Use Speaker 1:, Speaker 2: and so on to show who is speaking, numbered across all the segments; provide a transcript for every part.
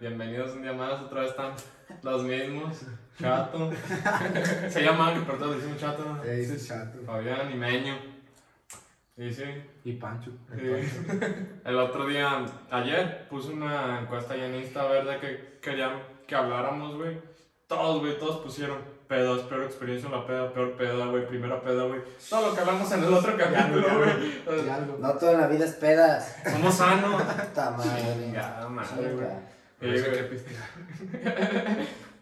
Speaker 1: Bienvenidos un día más, otra vez están los mismos. Chato. Se llaman, pero todos decimos chato. ¿no?
Speaker 2: Ey,
Speaker 1: Sí,
Speaker 2: chato.
Speaker 1: Fabián y Meño. Y sí,
Speaker 3: Y Pancho.
Speaker 1: sí. El otro día, ayer, puse una encuesta ahí en Insta a ver de qué querían que habláramos, güey. Todos, güey, todos pusieron pedos, peor experiencia en la peda, peor peda, güey, primera peda, güey. Todo lo que hablamos en el otro capítulo, güey.
Speaker 3: algo.
Speaker 2: No,
Speaker 4: No todo en la vida es pedas.
Speaker 1: Somos sanos.
Speaker 4: Puta madre.
Speaker 1: Chingada madre, güey.
Speaker 4: Chinga.
Speaker 1: Sí, güey.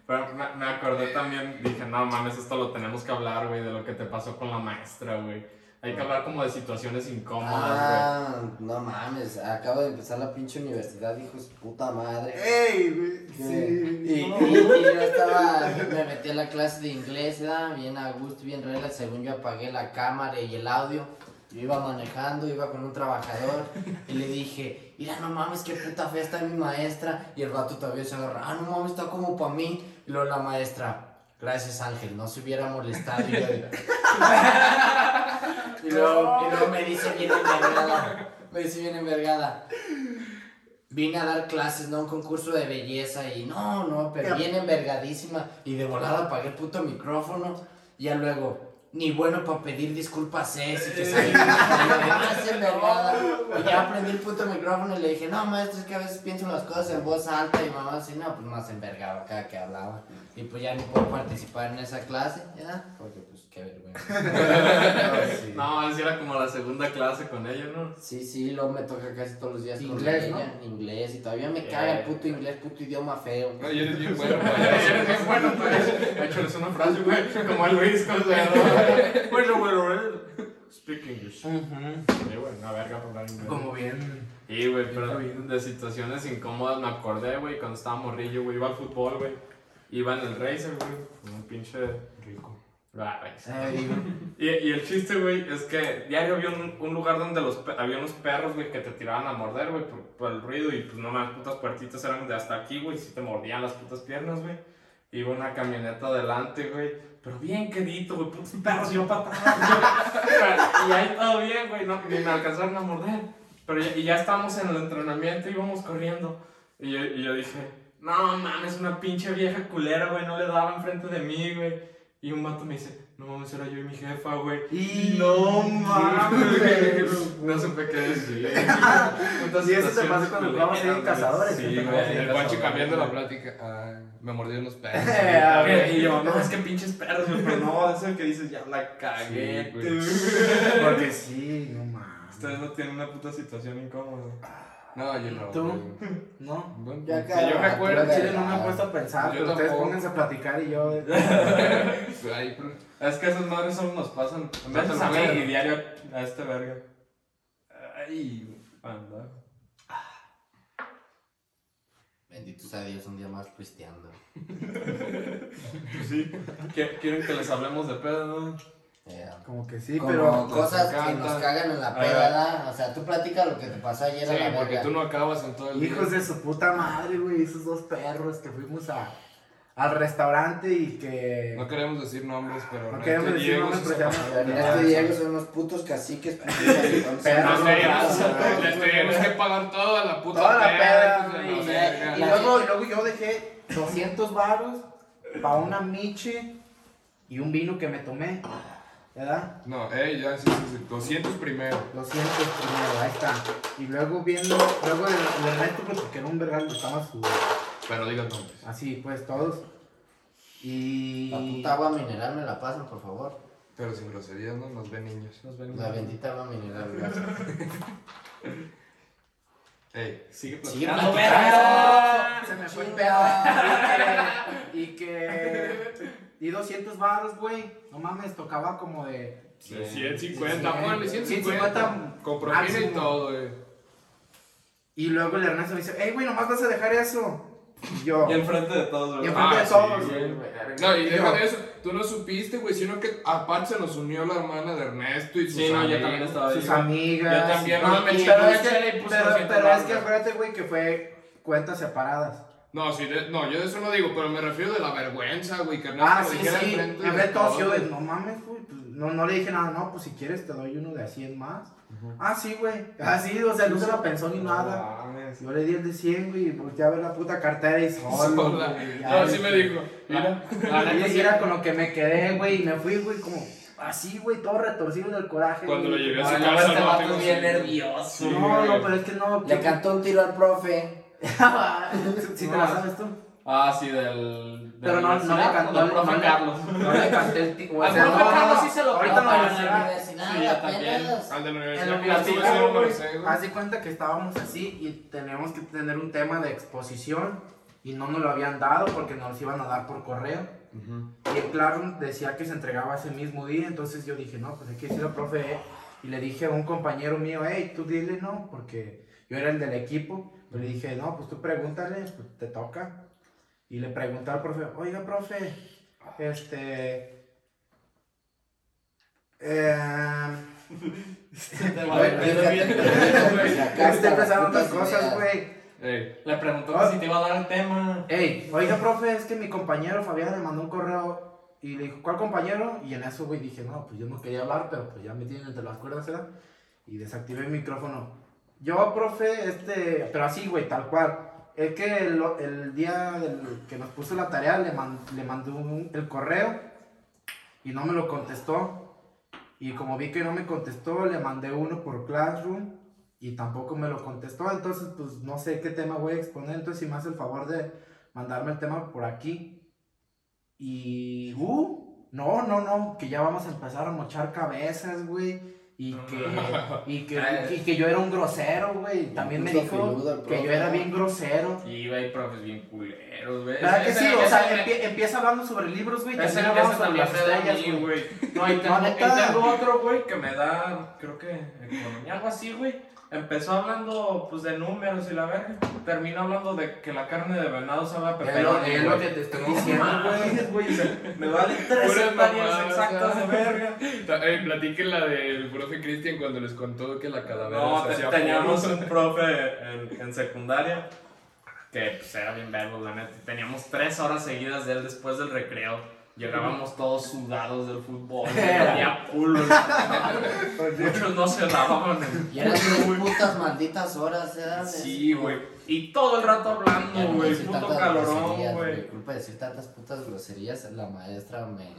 Speaker 1: Pero me, me acordé también, dije, no mames, esto lo tenemos que hablar, güey, de lo que te pasó con la maestra, güey. Hay que hablar como de situaciones incómodas,
Speaker 4: Ah, no mames, acabo de empezar la pinche universidad, hijos, puta madre.
Speaker 2: ¡Ey, güey!
Speaker 4: Que-
Speaker 2: Sí.
Speaker 4: y,
Speaker 2: no.
Speaker 4: y- y yo estaba, me metí a la clase de inglés, ¿verdad? bien a gusto, bien relax, según yo apagué la cámara y el audio, yo iba manejando, iba con un trabajador, y le dije, mira, no mames, qué puta fea está mi maestra, y el rato todavía se agarra, ah, no mames, está como pa' mí, y luego la maestra, gracias Ángel, no se hubiera molestado, y yo de- y luego, y luego me dice bien envergada. Me dice bien envergada. Vine a dar clases, ¿no? Un concurso de belleza y no, no, pero bien envergadísima. Y de volada apagué el puto micrófono. Y ya luego, ni bueno para pedir disculpas es y que soy más envergada. Y ya aprendí el puto micrófono y le dije, no, maestro, es que a veces pienso las cosas en voz alta. Y mamá así, no, pues más envergada cada que hablaba. Y pues ya no puedo participar en esa clase, ¿ya? Porque pues qué vergüenza.
Speaker 1: güey.
Speaker 4: Sí.
Speaker 1: No, así era como la segunda clase con ella, ¿no?
Speaker 4: Sí, sí, luego me toca casi todos los días
Speaker 3: Inglés,
Speaker 4: con ella, inglés, y todavía me caga el puto inglés, puto idioma feo.
Speaker 5: No, yo eres bien bueno para eso.
Speaker 1: Eres bien bueno, pues. De hecho, es una frase, güey, como a Luis, con su dedo. Bueno, bueno, bueno. Speak English. Sí, güey, una verga por hablar inglés.
Speaker 3: Como bien.
Speaker 1: Sí, güey, pero
Speaker 3: sabido.
Speaker 1: de situaciones incómodas me acordé, güey, cuando estaba morrillo, güey, iba al fútbol, güey. Iba en el Racer, güey, con un pinche...
Speaker 3: Rico.
Speaker 1: Ah, güey, sí.
Speaker 4: Ay,
Speaker 1: Y, y el chiste, güey, es que diario había un, un lugar donde los, pe- había unos perros, güey, que te tiraban a morder, güey, por, por el ruido. Y pues no más, putas puertitas eran de hasta aquí, güey, si te mordían las putas piernas, güey. Iba una camioneta adelante, güey. Pero bien quedito, güey, putos perros iban para atrás, güey. Y ahí todo bien, güey, no, ni me alcanzaron a morder. Pero ya, y ya estábamos en el entrenamiento, íbamos corriendo. Y yo, y yo dije, no mames, una pinche vieja culera, güey, no le daba enfrente de mí, güey. Y un vato me dice, no mames, era yo y mi jefa, güey.
Speaker 2: Y-
Speaker 1: no mames, güey. No supe qué decir.
Speaker 2: Sí, eso te pasa cuando jugamos ahí en Cazadores,
Speaker 1: Sí,
Speaker 2: siempre
Speaker 1: güey.
Speaker 2: jugamos ahí en
Speaker 5: El
Speaker 1: el
Speaker 5: Pancho
Speaker 1: Pancho
Speaker 5: cambiando la plática. Ah, me mordieron los perros.
Speaker 2: Eh,
Speaker 1: Cabrera. Y yo, no, es que pinches perros, güey. Pero no, es el que dices, ya la cagué,
Speaker 5: Sí,
Speaker 1: güey.
Speaker 5: güey.
Speaker 2: Porque sí, no mames.
Speaker 1: Ustedes no tienen una puta situación incómoda.
Speaker 5: No, yo no.
Speaker 3: ¿Tú?
Speaker 5: güey. pues,
Speaker 3: No.
Speaker 5: Buen
Speaker 4: Ya
Speaker 5: punto.
Speaker 4: acá-
Speaker 3: yo me acuerdo,
Speaker 4: Ah,
Speaker 3: Chile no me he puesto a pensar,
Speaker 5: Yo
Speaker 3: pero ustedes
Speaker 5: tampoco.
Speaker 3: pónganse a platicar y yo. eh.
Speaker 5: Ay, pero-
Speaker 1: Es que esas madres solo nos pasan. En vez
Speaker 3: Pasan
Speaker 1: a
Speaker 3: a
Speaker 1: mí
Speaker 3: ver.
Speaker 1: y diario a este verga. Ay, anda.
Speaker 4: Bendito sea Dios, un día más pisteando.
Speaker 1: Pues sí. ¿Qui- ¿Quieren que les hablemos de pedo, no?
Speaker 4: Eh,
Speaker 3: Como que sí,
Speaker 4: como
Speaker 3: pero.
Speaker 4: cosas
Speaker 5: nos
Speaker 4: que nos
Speaker 5: encanta.
Speaker 4: cagan en la
Speaker 1: ver.
Speaker 4: peda, ¿verdad? o sea, tú platica lo que te pasó ayer
Speaker 5: Sí,
Speaker 4: a la
Speaker 5: porque
Speaker 4: verga.
Speaker 5: tú no acabas en todo el día.
Speaker 3: Hijos de su puta madre, güey. Esos dos perros que fuimos a, al restaurante y que.
Speaker 5: No queremos decir nombres, pero.
Speaker 3: No
Speaker 5: neta,
Speaker 3: queremos decir
Speaker 5: Diego
Speaker 3: nombres,
Speaker 5: se
Speaker 3: pero
Speaker 5: zafó.
Speaker 3: ya-
Speaker 4: Pero en este Diego son unos putos caciques. putos entonces,
Speaker 3: Perros,
Speaker 4: no,
Speaker 3: güey,
Speaker 4: no,
Speaker 3: así,
Speaker 4: no, no,
Speaker 3: güey.
Speaker 5: Les tenemos que pagar toda la puta
Speaker 3: Toda la peda,
Speaker 5: hijos de
Speaker 3: güey.
Speaker 5: la
Speaker 3: Y-
Speaker 5: verga.
Speaker 3: Y luego, y luego yo dejé 200 baros para una miche y un vino que me tomé. ¿Verdad?
Speaker 5: No, eh, ya, sí, sí, sí. 200 primero.
Speaker 3: 200 primero, ahí está. Y luego viendo, luego el, el resto, pues, porque era un vergal, estaba su.
Speaker 5: Pero digan nombres.
Speaker 3: Así, pues todos. Y.
Speaker 4: La puta agua mineral me la pasan, por favor.
Speaker 5: Pero sin groserías, ¿no? Nos ven niños.
Speaker 1: Nos ven.
Speaker 4: La bendita agua mineral. güey.
Speaker 5: Ey,
Speaker 1: Sigue
Speaker 4: Sigue
Speaker 1: platicando.
Speaker 4: platicando.
Speaker 3: Ah, Se me fue el pedo.
Speaker 4: Chinga.
Speaker 3: Y que. Y 200 baros, güey. No mames, tocaba como de.
Speaker 1: De 150,
Speaker 3: Sí.
Speaker 5: ponle 150.
Speaker 3: 150
Speaker 5: Con propina y
Speaker 3: máximo.
Speaker 5: todo, eh. güey.
Speaker 3: Y luego el Ernesto me dice, hey, güey, nomás vas a dejar eso. Y yo,
Speaker 1: Y enfrente de todos,
Speaker 3: y
Speaker 1: güey.
Speaker 3: enfrente
Speaker 5: Ah,
Speaker 3: de
Speaker 5: sí,
Speaker 3: todos.
Speaker 1: güey.
Speaker 5: No, y
Speaker 3: yo,
Speaker 5: deja de eso. Tú no supiste, güey, sino que aparte se nos unió la hermana de Ernesto y sus
Speaker 1: Sí, no, yo
Speaker 5: amigos.
Speaker 1: también estaba ahí.
Speaker 3: Sus
Speaker 1: güey.
Speaker 3: amigas.
Speaker 1: Yo también,
Speaker 3: y-
Speaker 1: no, me
Speaker 3: y-
Speaker 1: eché
Speaker 3: pero
Speaker 1: una
Speaker 3: es que,
Speaker 1: chela y puse
Speaker 3: pero,
Speaker 1: 200
Speaker 3: pero es
Speaker 1: baros,
Speaker 3: que
Speaker 1: güey.
Speaker 3: acuérdate, güey, que fue cuentas separadas.
Speaker 5: No, sí, de- no, yo de eso no digo, pero me refiero de la vergüenza, güey, que Ernesto
Speaker 3: Ah,
Speaker 5: lo
Speaker 3: sí,
Speaker 5: dijera
Speaker 3: sí.
Speaker 5: enfrente
Speaker 3: Me ve
Speaker 5: de
Speaker 3: todos yo de,
Speaker 5: güey.
Speaker 3: no mames, güey, pues no, no le dije nada, no, pues si quieres te doy uno de a 100 más. Ah, sí, güey. Así, o sea, no se la pensó ni nada.
Speaker 1: No mames.
Speaker 3: Yo le di el de 100, güey, y volteé a ver la puta cartera y solo.
Speaker 5: Sola.
Speaker 3: güey, ya,
Speaker 5: No, sí me dijo. ah, Mira.
Speaker 1: La
Speaker 3: Y
Speaker 1: neta,
Speaker 3: ahí
Speaker 1: sí,
Speaker 3: era con lo que me quedé, güey, y me fui, güey, como así, güey, todo retorcido del coraje.
Speaker 5: Cuando lo
Speaker 3: güey.
Speaker 5: llevé a
Speaker 4: Ahora
Speaker 5: su
Speaker 4: luego
Speaker 5: casa,
Speaker 4: este
Speaker 5: no
Speaker 4: vato
Speaker 5: tengo
Speaker 4: es bien
Speaker 5: sentido.
Speaker 4: nervioso.
Speaker 5: Sí,
Speaker 3: No,
Speaker 5: güey.
Speaker 3: no, pero es que no.
Speaker 4: Le cantó un tiro al profe.
Speaker 3: Si te la sabes tú.
Speaker 1: Ah, sí, del.
Speaker 3: Pero
Speaker 1: del
Speaker 3: no, no le
Speaker 1: universidad,
Speaker 3: cantó
Speaker 1: Del
Speaker 3: al-
Speaker 1: profe
Speaker 3: no le-
Speaker 1: Carlos.
Speaker 3: No le canté el tipo.
Speaker 1: Al profe Carlos sí se lo ¿eh?
Speaker 3: Ahorita
Speaker 4: Pues, No,
Speaker 3: no lo
Speaker 4: pero en la universidad,
Speaker 1: Sí, ya también.
Speaker 4: apenas.
Speaker 5: Al de la
Speaker 3: En la
Speaker 5: universidad. pues, tú ves,
Speaker 3: universidad,
Speaker 5: yo no
Speaker 3: güey,
Speaker 5: lo sé, güey.
Speaker 3: haz de cuenta que estábamos así y teníamos que tener un tema de exposición y no nos lo habían dado porque nos iban a dar por correo. Y el Claro decía que se entregaba ese mismo día, entonces yo dije, no, pues hay que decirle al profe. eh". Y le dije a un compañero mío, hey, tú dile no, porque yo era el del equipo. Pero le dije, no, pues tú pregúntale, pues, te toca. Y le pregunté al profe, oiga, profe, este... eh, Ya está empezando otras cosas, güey.
Speaker 5: Ey,
Speaker 1: Le preguntó
Speaker 3: Ah.
Speaker 1: que si te iba a dar el tema.
Speaker 3: Ey, oiga, profe, es que mi compañero Fabián le mandó un correo y le dijo, ¿cuál compañero? Y en eso, güey, dije, no, pues yo no quería hablar, pero pues ya me tienen entre las cuerdas, ¿verdad? Y desactivé el micrófono. Yo, profe, este, pero así, güey, tal cual. Es que el, el día del- que nos puso la tarea le, man- le mandé un- el correo y no me lo contestó. Y como vi que no me contestó, le mandé uno por Classroom y tampoco me lo contestó. Entonces, pues no sé qué tema voy a exponer. Entonces, si me hace el favor de mandarme el tema por aquí. Y. ¡Uh! No, no, no. Que ya vamos a empezar a mochar cabezas, güey. Y que, y, que, y que yo era un grosero, güey. También me
Speaker 4: Puso
Speaker 3: dijo
Speaker 4: filudo el
Speaker 3: que yo
Speaker 4: profe,
Speaker 3: era
Speaker 4: ¿no?
Speaker 3: bien grosero.
Speaker 1: Sí, güey, profes bien culeros, güey.
Speaker 3: ¿Verdad que
Speaker 1: Ese-
Speaker 3: sí? O
Speaker 1: ese-
Speaker 3: sea, empie- empieza hablando sobre libros, güey.
Speaker 1: Ese
Speaker 3: También
Speaker 1: no
Speaker 3: hablamos
Speaker 1: pasa
Speaker 3: sobre
Speaker 1: también
Speaker 3: las estrellas,
Speaker 1: de mí,
Speaker 3: güey.
Speaker 1: güey. No, y tengo,
Speaker 3: No,
Speaker 1: y
Speaker 3: neta.
Speaker 1: tengo otro, güey, que me da, creo que economía, algo así, güey. Empezó hablando, pues, de números y la verga. Terminó hablando de que la carne de venado sabe a
Speaker 3: Es lo-
Speaker 1: pepperoni,
Speaker 3: es lo
Speaker 1: güey.
Speaker 3: que te estoy
Speaker 1: No
Speaker 3: diciendo,
Speaker 1: mames,
Speaker 3: güey.
Speaker 1: güey. o sea, Me valen tres
Speaker 5: Puras
Speaker 1: hectáreas
Speaker 5: mamadas,
Speaker 1: exactas de verga.
Speaker 5: ta- ey, platiquen la del profe Cristian cuando les contó que la calavera
Speaker 1: No,
Speaker 5: se
Speaker 1: te-
Speaker 5: hacía
Speaker 1: teníamos
Speaker 5: polvo.
Speaker 1: un profe en, en secundaria que pues, era bien verbo, la neta. Teníamos tres horas seguidas de él después del recreo. Llegábamos todos sudados del fútbol, tenía culo. en la cama. Muchos no se lavaban.
Speaker 4: Y eran unas putas malditas horas, ¿eh?
Speaker 1: Sí, güey. Y todo el rato
Speaker 4: Ya
Speaker 1: hablando,
Speaker 4: no
Speaker 1: güey.
Speaker 4: decir
Speaker 1: Puto
Speaker 4: tantas
Speaker 1: calorón,
Speaker 4: groserías,
Speaker 1: güey.
Speaker 4: Por culpa de decir tantas putas groserías, la maestra me.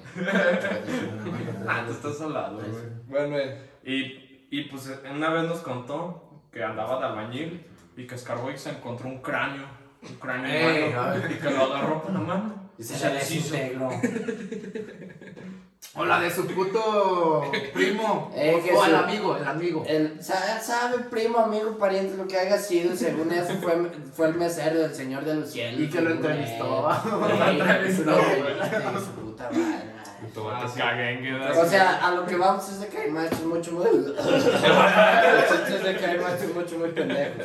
Speaker 1: Ah, tú estás al lado, güey.
Speaker 5: Bueno, eh,
Speaker 1: Y, y pues una vez nos contó que andaba de albañil y que escarbó y se encontró un cráneo. Un cráneo
Speaker 3: Ey,
Speaker 1: humano, y que lo agarró con la mano.
Speaker 4: Y se le desintegró.
Speaker 3: O la de su puto primo.
Speaker 4: Eh,
Speaker 3: o,
Speaker 4: Jesús.
Speaker 3: al amigo, el amigo.
Speaker 4: El, sa- sabe, primo, amigo, pariente, lo que haya sido, según eso fue, fue el mesero del señor de los cielos.
Speaker 3: Y que lo entrevistó.
Speaker 4: Lo
Speaker 1: entrevistó,
Speaker 4: su puta madre.
Speaker 5: puto vato
Speaker 1: Ah, sí.
Speaker 5: caguengue,
Speaker 4: O
Speaker 5: ¿verdad?
Speaker 4: sea, a lo que vamos es de que hay machos mucho muy. es de que hay machos mucho muy pendejos.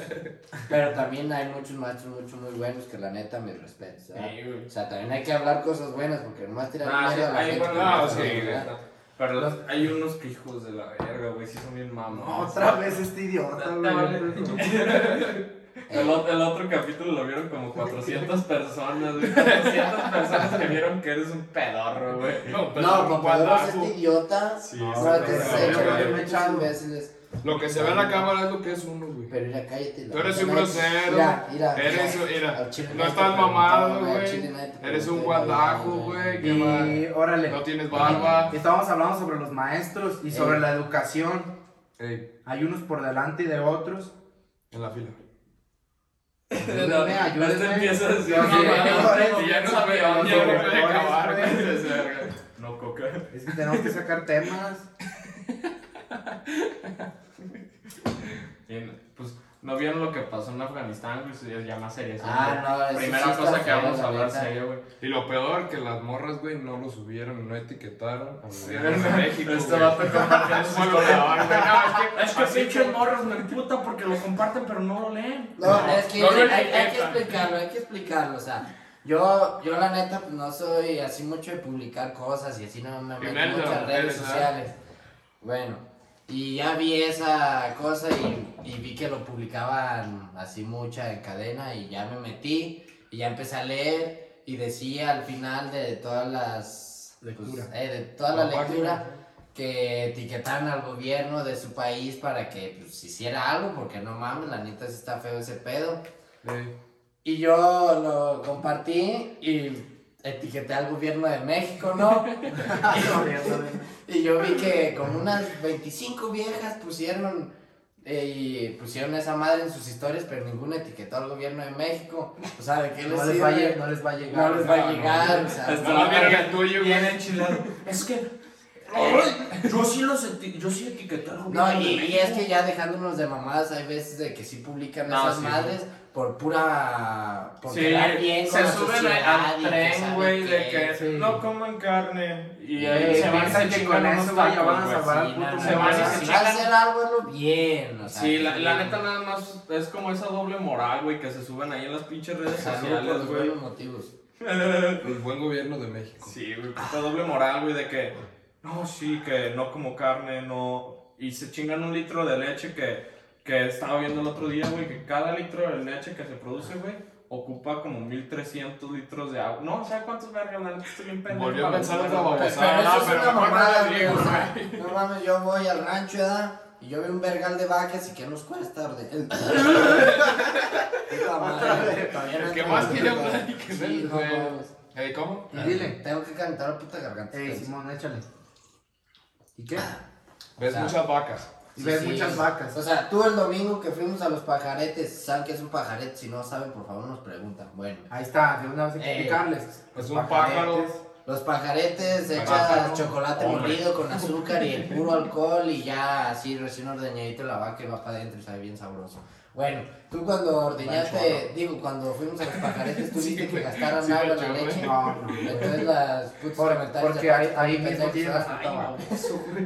Speaker 4: Pero también hay muchos machos mucho muy buenos que la neta me respeto.
Speaker 1: Sí, güey.
Speaker 4: O sea, también hay que hablar cosas buenas porque nomás tirar
Speaker 1: Ah, sí,
Speaker 4: mierda a la
Speaker 1: hay
Speaker 4: gente.
Speaker 1: buenos-
Speaker 4: que
Speaker 5: ah,
Speaker 4: no
Speaker 5: sí,
Speaker 4: sabe
Speaker 5: güey.
Speaker 4: hablar.
Speaker 1: Pero los- hay unos que hijos de la verga, güey. Sí son bien mamados.
Speaker 3: Otra vez este idiota, güey.
Speaker 1: El, o- el otro capítulo lo vieron como 400 personas, güey. 400 personas que vieron que eres un pedorro, güey.
Speaker 5: No, pero
Speaker 4: No,
Speaker 5: un
Speaker 4: compadre, es
Speaker 5: guadajo.
Speaker 4: este idiota.
Speaker 1: Sí,
Speaker 4: No,
Speaker 1: sí,
Speaker 4: ahora que
Speaker 1: pero-
Speaker 4: se echa
Speaker 5: pero-
Speaker 4: los
Speaker 3: me he echado.
Speaker 4: imbéciles.
Speaker 5: Lo que se ve en la cámara es lo que es uno, güey.
Speaker 4: Pero mira, cállate. la
Speaker 5: Tú eres
Speaker 4: neta,
Speaker 5: un
Speaker 4: nadie-
Speaker 5: grosero.
Speaker 4: Mira, mira.
Speaker 5: Eres un- mira,
Speaker 4: Al chile
Speaker 5: no
Speaker 4: nadie te
Speaker 5: estás
Speaker 4: preguntó,
Speaker 5: mamado,
Speaker 4: güey, al
Speaker 5: güey.
Speaker 4: chile nadie te
Speaker 5: Eres un
Speaker 4: preguntó,
Speaker 5: guadajo,
Speaker 4: güey.
Speaker 5: güey.
Speaker 3: Y órale.
Speaker 5: No tienes barba.
Speaker 3: Estábamos hablando sobre los maestros y sobre
Speaker 4: Eh.
Speaker 3: la educación.
Speaker 5: Ey,
Speaker 3: Hay unos por delante y de otros.
Speaker 5: en la fila.
Speaker 1: Este
Speaker 3: Ayúdenme, ayúdenme.
Speaker 1: empieza a decir,
Speaker 3: Yo
Speaker 1: no,
Speaker 3: sé,
Speaker 1: mames,
Speaker 5: Y ya no
Speaker 1: sabía, ya
Speaker 5: sabía, ya
Speaker 1: no
Speaker 5: no
Speaker 3: güey.
Speaker 5: puede acabar,
Speaker 3: Güey.
Speaker 5: güey, esa verga.
Speaker 1: No, coca.
Speaker 3: Es que tenemos que sacar temas.
Speaker 1: Y, pues, ¿no vieron lo que pasó en Afganistán, güey? Eso ya es ya más serio.
Speaker 4: Ah, no, eso
Speaker 1: Primera
Speaker 4: sí está
Speaker 1: cosa que
Speaker 4: feo,
Speaker 1: vamos a
Speaker 4: la
Speaker 1: hablar
Speaker 4: neta.
Speaker 1: serio, güey.
Speaker 5: Y lo peor, que las morras, güey, no lo subieron y no etiquetaron. a los
Speaker 1: Sí,
Speaker 5: de México,
Speaker 1: Este
Speaker 5: güey.
Speaker 1: vato compartiendo su
Speaker 5: Fue lo
Speaker 1: historia.
Speaker 5: peor, güey. No,
Speaker 1: Es que
Speaker 5: así
Speaker 1: pinches morros me puta porque lo comparten pero no lo leen.
Speaker 4: No, es que
Speaker 5: no
Speaker 4: hay,
Speaker 5: lo
Speaker 4: hay que
Speaker 5: etiquetan.
Speaker 4: explicarlo, hay que explicarlo, o sea, yo, yo la neta pues, no soy así mucho de publicar cosas y así no me meto
Speaker 5: Primero,
Speaker 4: mucho en las redes
Speaker 5: redes, ¿verdad?
Speaker 4: sociales. Bueno, y ya vi esa cosa y, y vi que lo publicaban así mucha en cadena y ya me metí y ya empecé a leer y decía al final de todas las... pues,
Speaker 3: Lectura.
Speaker 4: eh, de toda la,
Speaker 5: La página.
Speaker 4: lectura que etiquetaran al gobierno de su país para que pues, hiciera algo, porque no mames, la neta sí está feo ese pedo.
Speaker 5: Ey.
Speaker 4: Y yo lo compartí y etiqueté al gobierno de México, ¿no? Y yo vi que como unas 25 viejas pusieron eh, y pusieron esa madre en sus historias, pero ninguna etiquetó al gobierno de México. O sea, ¿de qué les
Speaker 3: No les, va a,
Speaker 4: sirve?
Speaker 3: lle- no les va a
Speaker 4: No
Speaker 3: llegar.
Speaker 4: les va a
Speaker 1: no,
Speaker 4: llegar, o sea,
Speaker 1: Hasta
Speaker 4: no
Speaker 1: la
Speaker 4: mames.
Speaker 1: verga el tuyo, güey.
Speaker 6: Bien enchilado. Es que. ay, yo sí los eti- yo sí etiqueté al
Speaker 4: No,
Speaker 6: gobierno
Speaker 4: y,
Speaker 6: de
Speaker 4: y
Speaker 6: México.
Speaker 4: es que ya dejándonos de mamadas, hay veces de que sí publican
Speaker 1: No,
Speaker 4: esas
Speaker 1: sí.
Speaker 4: madres por pura. por
Speaker 1: Sí,
Speaker 4: quedar bien con
Speaker 1: se
Speaker 4: la
Speaker 1: suben
Speaker 4: sociedad
Speaker 1: al
Speaker 4: y que
Speaker 1: tren,
Speaker 4: sabe
Speaker 1: güey, de
Speaker 4: qué.
Speaker 1: que
Speaker 3: sí.
Speaker 1: no coman carne. Y
Speaker 4: Sí,
Speaker 1: ahí se van
Speaker 3: piensan
Speaker 1: y se
Speaker 3: que con
Speaker 1: chingan unos
Speaker 3: eso, güey, ya van a
Speaker 1: tacos, güey.
Speaker 3: salvar al
Speaker 4: Sí,
Speaker 3: puto
Speaker 4: no, no,
Speaker 1: se
Speaker 4: no,
Speaker 1: van y
Speaker 4: no,
Speaker 1: se
Speaker 4: Si vas a
Speaker 1: chingan.
Speaker 4: hacer algo, hazlo bien, o sea.
Speaker 1: Sí, la, la
Speaker 4: bien.
Speaker 1: neta nada más es como esa doble moral, güey, que se suben ahí en las pinches redes
Speaker 4: Salud por
Speaker 1: sociales,
Speaker 4: los
Speaker 1: güey.
Speaker 4: buenos motivos.
Speaker 5: El buen gobierno de México.
Speaker 1: Sí, güey, puta doble moral, güey, de que no, sí, que no como carne, no. Y se chingan un litro de leche que, que estaba viendo el otro día, güey, que cada litro de leche que se produce, güey, ocupa como 1300 litros de agua. No, ¿sabes cuántos vergas? La neta estoy bien pendejo.
Speaker 5: Volvió a
Speaker 1: para
Speaker 5: pensar
Speaker 1: los
Speaker 5: otra
Speaker 1: números.
Speaker 4: Pero
Speaker 5: babosada.
Speaker 4: pero eso
Speaker 5: no,
Speaker 4: es
Speaker 5: pero
Speaker 4: una
Speaker 5: mejor
Speaker 4: mamada,
Speaker 5: no le digo,
Speaker 4: güey, o sea, No mames, yo voy al rancho, ¿verdad? Y yo veo un vergal de vacas y que nos cuesta, tarde.
Speaker 5: El que más quería hablar y que se-
Speaker 4: Sí, no
Speaker 5: güey.
Speaker 4: mames.
Speaker 5: Ey, ¿Cómo?
Speaker 3: Y dile,
Speaker 4: Tengo que cantar la puta garganta.
Speaker 3: hey Simón, échale. ¿Y qué?
Speaker 5: Ves
Speaker 4: O sea,
Speaker 5: muchas vacas.
Speaker 3: Y ves muchas vacas.
Speaker 4: O sea, tú el domingo que fuimos a los pajaretes, ¿saben qué es un pajarete? Si no saben, por favor nos preguntan. Bueno,
Speaker 3: Ahí está, de una vez hay que
Speaker 4: Ey,
Speaker 3: explicarles.
Speaker 5: Es
Speaker 3: Los
Speaker 5: un pájaro.
Speaker 3: pajaretes.
Speaker 4: los pajaretes
Speaker 5: Pájaro,
Speaker 4: echas chocolate
Speaker 1: hombre.
Speaker 4: molido con azúcar y el puro alcohol y ya así recién ordeñadito la vaca y va para adentro y sabe bien sabroso. Bueno, tú cuando ordeñaste, digo, cuando fuimos a los pajaretes, tú viste que
Speaker 5: güey,
Speaker 4: gastaron
Speaker 5: sí,
Speaker 4: algo en la
Speaker 5: güey.
Speaker 4: leche.
Speaker 3: No, no.
Speaker 4: Entonces las putas
Speaker 3: Por-
Speaker 4: comentarios
Speaker 3: porque
Speaker 4: de
Speaker 3: ahí-
Speaker 4: Paco
Speaker 3: ahí
Speaker 4: pensaron
Speaker 3: mismo
Speaker 4: que
Speaker 3: tiene-
Speaker 4: estabas
Speaker 1: Ay,
Speaker 4: puta
Speaker 1: no,
Speaker 4: vaca.
Speaker 1: eso, güey.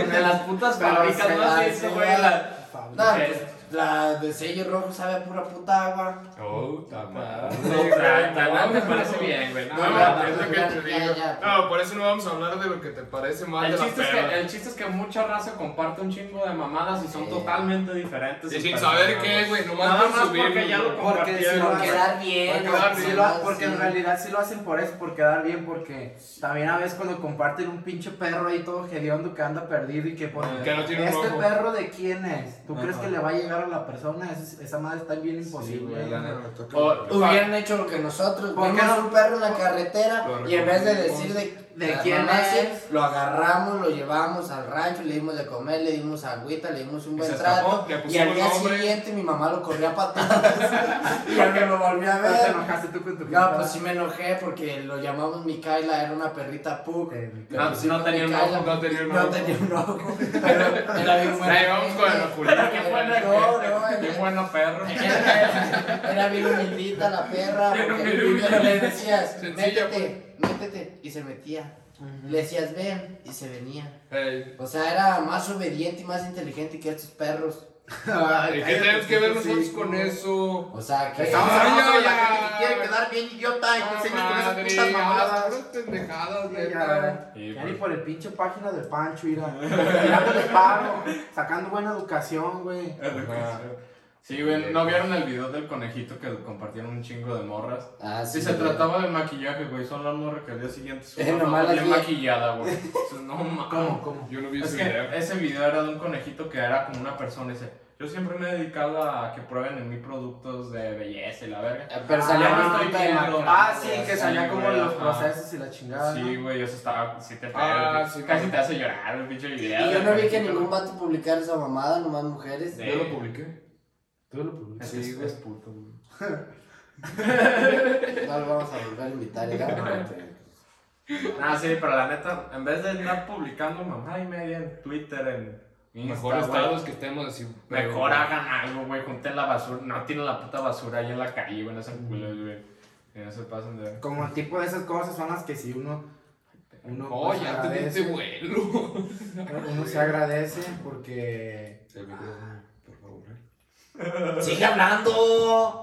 Speaker 1: Con- De las putas fábricas,
Speaker 3: Pero
Speaker 1: ¿no?
Speaker 4: se
Speaker 1: Así,
Speaker 4: las-
Speaker 1: eso, güey, la-
Speaker 4: No, pues, la de sello rojo sabe a pura puta agua.
Speaker 5: Oh, ta madre.
Speaker 1: No, la- la neta me parece bien, güey.
Speaker 5: No,
Speaker 1: No,
Speaker 5: no,
Speaker 1: no, no.
Speaker 5: es lo que
Speaker 4: ya,
Speaker 5: te
Speaker 4: ya,
Speaker 5: digo.
Speaker 4: ya.
Speaker 5: No, por eso no vamos a hablar de lo que te parece mal
Speaker 1: El
Speaker 5: de la
Speaker 1: chiste, es
Speaker 5: perra.
Speaker 1: que, el chiste es que mucha raza comparte un chingo de mamadas y son
Speaker 4: Sí.
Speaker 1: totalmente diferentes.
Speaker 5: Y
Speaker 1: sus
Speaker 5: sin saber qué,
Speaker 1: personas,
Speaker 5: güey, nomás
Speaker 1: Nada
Speaker 5: por
Speaker 1: más
Speaker 5: subir,
Speaker 1: porque ya lo
Speaker 5: güey.
Speaker 3: Porque si
Speaker 1: compartieron.
Speaker 3: lo
Speaker 4: Por
Speaker 3: hacen-
Speaker 4: quedar bien.
Speaker 5: Por quedar
Speaker 4: ¿no?
Speaker 3: Sí lo ha-
Speaker 4: Sí.
Speaker 3: porque en realidad sí lo hacen por eso, por quedar bien, porque también a veces cuando comparten un pinche perro ahí todo hediondo que anda perdido y que ponen,
Speaker 5: Que no tiene un
Speaker 3: ¿este
Speaker 5: ojo".
Speaker 3: perro de quién es? ¿Tú crees
Speaker 6: Ajá.
Speaker 3: que le va a llegar a la persona? Esa, esa madre está bien imposible.
Speaker 5: güey, la neta.
Speaker 1: O-
Speaker 4: Hubieran hecho lo que nosotros.
Speaker 3: ¿Por qué
Speaker 4: Vimos
Speaker 3: no?
Speaker 4: un perro en la carretera
Speaker 5: Lo
Speaker 4: y en vez de
Speaker 5: recogimos.
Speaker 4: decir de,
Speaker 3: ¿De
Speaker 4: las
Speaker 3: quién
Speaker 4: mamás,
Speaker 3: es?
Speaker 4: lo agarramos, lo llevamos al rancho, le dimos de comer, le dimos agüita, le dimos un
Speaker 5: Y
Speaker 4: buen
Speaker 5: se
Speaker 4: trato.
Speaker 5: escapó, le
Speaker 4: Y al
Speaker 5: pusimos
Speaker 4: día
Speaker 5: nombre.
Speaker 4: siguiente mi mamá lo corría a patadas. y al que lo volví a
Speaker 3: Pero te
Speaker 4: ver.
Speaker 3: enojaste tú con tu
Speaker 4: No,
Speaker 3: perro.
Speaker 4: pues sí me enojé porque lo llamamos Micaela, era una perrita pug.
Speaker 3: Eh, mi
Speaker 4: Le
Speaker 1: No,
Speaker 4: pusimos
Speaker 1: no tenía un
Speaker 4: Micaela,
Speaker 5: ojo, no tenía un
Speaker 4: no
Speaker 5: ojo.
Speaker 4: tenía un ojo, pero era bien buena.
Speaker 5: Ahí vamos con el oculista.
Speaker 1: Qué
Speaker 4: No,
Speaker 1: bueno,
Speaker 4: no,
Speaker 1: qué
Speaker 4: era-
Speaker 1: bueno perro.
Speaker 4: Era era bien humildita la perra, porque primero le decías,
Speaker 5: Sencilla,
Speaker 4: métete, métete, y se metía. Le decías, ven, y se venía.
Speaker 5: Ey,
Speaker 4: O sea, era más obediente y más inteligente que estos perros.
Speaker 3: Ay,
Speaker 5: ¿Y qué
Speaker 3: cállate,
Speaker 5: tenemos que ver
Speaker 3: sí,
Speaker 5: nosotros
Speaker 3: tú.
Speaker 5: con eso?
Speaker 4: O sea, que...
Speaker 3: Estamos hablando
Speaker 5: Ay,
Speaker 3: de la
Speaker 5: ya,
Speaker 3: gente que quiere
Speaker 5: ya.
Speaker 3: quedar bien idiota y tú
Speaker 5: Ah,
Speaker 3: sigues con esas
Speaker 5: madre,
Speaker 3: putas
Speaker 5: ya,
Speaker 3: mamadas.
Speaker 5: puras pendejadas,
Speaker 3: Ya,
Speaker 5: neta.
Speaker 1: Y,
Speaker 3: ya
Speaker 1: pues,
Speaker 3: ni por el pinche página de Pancho, mira. Tirándole paro, sacando buena educación, güey.
Speaker 1: Ajá. Sí, güey, ¿no vieron el video del conejito que compartieron un chingo de morras?
Speaker 4: Ah,
Speaker 1: Sí, se
Speaker 4: güey.
Speaker 1: trataba de maquillaje, güey, son las morras que al día siguiente son
Speaker 4: Eh,
Speaker 1: una
Speaker 4: nomás
Speaker 1: foto
Speaker 4: las
Speaker 1: bien
Speaker 4: vi.
Speaker 1: maquillada, güey. O sea, No mames.
Speaker 3: ¿Cómo? ¿Cómo?
Speaker 5: Yo no vi
Speaker 1: Es
Speaker 5: ese
Speaker 1: que
Speaker 5: video.
Speaker 1: ese video era de un conejito que era como una persona. Dice, yo siempre me he dedicado a que prueben en mí productos de belleza y la verga.
Speaker 4: Eh, Pero
Speaker 3: Ah,
Speaker 4: salía
Speaker 1: ya me
Speaker 4: una
Speaker 1: estoy
Speaker 4: puta de
Speaker 1: viendo.
Speaker 4: macrame,
Speaker 3: Ah, sí,
Speaker 4: güey,
Speaker 3: que
Speaker 4: o sea,
Speaker 3: salía como
Speaker 1: güey,
Speaker 3: los
Speaker 1: ajá.
Speaker 3: procesos y la chingada.
Speaker 1: Sí,
Speaker 3: ¿no?
Speaker 1: güey, eso estaba. Sí, te
Speaker 5: Ah,
Speaker 1: pega,
Speaker 5: sí,
Speaker 1: Casi
Speaker 5: güey.
Speaker 1: te hace llorar el pinche video.
Speaker 4: Y yo no vi que
Speaker 1: Sí,
Speaker 4: ningún vato publicara esa mamada, nomás mujeres.
Speaker 1: Sí.
Speaker 5: Yo lo publiqué.
Speaker 3: Tú lo publicas.
Speaker 1: Es, que
Speaker 5: Sí,
Speaker 1: es,
Speaker 5: güey.
Speaker 1: es puto, güey.
Speaker 4: No lo vamos a volver a invitar, ya.
Speaker 1: Ah, sí, pero la neta, en vez de andar publicando mamá y media en Twitter, en Insta,
Speaker 5: Mejor
Speaker 1: güey,
Speaker 5: estados que estemos así. pero-
Speaker 1: Mejor hagan algo, güey, junten la basura. No tienen la puta basura ahí en la calle, güey, no sean culos, güey. Que No se pasen de...
Speaker 3: Como el tipo de esas cosas son las que si uno. Uno,
Speaker 5: Oh,
Speaker 3: pues,
Speaker 5: ya
Speaker 3: agradece,
Speaker 5: teniste vuelo.
Speaker 3: uno se agradece porque.
Speaker 5: El micrófono, por favor. eh.
Speaker 4: ¡Sigue hablando!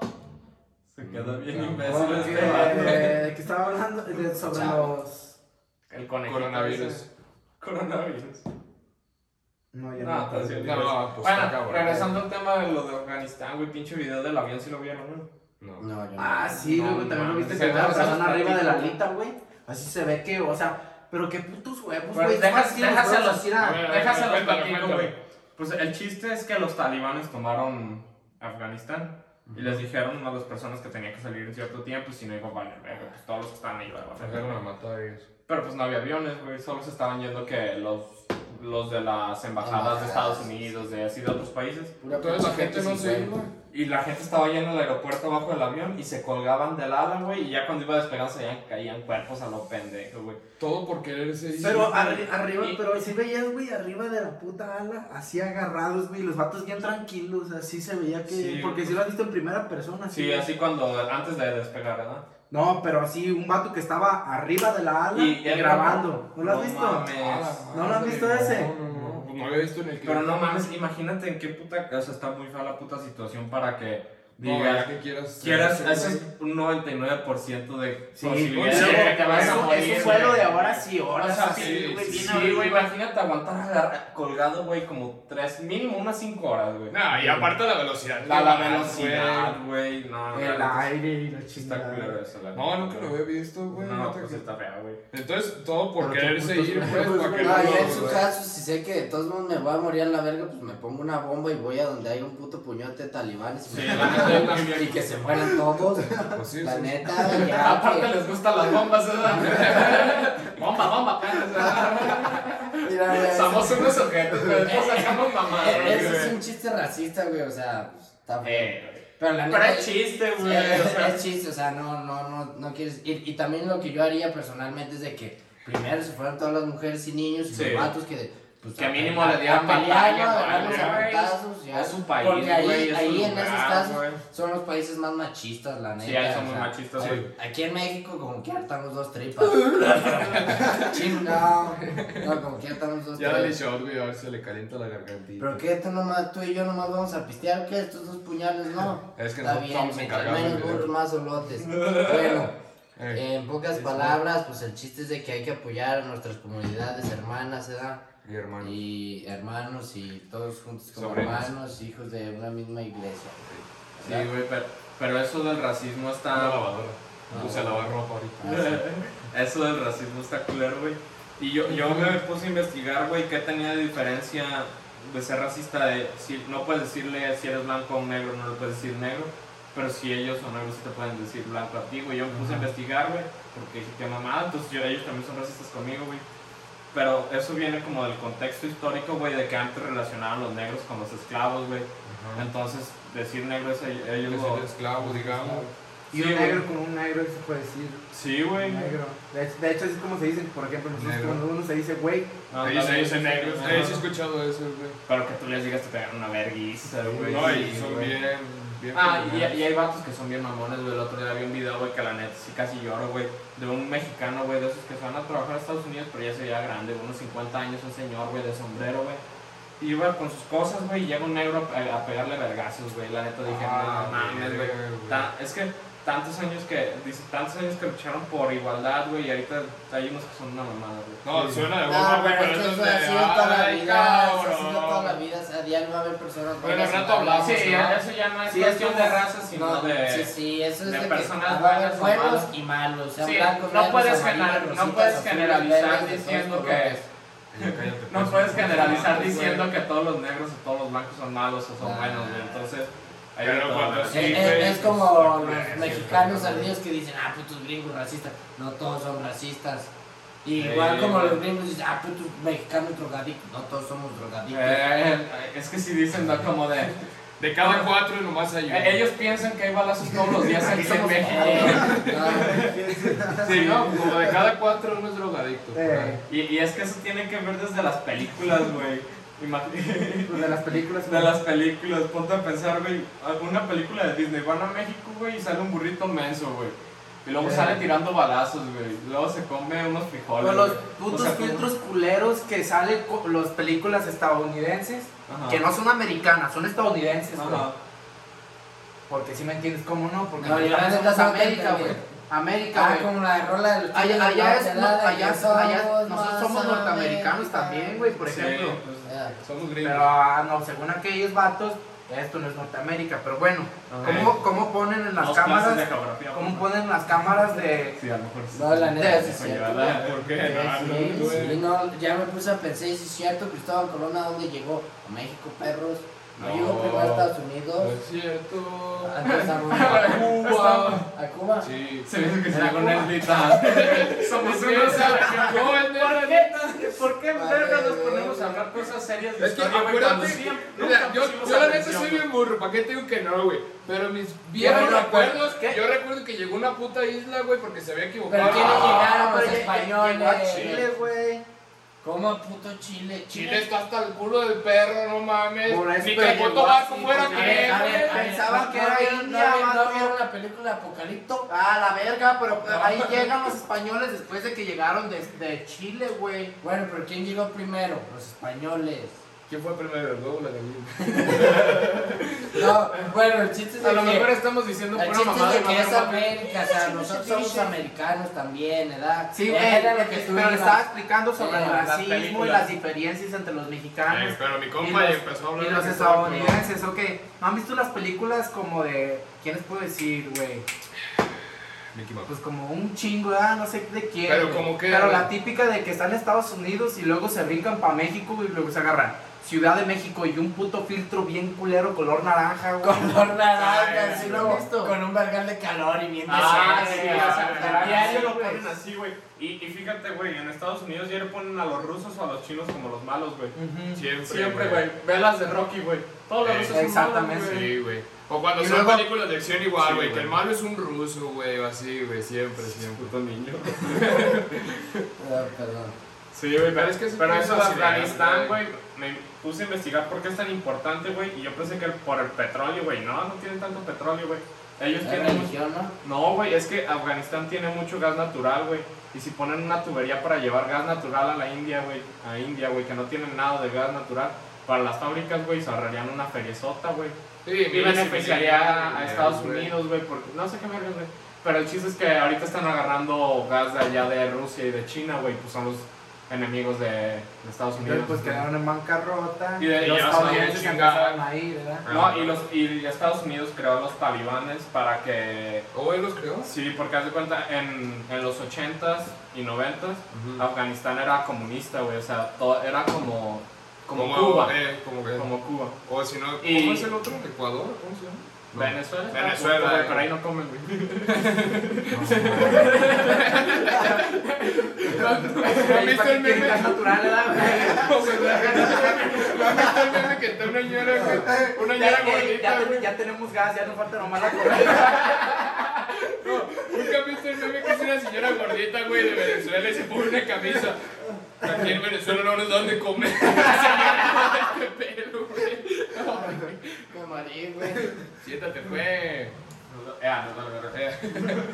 Speaker 1: Se quedó bien
Speaker 5: No,
Speaker 1: imbécil
Speaker 3: Bueno,
Speaker 1: este
Speaker 3: que-
Speaker 1: vato.
Speaker 3: de, de que estaba hablando de- sobre los.
Speaker 1: El conejito.
Speaker 5: Coronavirus.
Speaker 1: ese. Coronavirus.
Speaker 3: No, ya
Speaker 1: No,
Speaker 3: no.
Speaker 1: está bien.
Speaker 5: No, pues está
Speaker 1: Bueno,
Speaker 5: cabrón.
Speaker 1: regresando al tema de lo de Afganistán, güey, pinche video del avión, si lo vieron, ¿no?
Speaker 5: No.
Speaker 4: No, yo no.
Speaker 3: Ah, sí,
Speaker 1: No,
Speaker 3: luego también lo
Speaker 1: mames,
Speaker 3: viste
Speaker 1: se
Speaker 3: que estaba
Speaker 1: agarra esas
Speaker 3: persona arriba de la
Speaker 1: patitas.
Speaker 3: alita, güey. Así se ve que, o sea, pero qué putos huevos,
Speaker 1: Bueno,
Speaker 3: güey.
Speaker 1: deja-
Speaker 3: Nomás tienen los
Speaker 1: déjaselo.
Speaker 3: huevos así,
Speaker 1: A
Speaker 3: nada.
Speaker 1: ver, a ver,
Speaker 6: Déjaselos
Speaker 1: cuéntame,
Speaker 6: platico,
Speaker 1: cuéntame.
Speaker 6: güey.
Speaker 1: Pues el chiste es que los talibanes tomaron Afganistán y les dijeron a las personas que tenían que salir en cierto tiempo, y si no iba a valer, verga, pues todos los que estaban ahí, ¿verdad?
Speaker 5: Dejaron a matar a ellos.
Speaker 1: Pero pues no había aviones, güey, solo se estaban yendo que los, los de las embajadas de Estados Unidos, de así de otros países.
Speaker 4: Pura
Speaker 5: Entonces la
Speaker 4: pinche
Speaker 5: gente no
Speaker 4: sin
Speaker 5: se
Speaker 4: cuerpo.
Speaker 5: iba.
Speaker 1: Y la gente estaba yendo al aeropuerto abajo del avión y se colgaban del ala, güey, y ya cuando iba despegando se veían- caían cuerpos a lo pendejo, güey.
Speaker 5: Todo por querer ese hijo.
Speaker 3: Pero arri- arriba, pero si veías, güey, arriba de la puta ala, así agarrados, güey, los vatos bien tranquilos, así se veía que.
Speaker 1: Sí,
Speaker 3: porque si lo has visto en primera persona,
Speaker 1: Sí, así cuando, antes de despegar, ¿verdad?
Speaker 3: No, pero así, un vato que estaba arriba de la ala
Speaker 1: Y
Speaker 3: y,
Speaker 1: el-
Speaker 3: grabando. ¿No lo has
Speaker 1: No
Speaker 3: visto? Ah,
Speaker 1: mames.
Speaker 3: ¿No lo has visto ese?
Speaker 5: No, no, no. Pues no había visto en el que.
Speaker 1: Pero no mames, imagínate en qué puta. O sea, está muy fea la puta situación para que
Speaker 5: No,
Speaker 1: digas.
Speaker 5: es que quieras.
Speaker 1: Quieras,
Speaker 5: ser
Speaker 1: eso
Speaker 5: ese
Speaker 1: es un 99% de
Speaker 3: Sí,
Speaker 1: posibilidad
Speaker 5: sí,
Speaker 1: de que
Speaker 5: güey,
Speaker 1: te vas a
Speaker 3: eso-
Speaker 1: morir.
Speaker 3: eso fue lo
Speaker 1: güey.
Speaker 3: de horas y
Speaker 1: O
Speaker 3: horas.
Speaker 1: sea,
Speaker 3: así,
Speaker 1: sí,
Speaker 3: güey,
Speaker 1: güey,
Speaker 3: bien
Speaker 1: sí,
Speaker 3: arriba.
Speaker 1: güey, imagínate aguantar agar- colgado, güey, como tres, mínimo unas cinco horas, güey.
Speaker 5: No, y aparte la velocidad.
Speaker 1: la, la
Speaker 5: güey.
Speaker 1: velocidad, güey, no, no,
Speaker 3: El
Speaker 1: no,
Speaker 3: aire y la
Speaker 1: sí pues, está culero
Speaker 3: chingada.
Speaker 1: eso, la
Speaker 5: No,
Speaker 1: neta,
Speaker 5: nunca lo había visto, güey.
Speaker 1: No,
Speaker 5: neta
Speaker 1: pues
Speaker 5: que-
Speaker 1: está fea, güey.
Speaker 5: Entonces, todo por
Speaker 3: Pero
Speaker 5: querer
Speaker 3: qué
Speaker 5: seguir,
Speaker 3: putos
Speaker 5: pues, para que
Speaker 3: huevos,
Speaker 5: no
Speaker 4: No,
Speaker 3: güey.
Speaker 4: yo
Speaker 5: lo-
Speaker 4: en su
Speaker 5: güey.
Speaker 4: caso, si sé que de todos modos me voy a morir a la verga, pues me pongo una bomba y voy a donde hay un puto puñote de talibanes.
Speaker 1: Sí, la neta, yo también.
Speaker 4: y que se mueran todos.
Speaker 5: Pues sí,
Speaker 4: la
Speaker 5: sí.
Speaker 4: neta, ya
Speaker 1: Aparte
Speaker 4: que-
Speaker 1: les gustan las bombas, ¿verdad? bomba, bomba,
Speaker 4: Mira, güey,
Speaker 1: Somos unos sujetos, pero después sacamos mamadas,
Speaker 4: eh, Eso
Speaker 1: güey.
Speaker 4: es un chiste racista, güey, o sea, pues, está feo.
Speaker 1: Eh,
Speaker 4: Pero la
Speaker 1: Pero
Speaker 4: neta,
Speaker 1: es chiste,
Speaker 4: Sí,
Speaker 1: güey.
Speaker 4: es,
Speaker 1: o sea,
Speaker 4: es chiste, o sea, no, no, no, no quieres. Y, y también lo que yo haría personalmente es de que primero se fueran todas las mujeres y niños y
Speaker 1: Sí.
Speaker 4: los vatos que. Pues,
Speaker 1: Que mínimo
Speaker 4: a-
Speaker 1: le dieran
Speaker 4: a pelear,
Speaker 1: batalla,
Speaker 4: ¿no?
Speaker 1: güey,
Speaker 4: agarrarlos a
Speaker 1: güey.
Speaker 4: putazos, ya.
Speaker 1: Es un país,
Speaker 4: Porque ahí,
Speaker 1: güey, es
Speaker 4: ahí
Speaker 1: un
Speaker 4: en
Speaker 1: lugar,
Speaker 4: esos casos
Speaker 1: güey.
Speaker 4: son los países más machistas, la neta.
Speaker 1: Sí, ahí son
Speaker 4: o
Speaker 1: muy
Speaker 4: sea,
Speaker 1: machistas,
Speaker 4: a-
Speaker 1: güey.
Speaker 4: Aquí en México, como que hartamos dos tripas. Chingado. No, como que hartamos dos
Speaker 5: Ya dale
Speaker 4: tripas.
Speaker 5: shot, güey, a ver si le calienta la gargantita.
Speaker 4: Pero que tú, nomás, tú y yo nomás vamos a pistear, ¿qué? Estos dos puñales, no.
Speaker 5: Es que
Speaker 4: Está
Speaker 5: nosotros
Speaker 4: bien,
Speaker 5: estamos
Speaker 4: mientras
Speaker 5: encargados
Speaker 4: menos
Speaker 5: del video.
Speaker 4: burros, más olotes. Bueno.
Speaker 5: Eh,
Speaker 4: En pocas
Speaker 5: Sí, sí.
Speaker 4: palabras, pues el chiste es de que hay que apoyar a nuestras comunidades hermanas, ¿verdad?
Speaker 5: mi hermano.
Speaker 4: Y hermanos y todos juntos como
Speaker 5: Sobrinos.
Speaker 4: hermanos, hijos de una misma iglesia.
Speaker 1: Sí, güey, pero, pero eso del racismo
Speaker 5: Una
Speaker 1: está.
Speaker 5: lavadora. Puse a lavar ropa ahorita.
Speaker 1: Eso del racismo está culero, güey. Y yo, yo me puse a investigar, güey, qué tenía de diferencia de ser racista. De, si, no puedes decirle si eres blanco a un negro, no le puedes decir negro. Pero si ellos son negros, sí te pueden decir blanco a ti, güey. Yo me puse a investigar, güey, porque dije, qué mamada. Entonces yo- ellos también son racistas conmigo, güey. Pero eso viene como del contexto histórico, güey, de que antes relacionaban los negros con los esclavos, güey.
Speaker 5: Ajá.
Speaker 1: Entonces, decir negro es ellos.
Speaker 5: Es
Speaker 1: lo-
Speaker 5: el esclavo, digamos.
Speaker 1: Sí,
Speaker 3: Y un
Speaker 1: güey.
Speaker 3: negro con un negro, eso puede decir.
Speaker 1: Sí, güey.
Speaker 3: Negro. De, de hecho, así es como se dice, por ejemplo, nosotros
Speaker 5: Negro.
Speaker 3: cuando uno se dice, güey,
Speaker 1: Ah,
Speaker 5: Ellos
Speaker 1: también.
Speaker 5: ellos son negros.
Speaker 1: Ajá.
Speaker 5: Eh, sí he escuchado eso, güey.
Speaker 1: Pero que tú les digas que te dan una verguiza, güey.
Speaker 5: No, y
Speaker 1: Pues Sí,
Speaker 5: son
Speaker 1: güey.
Speaker 5: bien. bien
Speaker 1: Ah, y,
Speaker 5: criminales.
Speaker 1: y hay vatos que son bien mamones, güey. El otro día vi un video, güey, que la neta sí casi lloro, güey. De un mexicano, güey, de esos que se van a trabajar a Estados Unidos, pero ya se veía grande, unos 50 años, un señor, güey, de sombrero, güey. Y iba con sus cosas, güey, y llega un negro a, a pegarle vergazos, güey. La neta dije,
Speaker 5: Ah,
Speaker 1: no mames, güey.
Speaker 5: verga, güey.
Speaker 1: Ta- Es que tantos años que, dice, tantos años que lucharon por igualdad, güey, y ahorita hay unos que son una mamada, güey.
Speaker 5: No, suena de
Speaker 4: No,
Speaker 1: pues,
Speaker 5: bomba, güey,
Speaker 4: pero
Speaker 5: pero
Speaker 4: es que
Speaker 5: eso es
Speaker 4: eso
Speaker 5: de.
Speaker 4: ha sido toda la
Speaker 5: Ay,
Speaker 4: vida, eso ha sido
Speaker 5: cabrón.
Speaker 4: toda la vida, o sea, a diario va a haber personas
Speaker 5: Bueno,
Speaker 4: buenas y
Speaker 5: rato
Speaker 4: malas,
Speaker 5: hablamos,
Speaker 1: Sí,
Speaker 4: ¿no?
Speaker 1: ya- eso ya no es
Speaker 3: Sí, es
Speaker 1: cuestión
Speaker 3: como-
Speaker 1: de raza, sino
Speaker 4: No,
Speaker 1: de...
Speaker 4: sí, sí, eso es
Speaker 1: de
Speaker 4: de, que
Speaker 1: personas
Speaker 4: va a haber
Speaker 1: buenas o
Speaker 4: buenos
Speaker 1: malas.
Speaker 4: y malos, o sea,
Speaker 1: Sí,
Speaker 4: blancos,
Speaker 1: no
Speaker 4: negros,
Speaker 1: puedes
Speaker 4: amarillos,
Speaker 1: generar- no
Speaker 4: rositas,
Speaker 1: puedes
Speaker 4: azules,
Speaker 1: generalizar
Speaker 4: verdes, de todos
Speaker 1: diciendo
Speaker 4: colores.
Speaker 1: que-
Speaker 5: Ya, cállate,
Speaker 1: No
Speaker 5: pues.
Speaker 1: puedes generalizar
Speaker 5: Güey.
Speaker 1: diciendo que todos los negros o todos los blancos son malos o son
Speaker 4: Ah.
Speaker 1: buenos, güey. Entonces, ahí
Speaker 5: Pero
Speaker 1: hay todo,
Speaker 5: cuando
Speaker 1: güey.
Speaker 5: sí,
Speaker 4: Eh,
Speaker 5: güey,
Speaker 4: eh, es,
Speaker 5: pues,
Speaker 4: como
Speaker 5: güey, sí,
Speaker 4: los mexicanos
Speaker 5: güey.
Speaker 4: ardidos que dicen, ah, putos gringos racistas. No todos son racistas. Y
Speaker 1: Sí,
Speaker 4: igual como
Speaker 1: güey.
Speaker 4: los gringos dicen, ah, putos mexicanos drogadictos. No todos somos drogadictos.
Speaker 1: Eh, es que si dicen, ¿no? Como de.
Speaker 5: De cada cuatro, nomás hay uno.
Speaker 1: eh, ellos piensan que hay balazos todos los días aquí en
Speaker 4: Somos-
Speaker 1: México.
Speaker 4: Eh,
Speaker 3: pues,
Speaker 5: Sí, no, como de cada cuatro, uno es drogadicto. por ahí.
Speaker 3: eh,
Speaker 1: Y, y es que eso tiene que ver desde las películas, güey. Imag-
Speaker 3: pues, de las películas.
Speaker 1: De las películas, ponte a pensar, güey, alguna película de Disney, van a México, güey, y sale un burrito menso, güey. Y luego
Speaker 3: Eh.
Speaker 1: sale tirando balazos, güey. Luego se come unos frijoles.
Speaker 3: Con los
Speaker 1: güey.
Speaker 3: putos
Speaker 1: O sea, como-
Speaker 3: filtros culeros que salen con las películas estadounidenses,
Speaker 1: Ajá.
Speaker 3: que no son americanas, son estadounidenses, güey.
Speaker 1: Ajá.
Speaker 3: Porque si me entiendes, ¿cómo no? Porque
Speaker 4: No,
Speaker 3: nosotros
Speaker 4: yo la neta
Speaker 3: somos
Speaker 4: no
Speaker 3: América,
Speaker 4: entendí.
Speaker 3: güey.
Speaker 4: Ah,
Speaker 3: América, güey.
Speaker 4: como la rola del
Speaker 3: Allá, allá es, no-
Speaker 4: Nada,
Speaker 3: allá,
Speaker 4: que somos
Speaker 3: allá, nosotros
Speaker 4: más
Speaker 3: somos norteamericanos
Speaker 4: americanos.
Speaker 3: también, güey, por
Speaker 1: Sí,
Speaker 3: ejemplo.
Speaker 1: pues,
Speaker 4: Eh,
Speaker 5: Somos gringos.
Speaker 3: Pero, ah, no, según aquellos vatos, Esto no es Norteamérica, pero bueno.
Speaker 1: Ok.
Speaker 3: ¿Cómo, cómo ponen en las
Speaker 1: Dos clases de
Speaker 3: cámaras?
Speaker 1: geografía. pues,
Speaker 3: ¿Cómo ponen las cámaras de.?
Speaker 1: Sí, a lo mejor sí.
Speaker 4: No, la neta, sí,
Speaker 1: Oye,
Speaker 4: es cierto.
Speaker 1: ¿verdad? ¿Por qué? No,
Speaker 4: Sí,
Speaker 1: no, güey.
Speaker 4: sí, no, ya me puse a pensar, y si es cierto, Cristóbal Colón, ¿a dónde llegó? A México, perros. No,
Speaker 1: No.
Speaker 4: llegó primero a Estados
Speaker 5: No
Speaker 4: Unidos,
Speaker 5: es cierto.
Speaker 4: antes a
Speaker 5: Cuba.
Speaker 4: a Cuba.
Speaker 5: Sí.
Speaker 1: Se me hizo que se
Speaker 4: Era
Speaker 1: llegó
Speaker 4: Cuba.
Speaker 1: Neslita. Somos unos
Speaker 5: ¿Por
Speaker 1: ¿Por qué
Speaker 4: Vale,
Speaker 1: verga nos
Speaker 4: güey.
Speaker 1: ponemos a hablar cosas serias de
Speaker 5: Es que
Speaker 1: historia, güey, cuando
Speaker 5: acuérdate,
Speaker 1: siempre-
Speaker 5: mira,
Speaker 1: nunca
Speaker 5: yo,
Speaker 1: pusimos
Speaker 5: yo la neta
Speaker 1: atención,
Speaker 5: soy
Speaker 1: güey?
Speaker 5: bien burro, ¿para qué te digo que no, güey? Pero mis viejos
Speaker 1: bueno, pues,
Speaker 5: recuerdos,
Speaker 1: ¿qué?
Speaker 5: yo recuerdo que llegó una puta isla, güey, porque se había equivocado.
Speaker 4: Pero ¿quiénes
Speaker 5: Ah,
Speaker 4: llegaron los
Speaker 3: pero lle-
Speaker 4: españoles?
Speaker 3: llegó a Chile, güey.
Speaker 4: ¿Cómo a puto Chile?
Speaker 5: Chile está hasta el culo del perro, no mames.
Speaker 3: Por eso
Speaker 5: Ni
Speaker 3: pero
Speaker 5: que el
Speaker 3: llegó
Speaker 5: puto barco
Speaker 3: así,
Speaker 5: fuera
Speaker 3: porque-
Speaker 5: con
Speaker 4: A ver, a ver,
Speaker 5: él,
Speaker 4: a ver,
Speaker 3: Pensaba
Speaker 4: ¿no-
Speaker 3: que
Speaker 4: no
Speaker 3: era
Speaker 4: vieron-
Speaker 3: India,
Speaker 4: ¿No, vieron- no
Speaker 3: vato?
Speaker 4: vieron la película Apocalipto?
Speaker 3: Ah, la verga, pero ahí llegan los españoles después de que llegaron de, de Chile, güey.
Speaker 4: Bueno, pero ¿quién llegó primero? Los españoles.
Speaker 5: ¿Quién fue primero, el huevo o la gallina?
Speaker 4: No, bueno, el chiste es de
Speaker 1: A lo
Speaker 4: que-
Speaker 1: mejor estamos diciendo
Speaker 4: El
Speaker 1: pura
Speaker 4: chiste es
Speaker 1: mamada.
Speaker 4: de
Speaker 1: y
Speaker 4: que es
Speaker 1: vamos a-
Speaker 4: América, o sea, nosotros somos americanos también, ¿verdad? Eh,
Speaker 3: Sí, güey,
Speaker 4: Era lo que tú
Speaker 3: pero le
Speaker 4: ibas.
Speaker 3: estaba explicando sobre
Speaker 4: Eh,
Speaker 3: el
Speaker 4: las
Speaker 3: racismo y
Speaker 1: películas.
Speaker 3: las diferencias entre los mexicanos.
Speaker 1: Eh, Pero mi
Speaker 3: Y
Speaker 1: compa
Speaker 3: los,
Speaker 1: empezó a hablar
Speaker 3: y
Speaker 1: de
Speaker 3: los
Speaker 1: que estaba con-
Speaker 3: estadounidenses, ok. ¿No han visto las películas como de. ¿Quién les puedo decir, güey?
Speaker 5: Mickey Mouse.
Speaker 3: Pues como un chingo, ah, no sé de quién.
Speaker 5: Pero
Speaker 3: güey.
Speaker 5: como que-
Speaker 3: Pero la típica de que están en Estados Unidos y luego se brincan para México y luego se agarran Ciudad de México y un puto filtro bien culero color naranja, güey.
Speaker 4: Color naranja,
Speaker 1: Ay,
Speaker 4: así
Speaker 3: ¿lo
Speaker 4: luego,
Speaker 3: has visto?
Speaker 4: con un vergal de calor y bien
Speaker 1: Ah,
Speaker 4: deseado,
Speaker 1: sí,
Speaker 4: así,
Speaker 1: o
Speaker 4: o
Speaker 1: sea,
Speaker 4: sea,
Speaker 1: el
Speaker 4: diario
Speaker 1: diario lo
Speaker 4: pues.
Speaker 1: ponen así, güey. Y, y fíjate, güey, en Estados Unidos ya le ponen a los rusos o a los chinos como los malos, güey.
Speaker 3: Ujú.
Speaker 5: Siempre,
Speaker 1: Siempre, güey. Velas de Rocky, güey. Todos los
Speaker 5: Eh,
Speaker 1: rusos son
Speaker 3: exactamente.
Speaker 1: malos, güey.
Speaker 5: Sí, güey. O cuando
Speaker 3: Y
Speaker 5: son
Speaker 3: luego-
Speaker 5: películas de acción igual,
Speaker 1: Sí,
Speaker 5: güey, que
Speaker 1: güey.
Speaker 5: el malo es un ruso, güey, o así, güey, siempre, siempre.
Speaker 1: Puto niño.
Speaker 4: Ah, perdón.
Speaker 1: Sí, güey, pero,
Speaker 5: Pero es que eso
Speaker 1: pero
Speaker 5: es
Speaker 1: eso de
Speaker 5: una
Speaker 1: Afganistán,
Speaker 5: ciudad,
Speaker 1: güey, me puse a investigar por qué es tan importante, güey, y yo pensé que por el petróleo, güey, no, no tienen tanto petróleo, güey. Ellos
Speaker 4: Es
Speaker 1: tienen mucho...
Speaker 4: religión, ¿no?
Speaker 1: No, güey, es que Afganistán tiene mucho gas natural, güey, y si ponen una tubería para llevar gas natural a la India, güey, a India, güey, que no tienen nada de gas natural, para las fábricas, güey, se ahorrarían una feriezota, güey.
Speaker 5: Sí,
Speaker 1: Y
Speaker 5: mira,
Speaker 1: beneficiaría a, a
Speaker 5: sí,
Speaker 1: Estados
Speaker 5: güey.
Speaker 1: Unidos, güey, porque no sé qué vergas, güey. Pero el chiste es que ahorita están agarrando gas de allá de Rusia y de China, güey, pues son los enemigos de, de Estados Unidos.
Speaker 3: Entonces, pues
Speaker 1: güey.
Speaker 3: quedaron en bancarrota.
Speaker 1: Y de- y
Speaker 3: los
Speaker 1: ya se
Speaker 3: estadounidenses
Speaker 5: habían
Speaker 3: empezaron a ir, ¿verdad?
Speaker 1: No, y, los, y Estados Unidos creó los talibanes para que...
Speaker 5: ¿O él los creó?
Speaker 1: Sí, porque haz de cuenta, en, en los 80s y 90s, Afganistán era comunista, güey, o sea, todo, era como, como, Cuba.
Speaker 5: eh, como que-
Speaker 1: Como Cuba.
Speaker 5: O si no,
Speaker 1: Y-
Speaker 5: ¿cómo es el otro? ¿Ecuador? ¿Cómo se llama? No.
Speaker 1: Venezuela. está
Speaker 5: Venezuela,
Speaker 1: puto, güey,
Speaker 5: eh.
Speaker 1: pero ahí no comen, güey.
Speaker 5: ¿No han visto el
Speaker 3: Tiene
Speaker 5: meme?
Speaker 3: gas natural, ¿verdad?
Speaker 5: ¿No han visto el meme que está una ñora, güey? Una ñora
Speaker 3: Ya, eh,
Speaker 5: gordita,
Speaker 3: ya,
Speaker 5: güey.
Speaker 3: ten- ya tenemos gas, ya nos falta nomás la comida.
Speaker 5: Nunca he visto el meme que es una señora gordita, güey, de Venezuela y se pone una camisa. Aquí en Venezuela no les dan de comer. Señora, no, este pelo, güey.
Speaker 4: Me mareé, güey.
Speaker 5: Siéntate, pues. güey.
Speaker 1: Ya, no, no, no, no.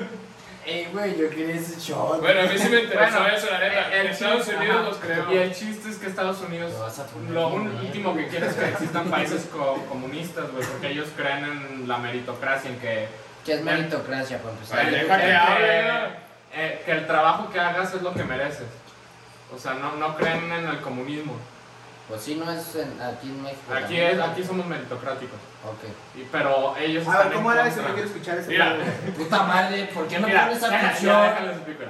Speaker 4: Ey, güey, yo quería ese shot.
Speaker 5: Bueno, a mí sí me interesó
Speaker 1: Bueno,
Speaker 5: eso, la neta.
Speaker 1: Eh, el
Speaker 5: Estados
Speaker 1: chiste-
Speaker 5: Unidos
Speaker 1: ajá.
Speaker 5: los creó.
Speaker 1: Y el chiste es que Estados Unidos,
Speaker 4: Te vas a poner
Speaker 1: lo
Speaker 4: bien
Speaker 1: un-
Speaker 4: mierda.
Speaker 1: último que quiere es que existan países co- comunistas, güey, porque ellos creen en la meritocracia, en que,
Speaker 4: Que es meritocracia, para empezar.
Speaker 5: Ay,
Speaker 1: en-
Speaker 5: deja
Speaker 1: en
Speaker 5: que
Speaker 1: que-
Speaker 5: hable, ya.
Speaker 1: eh, que el trabajo que hagas es lo que mereces. O sea, no, no creen en el comunismo.
Speaker 4: Pues sí, no es en- aquí en México.
Speaker 1: Aquí,
Speaker 4: también.
Speaker 1: es, aquí somos meritocráticos.
Speaker 4: Ok.
Speaker 1: Y- pero ellos
Speaker 3: A
Speaker 1: están
Speaker 3: ver,
Speaker 1: en
Speaker 3: ¿cómo era eso?
Speaker 1: contra.
Speaker 3: Yo quiero escuchar ese.
Speaker 1: Mira,
Speaker 3: pedo.
Speaker 4: Puta madre, ¿por qué no
Speaker 1: Mira,
Speaker 4: pones
Speaker 1: ya, ya,
Speaker 4: atención?
Speaker 1: déjales explico.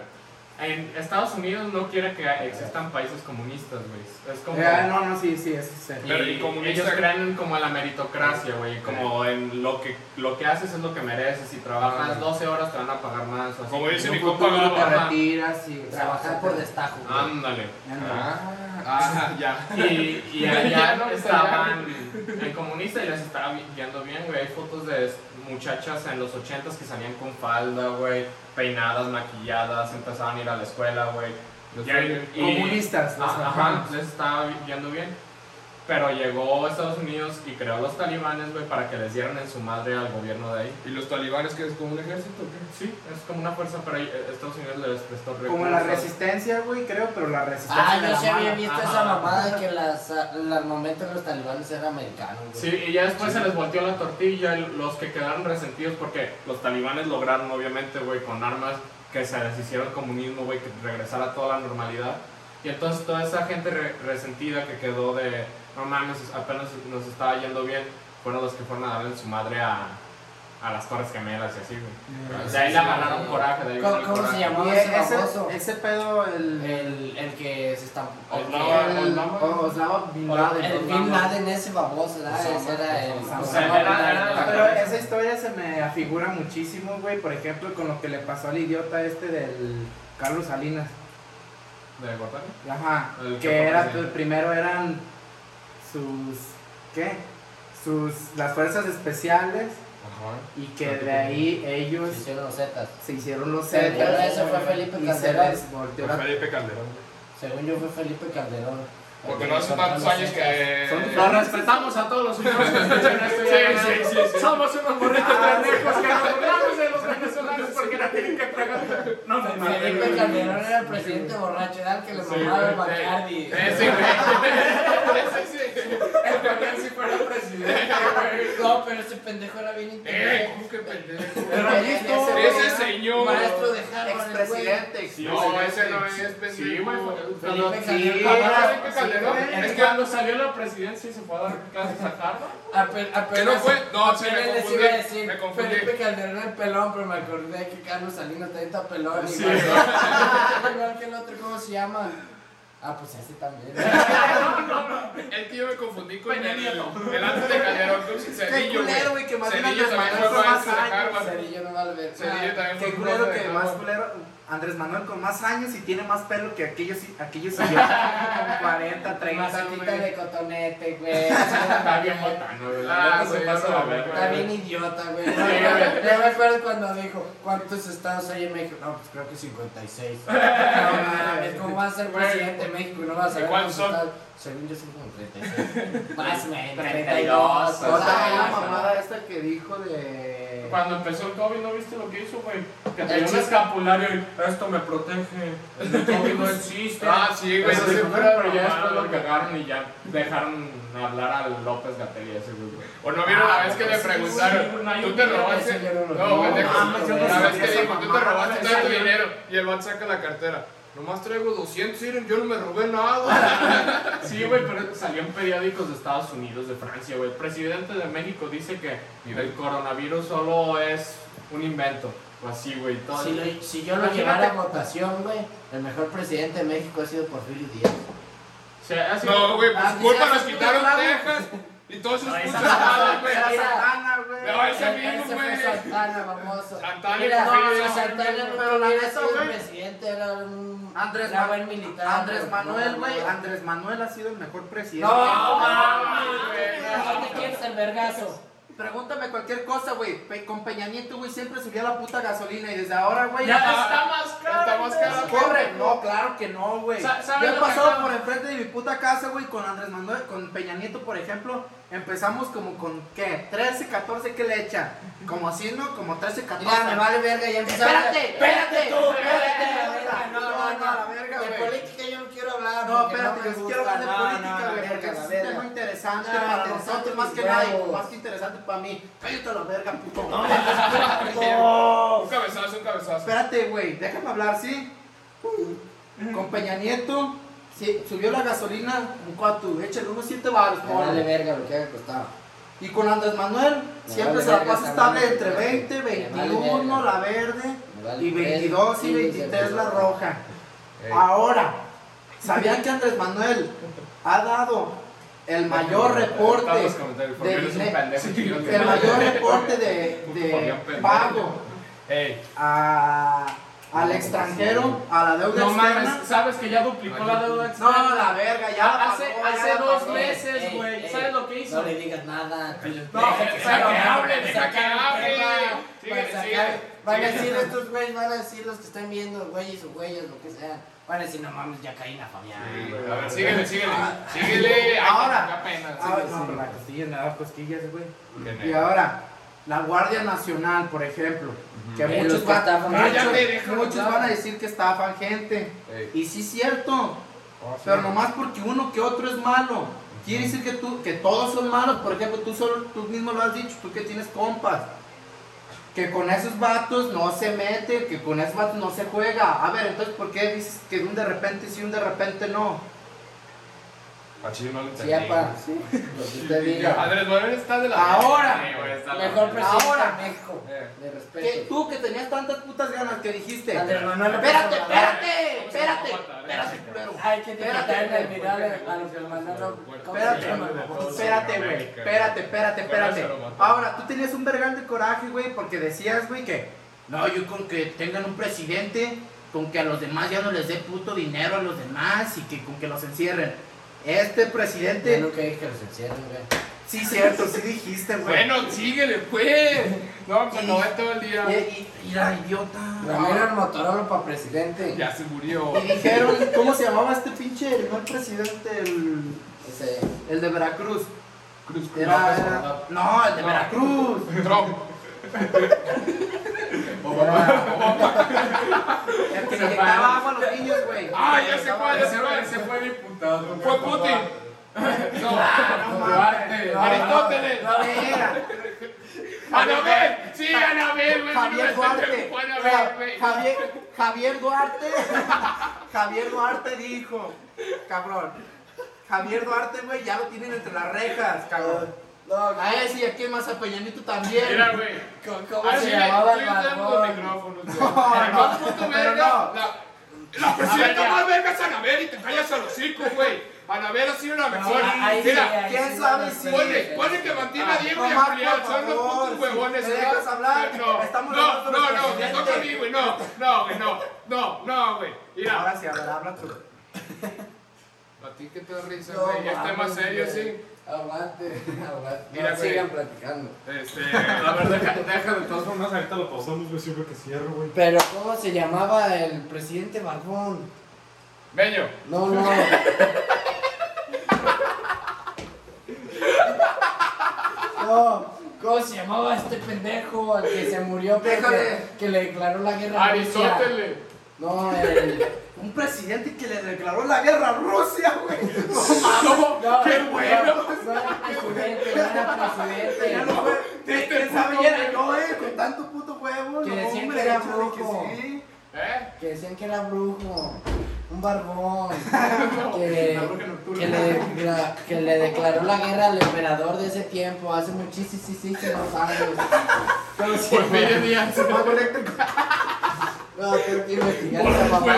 Speaker 1: En Estados Unidos no quiere que existan países comunistas, güey. Es como...
Speaker 3: Eh, no, no, sí, sí, eso es serio.
Speaker 5: Pero
Speaker 1: Y
Speaker 5: el comunista-
Speaker 1: ellos creen como en la meritocracia, güey, como en lo que, lo que haces es lo que mereces, si trabajas 12 horas te van a pagar más. o así.
Speaker 5: Ah. Como dice
Speaker 3: En
Speaker 5: mi
Speaker 3: un
Speaker 5: compa
Speaker 3: futuro te
Speaker 5: Gabo.
Speaker 3: retiras y
Speaker 4: Trabajar por destajo. güey.
Speaker 1: Ándale.
Speaker 5: Ah, ya.
Speaker 1: Y, y
Speaker 5: Ya
Speaker 1: allá
Speaker 5: no me
Speaker 1: estaban el comunista y les estaba vi- yendo bien, güey. Hay fotos de s- muchachas en los 80s que salían con falda, güey, peinadas, maquilladas, empezaban a ir a la escuela, güey. Y- y-
Speaker 3: Comunistas. o sea.
Speaker 1: Ajá, les estaba yendo bien. Pero llegó a Estados Unidos y creó los talibanes, güey, para que les dieran en su madre al gobierno de ahí.
Speaker 5: ¿Y los talibanes que es como un ejército? o qué?
Speaker 1: Sí, es como una fuerza, pero ahí, eh, Estados Unidos les prestó recursos.
Speaker 3: Como la resistencia, güey, creo, pero la resistencia.
Speaker 4: Ah,
Speaker 3: de
Speaker 4: yo
Speaker 3: la
Speaker 4: sí había
Speaker 3: mala.
Speaker 4: visto
Speaker 1: Ajá.
Speaker 4: esa mamada que las, el armamento de los talibanes era americano, güey.
Speaker 1: Sí, y ya después se les volteó la tortilla y los que quedaron resentidos porque los talibanes lograron, obviamente, güey, con armas que se deshiciera el comunismo, güey, que regresara toda la normalidad. Y entonces toda esa gente re- resentida que quedó de, no mames, apenas nos estaba yendo bien, fueron los que fueron a darle su madre a, a las Torres Gemelas y así, güey.
Speaker 4: Mm,
Speaker 1: De ahí
Speaker 4: sí,
Speaker 1: la
Speaker 4: sí.
Speaker 1: ganaron coraje, de ahí
Speaker 4: ¿Cómo-
Speaker 1: vino el
Speaker 4: cómo se
Speaker 1: coraje.
Speaker 4: llamó? No,
Speaker 3: Y
Speaker 4: ese
Speaker 3: e- ese,
Speaker 4: baboso.
Speaker 3: ese pedo, el.
Speaker 4: El, el que se estampó. el que-
Speaker 1: Oslava,
Speaker 3: el-
Speaker 1: Oslava.
Speaker 3: o- Oslava Bin Laden.
Speaker 4: El Bin Laden ese baboso, ¿verdad?
Speaker 3: Osama,
Speaker 4: Ese era el
Speaker 3: Osama.
Speaker 1: O sea, era-
Speaker 4: Bin Laden.
Speaker 1: era la-
Speaker 3: Pero esa historia se me afigura muchísimo, güey. Por ejemplo, con lo que le pasó al idiota este del Carlos Salinas.
Speaker 1: ¿De Gortari?
Speaker 3: Ajá.
Speaker 1: El que
Speaker 3: Que era,
Speaker 1: aparece.
Speaker 3: el primero eran sus. ¿Qué? Sus. Las fuerzas especiales.
Speaker 1: Ajá.
Speaker 3: Y que de ahí ellos
Speaker 4: Se hicieron los Zetas.
Speaker 3: se hicieron los
Speaker 4: Pero
Speaker 3: Zetas.
Speaker 4: ese fue Felipe
Speaker 3: Y se
Speaker 4: Calderón.
Speaker 3: les volteó
Speaker 1: Fue
Speaker 3: la.
Speaker 1: Felipe Calderón.
Speaker 4: Según yo fue Felipe Calderón.
Speaker 5: Porque no hace tantos años que.
Speaker 3: Son-
Speaker 6: Lo respetamos a todos los señores que escuchan esto. ya
Speaker 5: Sí, sí, sí, sí.
Speaker 6: Somos unos burritos pendejos que nos burlamos de los venezolanos porque la tienen que tragar. No me mames.
Speaker 4: Felipe Calderón era el presidente borracho, era el que le mamaba el Bacardi.
Speaker 5: Ese, güey. Ese, sí.
Speaker 6: El papel si fuera presidente.
Speaker 4: No, pero ese pendejo era bien
Speaker 5: Eh,
Speaker 4: inteligente.
Speaker 5: ¿cómo que pendejo?
Speaker 3: Pero listo,
Speaker 4: Ese
Speaker 5: Ese
Speaker 4: güey,
Speaker 5: señor.
Speaker 4: Maestro de Harvard, el güey.
Speaker 3: Expresidente.
Speaker 5: No, ese no es pendejo.
Speaker 1: Sí, güey. fue-
Speaker 4: Felipe
Speaker 3: Sí,
Speaker 4: Calderón.
Speaker 5: Ah,
Speaker 4: mamá,
Speaker 5: Felipe Calderón.
Speaker 4: güey.
Speaker 5: Es que
Speaker 6: Cuando salió la presidencia y se fue a dar clases a Harvard.
Speaker 4: Ape- Apenas,
Speaker 5: ¿Que no fue? No, sí, me
Speaker 4: apenas les
Speaker 5: confundí,
Speaker 4: iba a decir,
Speaker 5: me confundí.
Speaker 4: Felipe Calderón el pelón, pero me acordé que Carlos Salinas también está pelón.
Speaker 5: Sí.
Speaker 4: Igual, igual que el otro, ¿cómo se llama? Ah, pues ese también.
Speaker 5: Es que yo me confundí con el,
Speaker 6: Peña Nieto.
Speaker 5: el antes de Calderón con Cedillo, güey.
Speaker 3: culero, güey, que más bien
Speaker 5: Cedillo
Speaker 3: Andrés
Speaker 5: también
Speaker 3: Manuel
Speaker 5: fue
Speaker 3: fue más
Speaker 5: maestro de
Speaker 3: años,
Speaker 5: Harvard.
Speaker 4: Cerillo no vale ver. Ah,
Speaker 5: Cedillo también fue
Speaker 3: Qué
Speaker 5: profe
Speaker 3: culero
Speaker 5: de
Speaker 3: que
Speaker 5: Harvard.
Speaker 3: más culero. Andrés Manuel con más años y tiene más pelo que aquellos aquellos idiotas. 40, 30,
Speaker 4: Masajita
Speaker 3: güey.
Speaker 4: de cotonete, güey.
Speaker 1: Está bien botano, güey. La
Speaker 5: Ah,
Speaker 1: neta se
Speaker 5: güey,
Speaker 1: pasa
Speaker 5: no,
Speaker 1: la verga,
Speaker 4: Está
Speaker 1: güey.
Speaker 4: bien idiota, güey.
Speaker 5: güey.
Speaker 4: Yo me acuerdo cuando dijo, ¿cuántos estados hay en México? No, pues creo que 56. No mames, ¿cómo va a ser
Speaker 5: Güey.
Speaker 4: presidente de México? No va a saber
Speaker 5: ¿Y
Speaker 4: cuántos
Speaker 5: cuántos son?
Speaker 4: estados. Según yo son como 36. Más o menos,
Speaker 1: 32,
Speaker 4: 32.
Speaker 1: o
Speaker 4: por
Speaker 1: sea,
Speaker 4: ahí,
Speaker 3: la
Speaker 1: esa,
Speaker 3: mamada esta que dijo de.
Speaker 6: Cuando empezó el COVID, ¿no viste lo que hizo, güey? Que tenía un
Speaker 4: chiste.
Speaker 6: escapulario y esto me protege. El COVID no existe.
Speaker 5: Ah, sí, güey.
Speaker 1: Eso
Speaker 5: ese
Speaker 1: sí,
Speaker 5: fue
Speaker 1: pero
Speaker 5: una
Speaker 1: ya después
Speaker 5: mamada,
Speaker 1: lo
Speaker 5: güey.
Speaker 1: cagaron y ya dejaron hablar a López Gatell y ese güey. güey.
Speaker 5: O no vieron la
Speaker 4: Ah,
Speaker 5: vez que le
Speaker 4: pues sí,
Speaker 5: preguntaron,
Speaker 6: güey,
Speaker 5: tú te
Speaker 4: yo
Speaker 5: robaste.
Speaker 4: ese yo no lo
Speaker 5: No,
Speaker 4: vi.
Speaker 5: pendejo.
Speaker 4: No mames, yo no
Speaker 5: La vez
Speaker 4: sabía
Speaker 5: que
Speaker 3: esa
Speaker 5: dijo, tú te
Speaker 3: mamada,
Speaker 5: robaste
Speaker 3: güey.
Speaker 5: todo tu dinero. Y el vato saca la cartera. Nomás traigo 200, Siren, yo no me robé nada.
Speaker 6: Sí, güey, pero salió en periódicos de Estados Unidos, de Francia, güey. El presidente de México dice que el coronavirus solo es un invento. O así, güey. todo-
Speaker 4: Si, lo- si yo lo
Speaker 6: Imagínate.
Speaker 4: llevara a votación, güey, el mejor presidente de México ha sido Porfirio Díaz.
Speaker 6: O sea, ha sido-
Speaker 5: No, güey, por
Speaker 4: Ah,
Speaker 5: su
Speaker 4: sí,
Speaker 5: culpa
Speaker 4: sí,
Speaker 5: nos
Speaker 4: sí,
Speaker 5: quitaron
Speaker 4: claro.
Speaker 5: Texas y todos sus putos
Speaker 3: esa-
Speaker 5: estados, güey.
Speaker 3: Era
Speaker 4: Mira.
Speaker 3: Santana, güey.
Speaker 5: No, ese
Speaker 4: Ese
Speaker 5: mismo,
Speaker 4: fue
Speaker 5: güey.
Speaker 4: Santana, famoso.
Speaker 5: Santana,
Speaker 4: Mira,
Speaker 5: Porfirio
Speaker 4: no,
Speaker 5: Díaz,
Speaker 4: Santana no
Speaker 3: pero la
Speaker 4: hubiera
Speaker 3: neta,
Speaker 4: sido
Speaker 3: güey.
Speaker 4: presidente, era un
Speaker 3: Andrés
Speaker 4: era
Speaker 3: Ma-
Speaker 4: buen militar.
Speaker 3: Andrés
Speaker 4: pero
Speaker 3: Manuel,
Speaker 4: no,
Speaker 3: güey.
Speaker 4: no.
Speaker 3: Andrés Manuel ha sido el mejor presidente.
Speaker 4: No,
Speaker 5: mames, güey, no.
Speaker 4: ¿Dónde quieres el vergazo?
Speaker 3: Pregúntame cualquier cosa, güey. Pe- Con Peña Nieto, güey, siempre subía la puta gasolina y desde ahora, güey.
Speaker 6: Ya
Speaker 3: ah,
Speaker 6: está más caro.
Speaker 5: Está más
Speaker 3: ¿Es
Speaker 5: caro.
Speaker 3: pobre? No, claro que no, güey. Yo
Speaker 6: Sa- ¿sabes
Speaker 3: he
Speaker 6: lo que
Speaker 3: pasado
Speaker 6: acaba-
Speaker 3: por enfrente de mi puta casa, güey, con Andrés Manuel, con Peña Nieto, por ejemplo. Empezamos como con, ¿qué? 13, 14, ¿qué le echa? Como así, ¿no? Como 13, 14.
Speaker 4: Mira, me vale verga, ya empezaron.
Speaker 3: Espérate, espérate, espérate.
Speaker 4: la verga, No, no,
Speaker 3: No, la
Speaker 4: no,
Speaker 3: verga,
Speaker 4: De
Speaker 3: güey.
Speaker 4: política yo no quiero hablar.
Speaker 3: No,
Speaker 4: porque
Speaker 3: espérate,
Speaker 4: me
Speaker 3: yo sí
Speaker 4: gusta.
Speaker 3: quiero hablar de
Speaker 4: No,
Speaker 3: política,
Speaker 4: no,
Speaker 3: güey,
Speaker 4: la
Speaker 3: porque
Speaker 4: verga,
Speaker 3: es
Speaker 4: la
Speaker 3: un
Speaker 4: verga.
Speaker 3: tema interesante
Speaker 4: No,
Speaker 3: para
Speaker 4: interesante,
Speaker 3: nosotros, más que
Speaker 4: huevo.
Speaker 3: nada, y más que interesante para mí. Cállate a la verga, puto.
Speaker 5: Un cabezazo, un cabezazo.
Speaker 3: Espérate, güey, déjame hablar, ¿sí? Con Peña Nieto, sí, subió la gasolina, un cuatu, échale unos 7 baros,
Speaker 4: Me vale
Speaker 3: por
Speaker 4: verga lo que haya costado.
Speaker 3: Y con Andrés Manuel,
Speaker 4: Me
Speaker 3: siempre
Speaker 4: vale
Speaker 3: se la
Speaker 4: verga,
Speaker 3: pasa
Speaker 4: cabrón.
Speaker 3: estable entre 20,
Speaker 4: Me vale
Speaker 3: 21,
Speaker 4: verga.
Speaker 3: la verde,
Speaker 4: Me vale
Speaker 3: y
Speaker 4: verga.
Speaker 3: 22 y
Speaker 4: Sí,
Speaker 3: 23 la
Speaker 4: seguro.
Speaker 3: roja.
Speaker 5: Ey.
Speaker 3: Ahora, ¿sabían que Andrés Manuel ha dado el mayor
Speaker 1: Están los
Speaker 3: reporte,
Speaker 1: comentarios,
Speaker 3: de-
Speaker 1: Fabián es un
Speaker 3: de-
Speaker 1: pendejo, chingón, que
Speaker 3: el
Speaker 1: madre.
Speaker 3: mayor reporte de,
Speaker 1: Fabián
Speaker 3: de
Speaker 1: pendejo.
Speaker 3: pago
Speaker 1: Ey,
Speaker 3: a, al extranjero, a la deuda
Speaker 6: No
Speaker 3: externa?
Speaker 6: mames, sabes que ya duplicó la deuda
Speaker 3: No,
Speaker 6: externa.
Speaker 3: la verga, ya la
Speaker 6: Hace-
Speaker 3: pagó, ya
Speaker 6: hace
Speaker 3: la
Speaker 6: dos
Speaker 3: pagó.
Speaker 4: Ey,
Speaker 6: meses,
Speaker 4: ey,
Speaker 6: güey.
Speaker 4: ey,
Speaker 6: ¿Sabes lo que hizo?
Speaker 4: No le digas nada.
Speaker 6: No,
Speaker 4: Deja
Speaker 6: deja que
Speaker 4: salga,
Speaker 6: hable,
Speaker 4: que
Speaker 6: deja
Speaker 4: saque
Speaker 6: que
Speaker 4: el
Speaker 6: hable.
Speaker 4: tema.
Speaker 5: Sigue,
Speaker 4: Para sacar-
Speaker 5: sigue,
Speaker 4: Van a
Speaker 5: sigue.
Speaker 4: decir estos güeyes, van a decir los que están viendo, güeyes o güeyes, lo que sea. Van a decir, no mames, ya caí en la Fabián.
Speaker 5: A ver, síguele, síguele. Síguele.
Speaker 3: Ahora.
Speaker 5: Qué pena.
Speaker 3: Ah,
Speaker 5: síguele.
Speaker 3: no, pero la costilla me da cosquillas, güey.
Speaker 5: Qué
Speaker 3: Y
Speaker 5: negro.
Speaker 3: ahora, la Guardia Nacional, por ejemplo, que
Speaker 4: Eh, los
Speaker 3: muchos,
Speaker 4: que
Speaker 3: va-
Speaker 4: estafan.
Speaker 3: muchos,
Speaker 5: Cállate, déjalo
Speaker 3: muchos
Speaker 5: hablar.
Speaker 3: van a decir que estafan gente.
Speaker 5: Ey. Oh,
Speaker 3: Y sí es cierto, pero nomás porque uno que otro es malo. Quiere decir que tú, que todos son malos, por ejemplo, tú solo, tú mismo lo has dicho, tú que tienes compas. Que con esos vatos no se mete, que con esos vatos no se juega. A ver, entonces, ¿por qué dices que un de repente sí, un de repente no?
Speaker 1: A Chile no le entendí.
Speaker 4: Sí, apa.
Speaker 1: güey.
Speaker 4: Lo que usted diga.
Speaker 5: Andrés Manuel está de la.
Speaker 3: Ahora.
Speaker 5: Sí, güey, está de la-
Speaker 4: Mejor presidente
Speaker 3: Ahora.
Speaker 4: de México. De
Speaker 3: ¿Qué?
Speaker 4: respeto.
Speaker 3: Tú que tenías tantas putas ganas que dijiste.
Speaker 4: Andrés Manuel López
Speaker 3: Espérate,
Speaker 4: Obrador.
Speaker 3: espérate, espérate, espérate, culero.
Speaker 4: Hay que quitar en el
Speaker 3: Espérate,
Speaker 4: video de- a Andrés Manuel López. ¿Cómo se
Speaker 3: Espérate,
Speaker 4: llama?
Speaker 3: espérate, güey. Espérate, espérate, espérate. Ahora, tú tenías un vergal de coraje, güey, porque decías, güey, que no, yo con que tengan un presidente, con que a los demás ya no les dé puto dinero a los demás y que con que los encierren. Este
Speaker 4: Yo
Speaker 3: presidente,
Speaker 4: nunca dije que los encierren, güey.
Speaker 3: sí, cierto, sí dijiste, güey.
Speaker 5: Bueno, síguele, pues. No, pues no es todo el día.
Speaker 3: Y, y, y la idiota.
Speaker 4: Ramiro el Motorola para presidente.
Speaker 5: Ya se murió.
Speaker 3: Y dijeron, ¿cómo se llamaba este pinche el mal presidente? El,
Speaker 4: Ese.
Speaker 3: el de Veracruz.
Speaker 5: Cruz
Speaker 3: Era,
Speaker 4: López
Speaker 3: era-
Speaker 4: Obrador.
Speaker 3: no, el de Veracruz.
Speaker 5: Trump.
Speaker 4: Era-
Speaker 3: El que le inyectaba agua a los niños, güey.
Speaker 5: Ah, ya sé cuál, ya sé cuál.
Speaker 6: Ese fue diputado.
Speaker 5: Fue Putin. No,
Speaker 6: Duarte.
Speaker 5: Aristóteles.
Speaker 3: No era.
Speaker 5: Anabel. Sí, Anabel, güey.
Speaker 3: Javier Duarte.
Speaker 5: Fue Anabel, güey.
Speaker 3: Javier, Javier Duarte. Javier Duarte dijo, cabrón. Javier Duarte, güey, ya lo tienen entre las rejas, cabrón. Ah, A ese y a quién más a Peñanito también.
Speaker 5: Mira, güey.
Speaker 4: ¿Cómo- ¿Cómo
Speaker 5: Así
Speaker 4: se
Speaker 5: le
Speaker 4: llamaba
Speaker 5: estoy
Speaker 4: el
Speaker 5: usando los
Speaker 4: barbón?
Speaker 5: micrófonos, güey.
Speaker 3: no,
Speaker 5: El más puto
Speaker 3: pero
Speaker 5: verga,
Speaker 3: no.
Speaker 5: La, la presidenta más verga es Anabel y te callas a los cinco, güey. Anabel ha sido la mejor.
Speaker 4: Ahí sí,
Speaker 5: Mira,
Speaker 4: ahí
Speaker 3: ¿quién
Speaker 4: sí,
Speaker 3: sabe
Speaker 4: no,
Speaker 3: si-
Speaker 4: no,
Speaker 5: ponle,
Speaker 4: no,
Speaker 5: ponle que mantiene a Diego
Speaker 3: no,
Speaker 5: y a
Speaker 3: Ah, Marco,
Speaker 5: Julián.
Speaker 3: por
Speaker 5: Son los
Speaker 3: favor,
Speaker 5: putos huevones.
Speaker 3: ¿me
Speaker 5: ¿eh?
Speaker 3: dejas hablar?
Speaker 5: No,
Speaker 3: Estamos
Speaker 5: no,
Speaker 3: hablando
Speaker 5: no,
Speaker 3: del
Speaker 5: no, me toca a mí,
Speaker 3: presidente.
Speaker 5: güey. No, no, güey, no, no, no, güey. Mira.
Speaker 3: Ahora sí, a ver, habla tú.
Speaker 5: A ti que te da risa,
Speaker 4: No,
Speaker 5: güey. Ya está más
Speaker 4: mames,
Speaker 5: serio,
Speaker 4: güey.
Speaker 5: sí.
Speaker 4: Aguante, aguante.
Speaker 5: Mira,
Speaker 4: No,
Speaker 5: güey.
Speaker 4: sigan platicando.
Speaker 5: Este.
Speaker 1: A ver, deja, deja de todas formas, ahorita lo pausamos, güey, siempre que cierro, güey.
Speaker 4: Pero, ¿cómo se llamaba el presidente Barbón?
Speaker 5: Beño.
Speaker 4: No, no. No, ¿cómo se llamaba este pendejo al que se murió? porque-
Speaker 3: Déjale.
Speaker 4: Que le declaró la guerra a Rusia.
Speaker 5: Aristóteles.
Speaker 4: No, el.
Speaker 3: Un presidente que le declaró la guerra a Rusia, güey. No
Speaker 5: No,
Speaker 4: No,
Speaker 5: qué bueno.
Speaker 4: No, no era presidente, no era
Speaker 3: Ya
Speaker 4: presidente.
Speaker 3: no fue. ¿Quién
Speaker 5: Este
Speaker 3: sabe?
Speaker 5: puto
Speaker 3: Ya era
Speaker 5: güey.
Speaker 3: yo, eh, con tanto puto huevo.
Speaker 4: Que
Speaker 3: no,
Speaker 4: decían
Speaker 3: hombre,
Speaker 4: que era
Speaker 3: yo dije
Speaker 4: brujo.
Speaker 3: sí.
Speaker 5: ¿Eh?
Speaker 4: Que decían que era brujo, un barbón. Que,
Speaker 3: Una bruja nocturna.
Speaker 4: que, le, la- que le declaró la guerra al emperador de ese tiempo, hace muchísimos años. ¿Cómo se
Speaker 5: Pues
Speaker 4: llama?
Speaker 5: Miguel Díaz.
Speaker 3: Mago eléctrico.
Speaker 4: No, tengo que investigar esa mamada.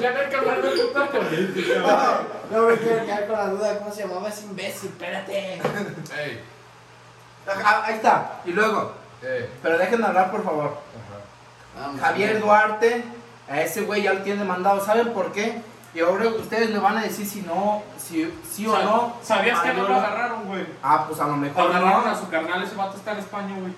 Speaker 5: Ya no hay que hablar de puta política.
Speaker 4: No me quiero quedar con la duda, ¿cómo se llamaba ese imbécil? Espérate.
Speaker 5: Ey,
Speaker 3: Ajá, Ah, ahí está. Y luego,
Speaker 5: ey.
Speaker 3: pero déjenme hablar, por favor.
Speaker 4: Vamos.
Speaker 3: Javier Duarte, a ese güey ya lo tiene demandado. ¿Saben por qué? Y ahora ustedes me van a decir si no, si sí o no.
Speaker 1: ¿Sabías que
Speaker 3: Ay,
Speaker 1: no
Speaker 3: yo
Speaker 1: lo agarraron, güey?
Speaker 3: Ah, pues a lo mejor
Speaker 1: Agarraron
Speaker 3: no.
Speaker 1: a su carnal, ese vato está en España, güey.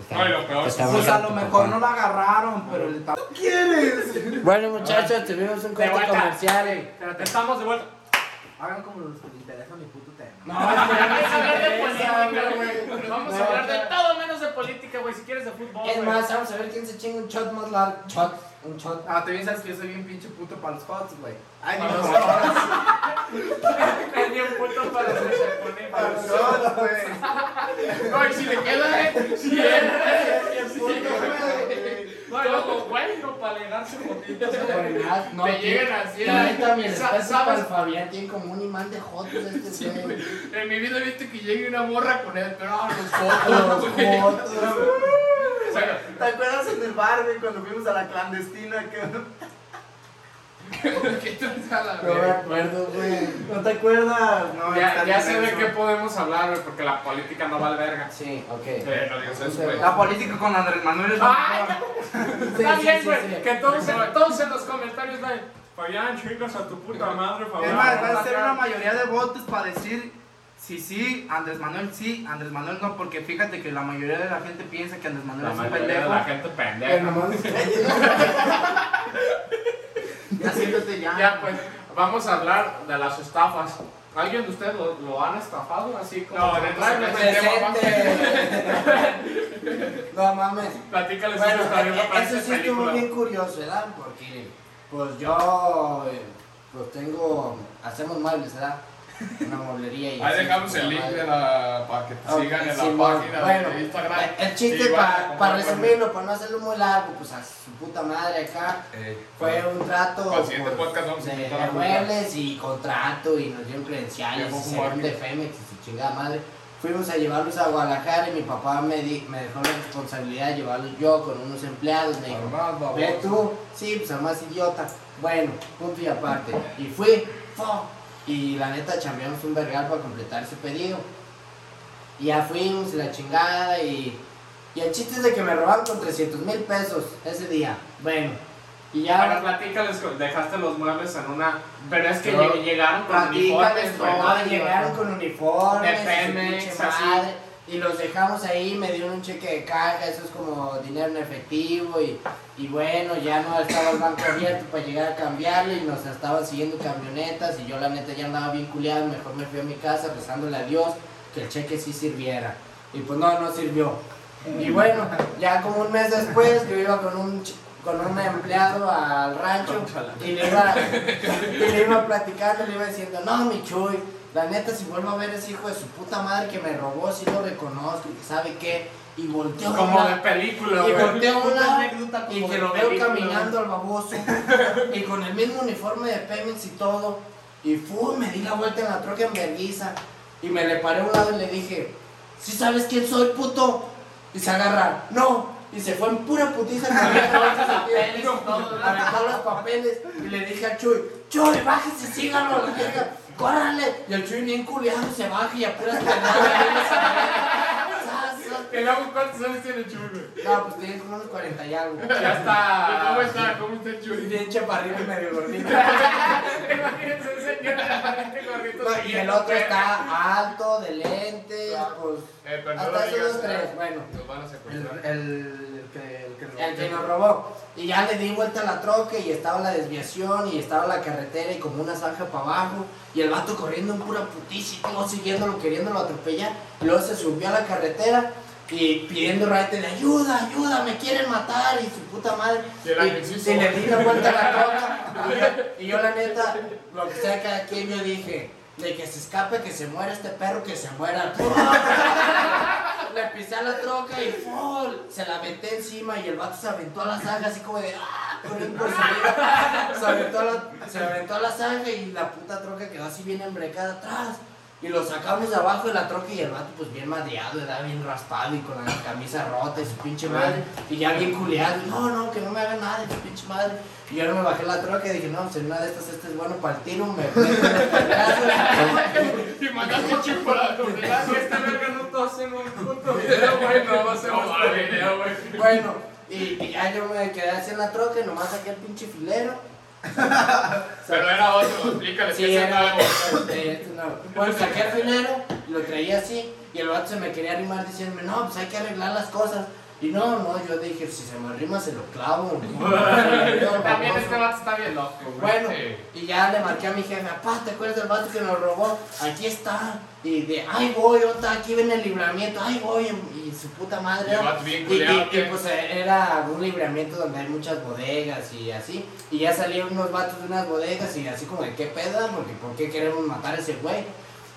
Speaker 4: Está-
Speaker 1: Ay, lo peor.
Speaker 4: te está
Speaker 3: Pues a
Speaker 4: hablando
Speaker 3: lo
Speaker 4: tu
Speaker 3: mejor
Speaker 4: papá.
Speaker 3: no lo agarraron, pero el ¿Tú quieres?
Speaker 4: Bueno, muchachos, tuvimos un corte
Speaker 1: vuelta.
Speaker 4: comercial.
Speaker 1: Estamos de vuelta.
Speaker 3: Hagan como los que les interesa mi puto tema.
Speaker 4: No, es que no
Speaker 1: Vamos a hablar de
Speaker 4: me interesa,
Speaker 1: política,
Speaker 4: güey.
Speaker 1: güey. Vamos a
Speaker 4: No,
Speaker 1: hablar
Speaker 4: ya.
Speaker 1: de todo menos de política, güey. Si quieres de fútbol,
Speaker 4: Es
Speaker 1: güey.
Speaker 4: más, vamos a ver quién se chinga un shot más largo. Shot, un shot.
Speaker 3: Ah, te piensas que yo soy bien pinche puto para los hots, güey. Ay,
Speaker 1: Para
Speaker 3: ni
Speaker 1: los
Speaker 3: los hots.
Speaker 1: Es bien puto para los que se ponen
Speaker 3: Para
Speaker 1: para
Speaker 3: los hots, güey.
Speaker 5: No, y si le queda, eh. Si
Speaker 1: eh. No, y luego, güey, no para alegarse botitas, güey.
Speaker 4: No,
Speaker 5: te
Speaker 4: aquí-
Speaker 5: llegan así,
Speaker 4: La neta, mi
Speaker 5: eh. Sa-
Speaker 4: respeto para
Speaker 5: ¿Sabes?
Speaker 4: el Fabián, tiene como un imán de hot este güey.
Speaker 5: En mi vida he visto que llegue una morra con él, pero ah, los
Speaker 4: Los
Speaker 5: fotos, güey.
Speaker 4: jotos.
Speaker 5: Bueno,
Speaker 3: ¿Te acuerdas en el bar, güey, cuando fuimos a la clandestina? Que...
Speaker 5: ¿Qué tranzada,
Speaker 4: No me
Speaker 5: güey?
Speaker 4: acuerdo, güey.
Speaker 3: ¿No te acuerdas? No,
Speaker 1: Ya,
Speaker 3: está
Speaker 1: ya
Speaker 3: bien
Speaker 1: sé de
Speaker 3: eso.
Speaker 1: qué podemos hablar, güey, porque la política no vale verga.
Speaker 4: Sí, ok. ah,
Speaker 5: Eh, no digas eso, güey.
Speaker 3: La política con Andrés Manuel es
Speaker 1: Ay,
Speaker 3: mejor.
Speaker 4: Sí,
Speaker 1: Está
Speaker 4: sí,
Speaker 1: bien,
Speaker 4: sí,
Speaker 1: güey.
Speaker 4: sí.
Speaker 1: Que todos, en- todos en los comentarios, güey. Pues Fabián, chingas a tu puta madre, Fabián.
Speaker 3: Es más, va a ser una mayoría de votos para decir si sí, Andrés Manuel sí, Andrés Manuel no, porque fíjate que la mayoría de la gente piensa que Andrés Manuel
Speaker 1: La
Speaker 3: es un
Speaker 1: mayoría de la
Speaker 3: pendejo.
Speaker 1: gente
Speaker 4: Pero
Speaker 1: pendeja.
Speaker 4: nomás-
Speaker 3: Ya siéntate ya.
Speaker 6: Ya, pues, vamos a hablar de las estafas. ¿Alguien de ustedes lo, lo han estafado así como?
Speaker 1: No, neta, se me-
Speaker 4: Presente. No mames.
Speaker 1: Platícales
Speaker 4: Bueno,
Speaker 1: eso, está bien,
Speaker 4: eh,
Speaker 1: parece
Speaker 4: eso sí estuvo
Speaker 1: película.
Speaker 4: bien curioso, ¿verdad? Porque, pues yo, eh, pues tengo, hacemos muebles, ¿verdad? una mueblería y
Speaker 5: Ahí
Speaker 4: así,
Speaker 5: dejamos el
Speaker 4: la
Speaker 5: link
Speaker 4: madre.
Speaker 5: de la, para que te
Speaker 4: Ok,
Speaker 5: sigan en la
Speaker 4: Simón.
Speaker 5: página
Speaker 4: bueno,
Speaker 5: de Instagram.
Speaker 4: El chiste,
Speaker 5: Y van a
Speaker 4: para
Speaker 5: comprar
Speaker 4: resumirlo, para no hacerlo muy largo, pues a su puta madre acá.
Speaker 5: Eh,
Speaker 4: Fue un trato
Speaker 5: Para el siguiente
Speaker 4: pues,
Speaker 5: podcast vamos a
Speaker 4: de,
Speaker 5: invitar a
Speaker 4: de
Speaker 5: comprar.
Speaker 4: muebles y contrato y nos dieron credenciales
Speaker 5: Ya
Speaker 4: y
Speaker 5: fue un
Speaker 4: según
Speaker 5: barrio.
Speaker 4: de Femex y su chingada madre. Fuimos a llevarlos a Guadalajara y mi papá me, di- me dejó la responsabilidad de llevarlos yo con unos empleados. Me dijo,
Speaker 5: Armás, babón.
Speaker 4: Ve tú, sí, pues al más idiota. Bueno, punto y aparte. Y fui, ¡fo! y la neta chambeamos un vergal para completar ese pedido. Y ya fuimos y la chingada y. Y el chiste es de que me robaron con 300 mil pesos ese día. Bueno, y
Speaker 1: Ahora
Speaker 4: ya.
Speaker 1: platícales, co- dejaste los muebles en una. Pero es que
Speaker 4: Pero
Speaker 1: lleg- llegaron con
Speaker 4: Platícales
Speaker 1: uniformes,
Speaker 4: todo,
Speaker 1: güey.
Speaker 4: llegaron con uniformes,
Speaker 1: De
Speaker 4: y su
Speaker 1: Pemex,
Speaker 4: pinche
Speaker 1: así.
Speaker 4: madre, y los dejamos ahí, me dieron un cheque de caja, eso es como dinero en efectivo, y, y bueno, ya no estaba el banco abierto para llegar a cambiarlo, y nos estaban siguiendo camionetas, y yo la neta ya andaba bien culiado, mejor me fui a mi casa rezándole a Dios que el cheque sí sirviera, y pues no, no sirvió. Y bueno, ya como un mes después, yo iba con un, ch- con un empleado al rancho y le, iba, y le iba platicando, le iba diciendo, no, mi chuy, la neta, si vuelvo a ver a ese hijo de su puta madre que me robó, si lo reconozco y que sabe qué, y volteó
Speaker 1: Como de
Speaker 4: una-
Speaker 1: película,
Speaker 4: y
Speaker 1: güey.
Speaker 4: volteo a un
Speaker 1: Puta
Speaker 4: lado
Speaker 1: anécdota
Speaker 4: y
Speaker 1: como
Speaker 4: que
Speaker 1: de
Speaker 4: lo veo
Speaker 1: película,
Speaker 4: caminando al baboso y con el mismo uniforme de Pemex y todo. Y fui, me di la vuelta en la troca en vergüenza y me le paré a un lado y le dije, si sabes quién soy, puto? Y se agarra, no. Y se fue en pura putiza a papeles, aventar los papeles. Y le dije al Chuy, Chuy, bájese, sígalo, a la verga, córrale. Y el Chuy bien culiado se baja y apuras
Speaker 1: güey. Y luego, ¿cuántos años tiene Chuy, güey?
Speaker 4: no, pues tenía como unos 40 y algo.
Speaker 1: Ya está.
Speaker 5: ¿Cómo está? ¿Cómo está el
Speaker 4: Y
Speaker 5: Chuy?
Speaker 4: bien chaparrito y medio gordito.
Speaker 1: Imagínense ese este señor de aparente gordito
Speaker 4: y el
Speaker 1: siguiendo
Speaker 4: otro
Speaker 1: perros.
Speaker 4: está alto, de lentes, pues.
Speaker 5: Eh, pero no lo
Speaker 4: Hasta esos dos
Speaker 5: digas,
Speaker 4: tres,
Speaker 5: eh,
Speaker 4: bueno.
Speaker 5: Nos van a
Speaker 3: El,
Speaker 5: secuestrar.
Speaker 3: el que, el que nos
Speaker 4: El que nos robó. Y ya le di vuelta a la troca y estaba la desviación y estaba la carretera y como una zanja para abajo. Y el vato corriendo en pura putísima, no siguiéndolo, queriéndolo atropellar. Y luego se subió a la carretera y pidiendo raite de ayuda, ayuda, me quieren matar y su puta madre.
Speaker 5: Y el ángel sí
Speaker 4: y le
Speaker 5: soy.
Speaker 4: di la vuelta a la troca. Y yo- Y, yo la neta, lo que sea cada quien, yo dije, de que se escape, que se muera este perro, que se muera. Le pisé a la troca y ¡fol! se la aventé encima y el vato se aventó a la zanja así como de ¡ah! Con un porcelito. Se aventó a la, se aventó a la zanja y la puta troca quedó así bien embrecada atrás. Y lo sacamos de abajo de la troca y el vato pues bien madreado, era bien raspado y con la camisa rota y su pinche madre. Y ya bien culeado, no, no, que no me haga nada, y su pinche madre. Y yo me bajé la troca y dije, no, pues en una de estas este es bueno para el tiro, me meto en el pedazo".
Speaker 5: Y mandaste a Chuy para
Speaker 1: Ah, sí, esta verga no tose en un puto video, güey. No va a ser
Speaker 5: No,
Speaker 1: un
Speaker 5: vale.
Speaker 1: video, güey.
Speaker 4: Bueno, y, y ya yo me quedé así en la troca y nomás saqué el pinche filero.
Speaker 5: Pero era otro,
Speaker 1: Pues
Speaker 5: explícale
Speaker 4: Sí,
Speaker 5: que ese
Speaker 4: era-
Speaker 5: nuevo.
Speaker 4: este, este nuevo. Bueno, saqué el filero, lo traía así, y el vato se me quería arrimar diciéndome, no, pues hay que arreglar las cosas. Y no, no, yo dije, si se me arrima se lo clavo.
Speaker 1: También este vato está bien loco, güey.
Speaker 4: Bueno,
Speaker 5: Sí.
Speaker 4: y ya le marqué a mi jefe, papá, ¿te acuerdas del vato que nos robó? Aquí está. Y de, ay voy, otra, aquí ven el libramiento, ay voy, y su puta madre.
Speaker 5: Y el vato bien
Speaker 4: Y-
Speaker 5: culeado,
Speaker 4: y-
Speaker 5: ¿qué?
Speaker 4: y, pues era un libramiento donde hay muchas bodegas y así. Y ya salieron unos vatos de unas bodegas y así como de qué peda, porque por qué queremos matar a ese güey.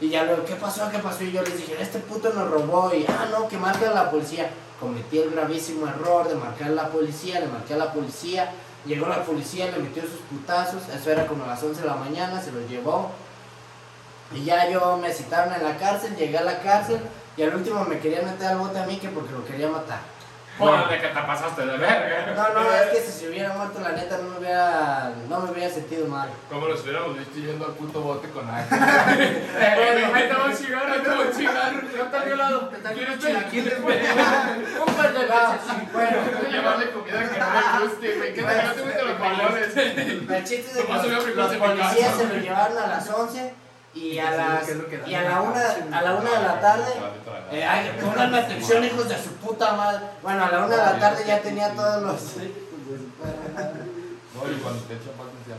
Speaker 4: Y ya luego, ¿qué pasó? ¿Qué pasó? Y yo les dije, este puto nos robó y, ah, no, que marque a la policía. Cometí el gravísimo error de marcar a la policía, le marqué a la policía. Llegó la policía, le metió sus putazos, eso era como a las 11 de la mañana, se los llevó. Y ya yo me citaron en la cárcel, llegué a la cárcel y al último me quería meter al bote a mí que porque lo quería matar.
Speaker 1: Bueno, de que te pasaste de verga.
Speaker 4: No, eh. no, es que si se hubiera muerto la neta no me hubiera, no me hubiera sentido mal.
Speaker 5: Como nos hubiéramos visto yendo al puto bote con ángel.
Speaker 1: Bueno, ahí te va un cigarro, ahí te va un cigarro. No te ha violado. ¿Quieres chilaquiles, güey?
Speaker 4: Un par de veces, Ah, bueno.
Speaker 5: Llevarle comida que no le guste, güey. Que no
Speaker 4: Pues,
Speaker 5: que no te gusten los balones.
Speaker 4: El chiste es de que
Speaker 5: Nomás había
Speaker 4: los,
Speaker 5: frijoles
Speaker 4: los
Speaker 5: en mi casa.
Speaker 4: policías se lo llevaron a las 11 y a las
Speaker 3: ¿Qué es lo que dan?
Speaker 4: y a la una a la una de la tarde eh, ay, pónganme atención hijos de su puta madre bueno a la una de la tarde ya tenía todos los
Speaker 5: No, y cuando te echan patas de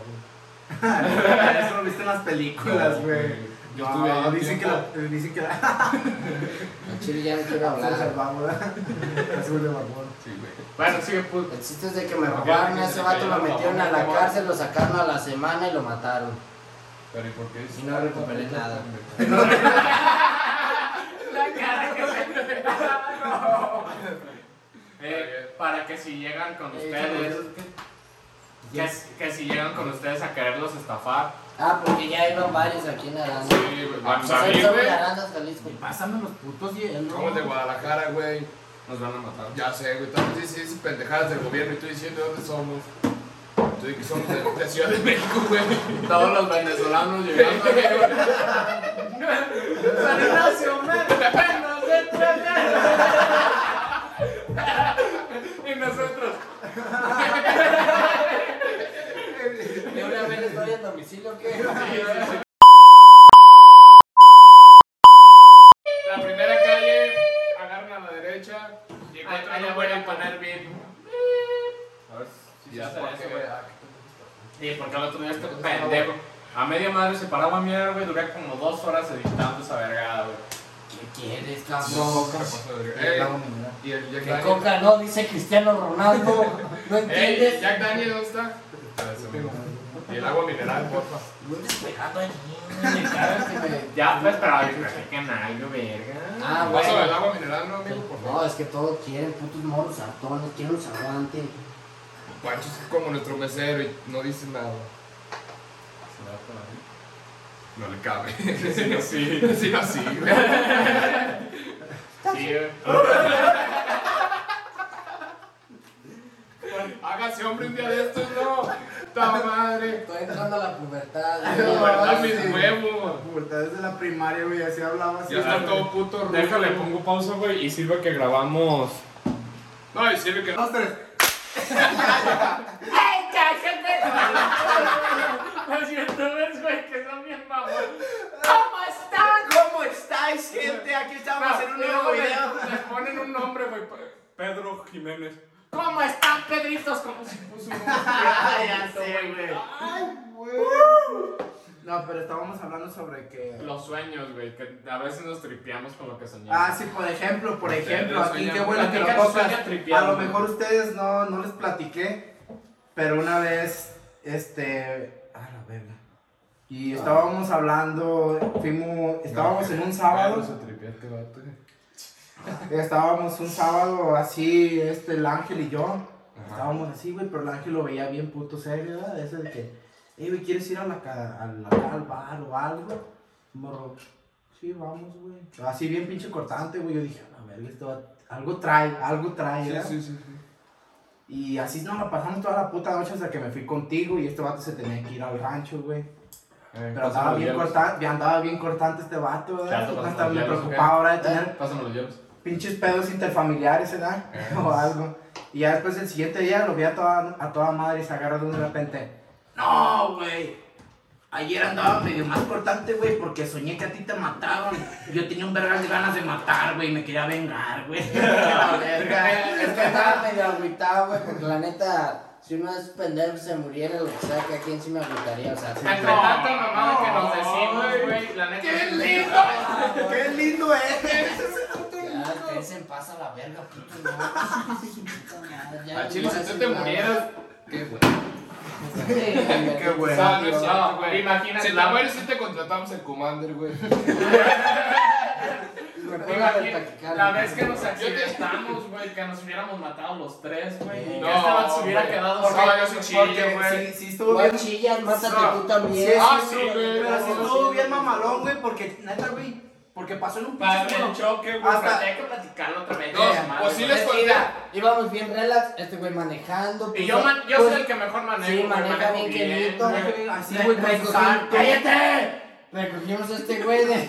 Speaker 5: agua.
Speaker 3: Eso lo viste en las películas, güey.
Speaker 5: Yo
Speaker 3: No,
Speaker 5: estuve ahí un
Speaker 3: dicen que
Speaker 5: tiempo.
Speaker 3: la. Dicen que la.
Speaker 4: Al chile ya no quiero
Speaker 3: Se
Speaker 4: hablar
Speaker 3: salvamos, ¿verdad? Se vuelve mamón.
Speaker 5: Sí, güey.
Speaker 1: Bueno, sigue pues. puto.
Speaker 4: el chiste es de que me robaron a ese vato lo metieron a la cárcel lo sacaron a la semana y lo mataron
Speaker 6: Pero ¿y por qué? es-
Speaker 4: Y no recuperé nada.
Speaker 1: La cara que se- Eh, para que si llegan con
Speaker 4: Eh,
Speaker 1: ustedes, que, que si llegan con ustedes a quererlos estafar,
Speaker 4: Ah, porque ya iban varios aquí en Aranda.
Speaker 5: Sí, güey.
Speaker 1: Ah, pues,
Speaker 4: Son-
Speaker 1: a mí,
Speaker 4: son
Speaker 1: güey.
Speaker 4: de Aranda, Jalisco.
Speaker 3: Pásame los putos hielos.
Speaker 5: Somos de Guadalajara, güey.
Speaker 1: nos van a matar.
Speaker 5: Ya sé, güey. Estamos diciendo pendejadas del gobierno y tú diciendo dónde somos. Tú dices que somos de, de Ciudad de México, güey.
Speaker 6: Todos los venezolanos llegando. güey.
Speaker 1: Y nosotros,
Speaker 4: ¿De una vez estoy en domicilio o qué?
Speaker 6: La primera calle, agarran a la derecha. Y
Speaker 1: allá
Speaker 6: encuentran un
Speaker 1: voy
Speaker 6: buen
Speaker 1: a
Speaker 6: empanada.
Speaker 1: poner bien. A ver si
Speaker 5: Y
Speaker 1: se
Speaker 5: ya
Speaker 1: hace
Speaker 5: por
Speaker 1: eso,
Speaker 5: qué,
Speaker 1: güey.
Speaker 5: güey. Ah,
Speaker 1: Sí, porque el otro día este pendejo. A media madre se paraba a mirar, güey. Duré como dos horas editando esa vergada, güey.
Speaker 4: ¿Qué quieres, cabrón? Pues,
Speaker 5: qué pasó de verga.
Speaker 3: La
Speaker 5: Ey,
Speaker 3: humildad.
Speaker 5: Y pues, el Jack
Speaker 4: Que
Speaker 5: Daniel.
Speaker 4: coca no, dice Cristiano Ronaldo. ¿No
Speaker 5: Ey,
Speaker 4: entiendes?
Speaker 5: Jack Daniel, ¿dónde está? Y el agua mineral, porfa.
Speaker 4: Muy despegado allí. Me cagas que me.
Speaker 1: Ya, pues, pero platican algo, verga.
Speaker 4: Ah,
Speaker 5: Pásame el
Speaker 4: bueno.
Speaker 5: agua mineral, ¿no, amigo? Por favor.
Speaker 4: No, es que todos quieren putos moros sartones, quieren un aguante.
Speaker 5: Pancho es como nuestro mesero y no dice nada. No le cabe. Si no, sí. Si no, sí, güey.
Speaker 1: Sí, Oh, güey.
Speaker 5: Hágase hombre un día de estos, no. Ta madre.
Speaker 4: Estoy entrando a la pubertad.
Speaker 5: De
Speaker 3: sí.
Speaker 5: verdad, mis huevos.
Speaker 3: Puta, desde la primaria, güey, así hablaba. Así
Speaker 5: Ya está todo puto rudo.
Speaker 1: Déjale, pongo pausa, güey. Y sirve que grabamos.
Speaker 5: No, y sirve que no.
Speaker 3: Dos, tres.
Speaker 1: ¡Ay, cállate! Los youtubers, Ah, güey, que son bien mamón. ¿Cómo están?
Speaker 2: ¿Cómo estáis, gente? Aquí estamos en un nuevo video.
Speaker 1: Les ponen un nombre, güey. Pedro Jiménez. ¿Cómo están, Pedritos? Como si puso un nombre.
Speaker 2: Ya sé, güey.
Speaker 3: No, pero estábamos hablando sobre que.
Speaker 1: Los sueños, güey, que a veces nos tripeamos con lo que soñamos.
Speaker 3: Ah, sí, por ejemplo, por ejemplo,
Speaker 1: Ustedes
Speaker 3: aquí qué
Speaker 1: sueñan-
Speaker 3: bueno que lo
Speaker 1: platican,
Speaker 3: tocas.
Speaker 1: sueñan
Speaker 3: A
Speaker 1: tripeando,
Speaker 3: lo
Speaker 1: güey.
Speaker 3: mejor ustedes no, no les platiqué, pero una vez, este. Ah, la verga.
Speaker 1: Ah.
Speaker 3: Y estábamos hablando, fuimos, estábamos en un
Speaker 1: Ah,
Speaker 3: sábado.
Speaker 5: este
Speaker 3: Estábamos un sábado así, este, el Ángel y yo. Estábamos así, güey, pero el Ángel lo veía bien puto serio, ¿verdad? Ese de que, hey, güey, ¿quieres ir a la, ca- a la ca- al bar o algo? Morro, sí, vamos, güey. Así bien pinche cortante, güey. Yo dije, a ver, esto va- algo trae, algo trae, ¿verdad?
Speaker 5: sí.
Speaker 3: Y así nos la pasamos toda la puta noche hasta que me fui contigo y este vato se tenía que ir al rancho, güey.
Speaker 5: Eh,
Speaker 3: Pero andaba bien cortante, andaba bien cortante este vato,
Speaker 1: Ya,
Speaker 3: ¿verdad?
Speaker 1: te vas
Speaker 3: Hasta
Speaker 1: a
Speaker 3: me
Speaker 1: cambiar,
Speaker 3: preocupaba
Speaker 5: ¿eh?
Speaker 3: ahora de tener
Speaker 6: Pásame los hielos.
Speaker 3: pinches pedos interfamiliares, ¿verdad?
Speaker 1: Ah,
Speaker 3: O algo. Y ya después el siguiente día lo vi a toda, a toda madre y se agarra de un de repente. No, güey. Ayer andaba medio más cortante, güey, porque soñé que a ti te mataron. Yo tenía un vergas de ganas de matar, güey. Me quería vengar, güey. La verga.
Speaker 4: Es que estaba medio agüitado, güey, porque la neta, si uno es pendejo que se muriera, lo que sea, que aquí encima me agüitaría, o sea, sí,
Speaker 1: Entre
Speaker 4: güey.
Speaker 1: tanta mamada que nos decimos, güey, la neta. ¡Qué lindo!
Speaker 2: ¡Qué
Speaker 3: eh.
Speaker 2: lindo es!
Speaker 4: Ya, Ustedes se pasa la verga, puto, no. Puta madre, ya,
Speaker 6: Al chile,
Speaker 4: no
Speaker 6: si tú
Speaker 4: voy a
Speaker 6: te
Speaker 4: decir
Speaker 6: murieras. Qué bueno.
Speaker 4: nada.
Speaker 2: Qué bueno.
Speaker 5: Ah, no es cierto,
Speaker 1: No,
Speaker 5: güey.
Speaker 1: imagínate,
Speaker 5: Si te mueres, si te contratamos el Commander, güey.
Speaker 4: Me
Speaker 1: Te
Speaker 4: pega de
Speaker 1: imagino,
Speaker 4: taquicardia.
Speaker 1: La vez que nos accidentamos, güey, que nos hubiéramos matado los tres, güey. Y que
Speaker 4: No,
Speaker 1: este vato se hubiera
Speaker 5: güey.
Speaker 1: quedado
Speaker 5: Porque-
Speaker 1: solo.
Speaker 5: porque-
Speaker 1: chille,
Speaker 3: Sí, sí, estuvo bien.
Speaker 4: Guau, chillas, mátate tú también.
Speaker 3: Sí,
Speaker 5: Ah,
Speaker 3: sí,
Speaker 5: sí,
Speaker 3: pero-
Speaker 5: güey.
Speaker 3: Pero sí estuvo bien mamalón, güey, porque neta, güey. Porque pasó en un
Speaker 1: Para
Speaker 3: pinche.
Speaker 1: el
Speaker 3: solo-
Speaker 1: choque, güey.
Speaker 3: Hasta-
Speaker 1: Hasta hay que platicarlo otra vez.
Speaker 5: No,
Speaker 1: madre,
Speaker 5: pues sí
Speaker 1: güey.
Speaker 5: les
Speaker 4: Entonces,
Speaker 5: conté.
Speaker 4: mira, íbamos bien relax, este güey manejando.
Speaker 1: Y
Speaker 4: pues,
Speaker 1: yo, man- yo
Speaker 4: pues,
Speaker 1: soy el que mejor manejo.
Speaker 4: Sí,
Speaker 1: güey,
Speaker 4: maneja
Speaker 1: manejo
Speaker 4: bien querido.
Speaker 1: güey.
Speaker 3: Así,
Speaker 4: Re-
Speaker 3: güey, con
Speaker 4: recogimos-
Speaker 3: su santo.
Speaker 4: ¡Cállate! Recogimos a este güey de.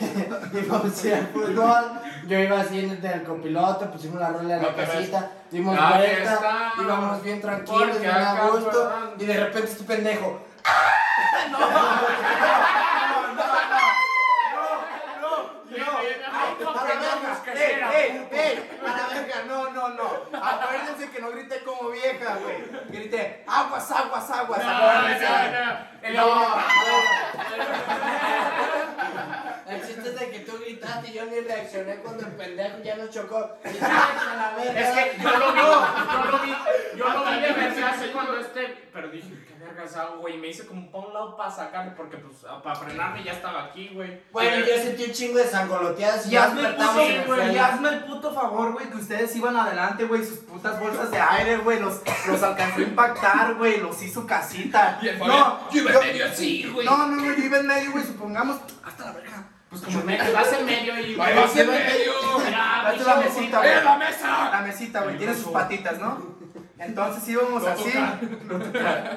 Speaker 4: y vamos a ir al fútbol. Yo iba así en el del copiloto, pusimos la rola en la
Speaker 5: Otra vez.
Speaker 4: casita, dimos
Speaker 5: Aquí
Speaker 4: vuelta,
Speaker 5: estamos.
Speaker 4: íbamos bien tranquilos,
Speaker 5: Porque
Speaker 4: bien a
Speaker 5: acá
Speaker 4: gusto.
Speaker 5: andamos.
Speaker 4: Y de repente este pendejo.
Speaker 2: A la verga, ey, ey, ey, a la verga, no, no, no. Acuérdense que no grite como vieja, güey. Grite, aguas, aguas, aguas.
Speaker 1: Ah,
Speaker 2: acuérdense.
Speaker 4: El chiste es de que tú gritaste y yo ni reaccioné cuando el pendejo ya nos chocó. Y dije, "Ay, a la verga".
Speaker 1: Es que yo lo vi, yo lo vi, yo lo vi de vergazo cuando este pero dije, qué vergas hago, güey. Me hice como para un lado para sacarme, porque pues para frenarme ya estaba aquí, güey.
Speaker 4: Bueno,
Speaker 1: Y-
Speaker 4: yo sentí un chingo de sangoloteadas y
Speaker 3: Y
Speaker 4: ya
Speaker 3: hazme, el
Speaker 4: despertamos en el
Speaker 3: puto, güey, y
Speaker 4: suelo.
Speaker 3: hazme el puto favor, güey, que ustedes iban adelante, güey, sus putas bolsas de aire, güey, los, los alcanzó a impactar, güey, los hizo casita.
Speaker 5: Y el Fabián,
Speaker 3: No,
Speaker 5: yo iba en medio así, güey.
Speaker 3: no, no, no, yo iba en medio, güey, supongamos, hasta la verga.
Speaker 1: Pues como me vas en medio y.
Speaker 5: Ahí vas en
Speaker 3: Yo iba-
Speaker 5: medio.
Speaker 1: Ya,
Speaker 3: Date la
Speaker 1: pinche
Speaker 3: mesita,
Speaker 1: mesita.
Speaker 3: güey.
Speaker 5: ¡Eh, la mesa!
Speaker 3: La mesita, güey, tiene sus patitas, ¿no? Entonces íbamos así,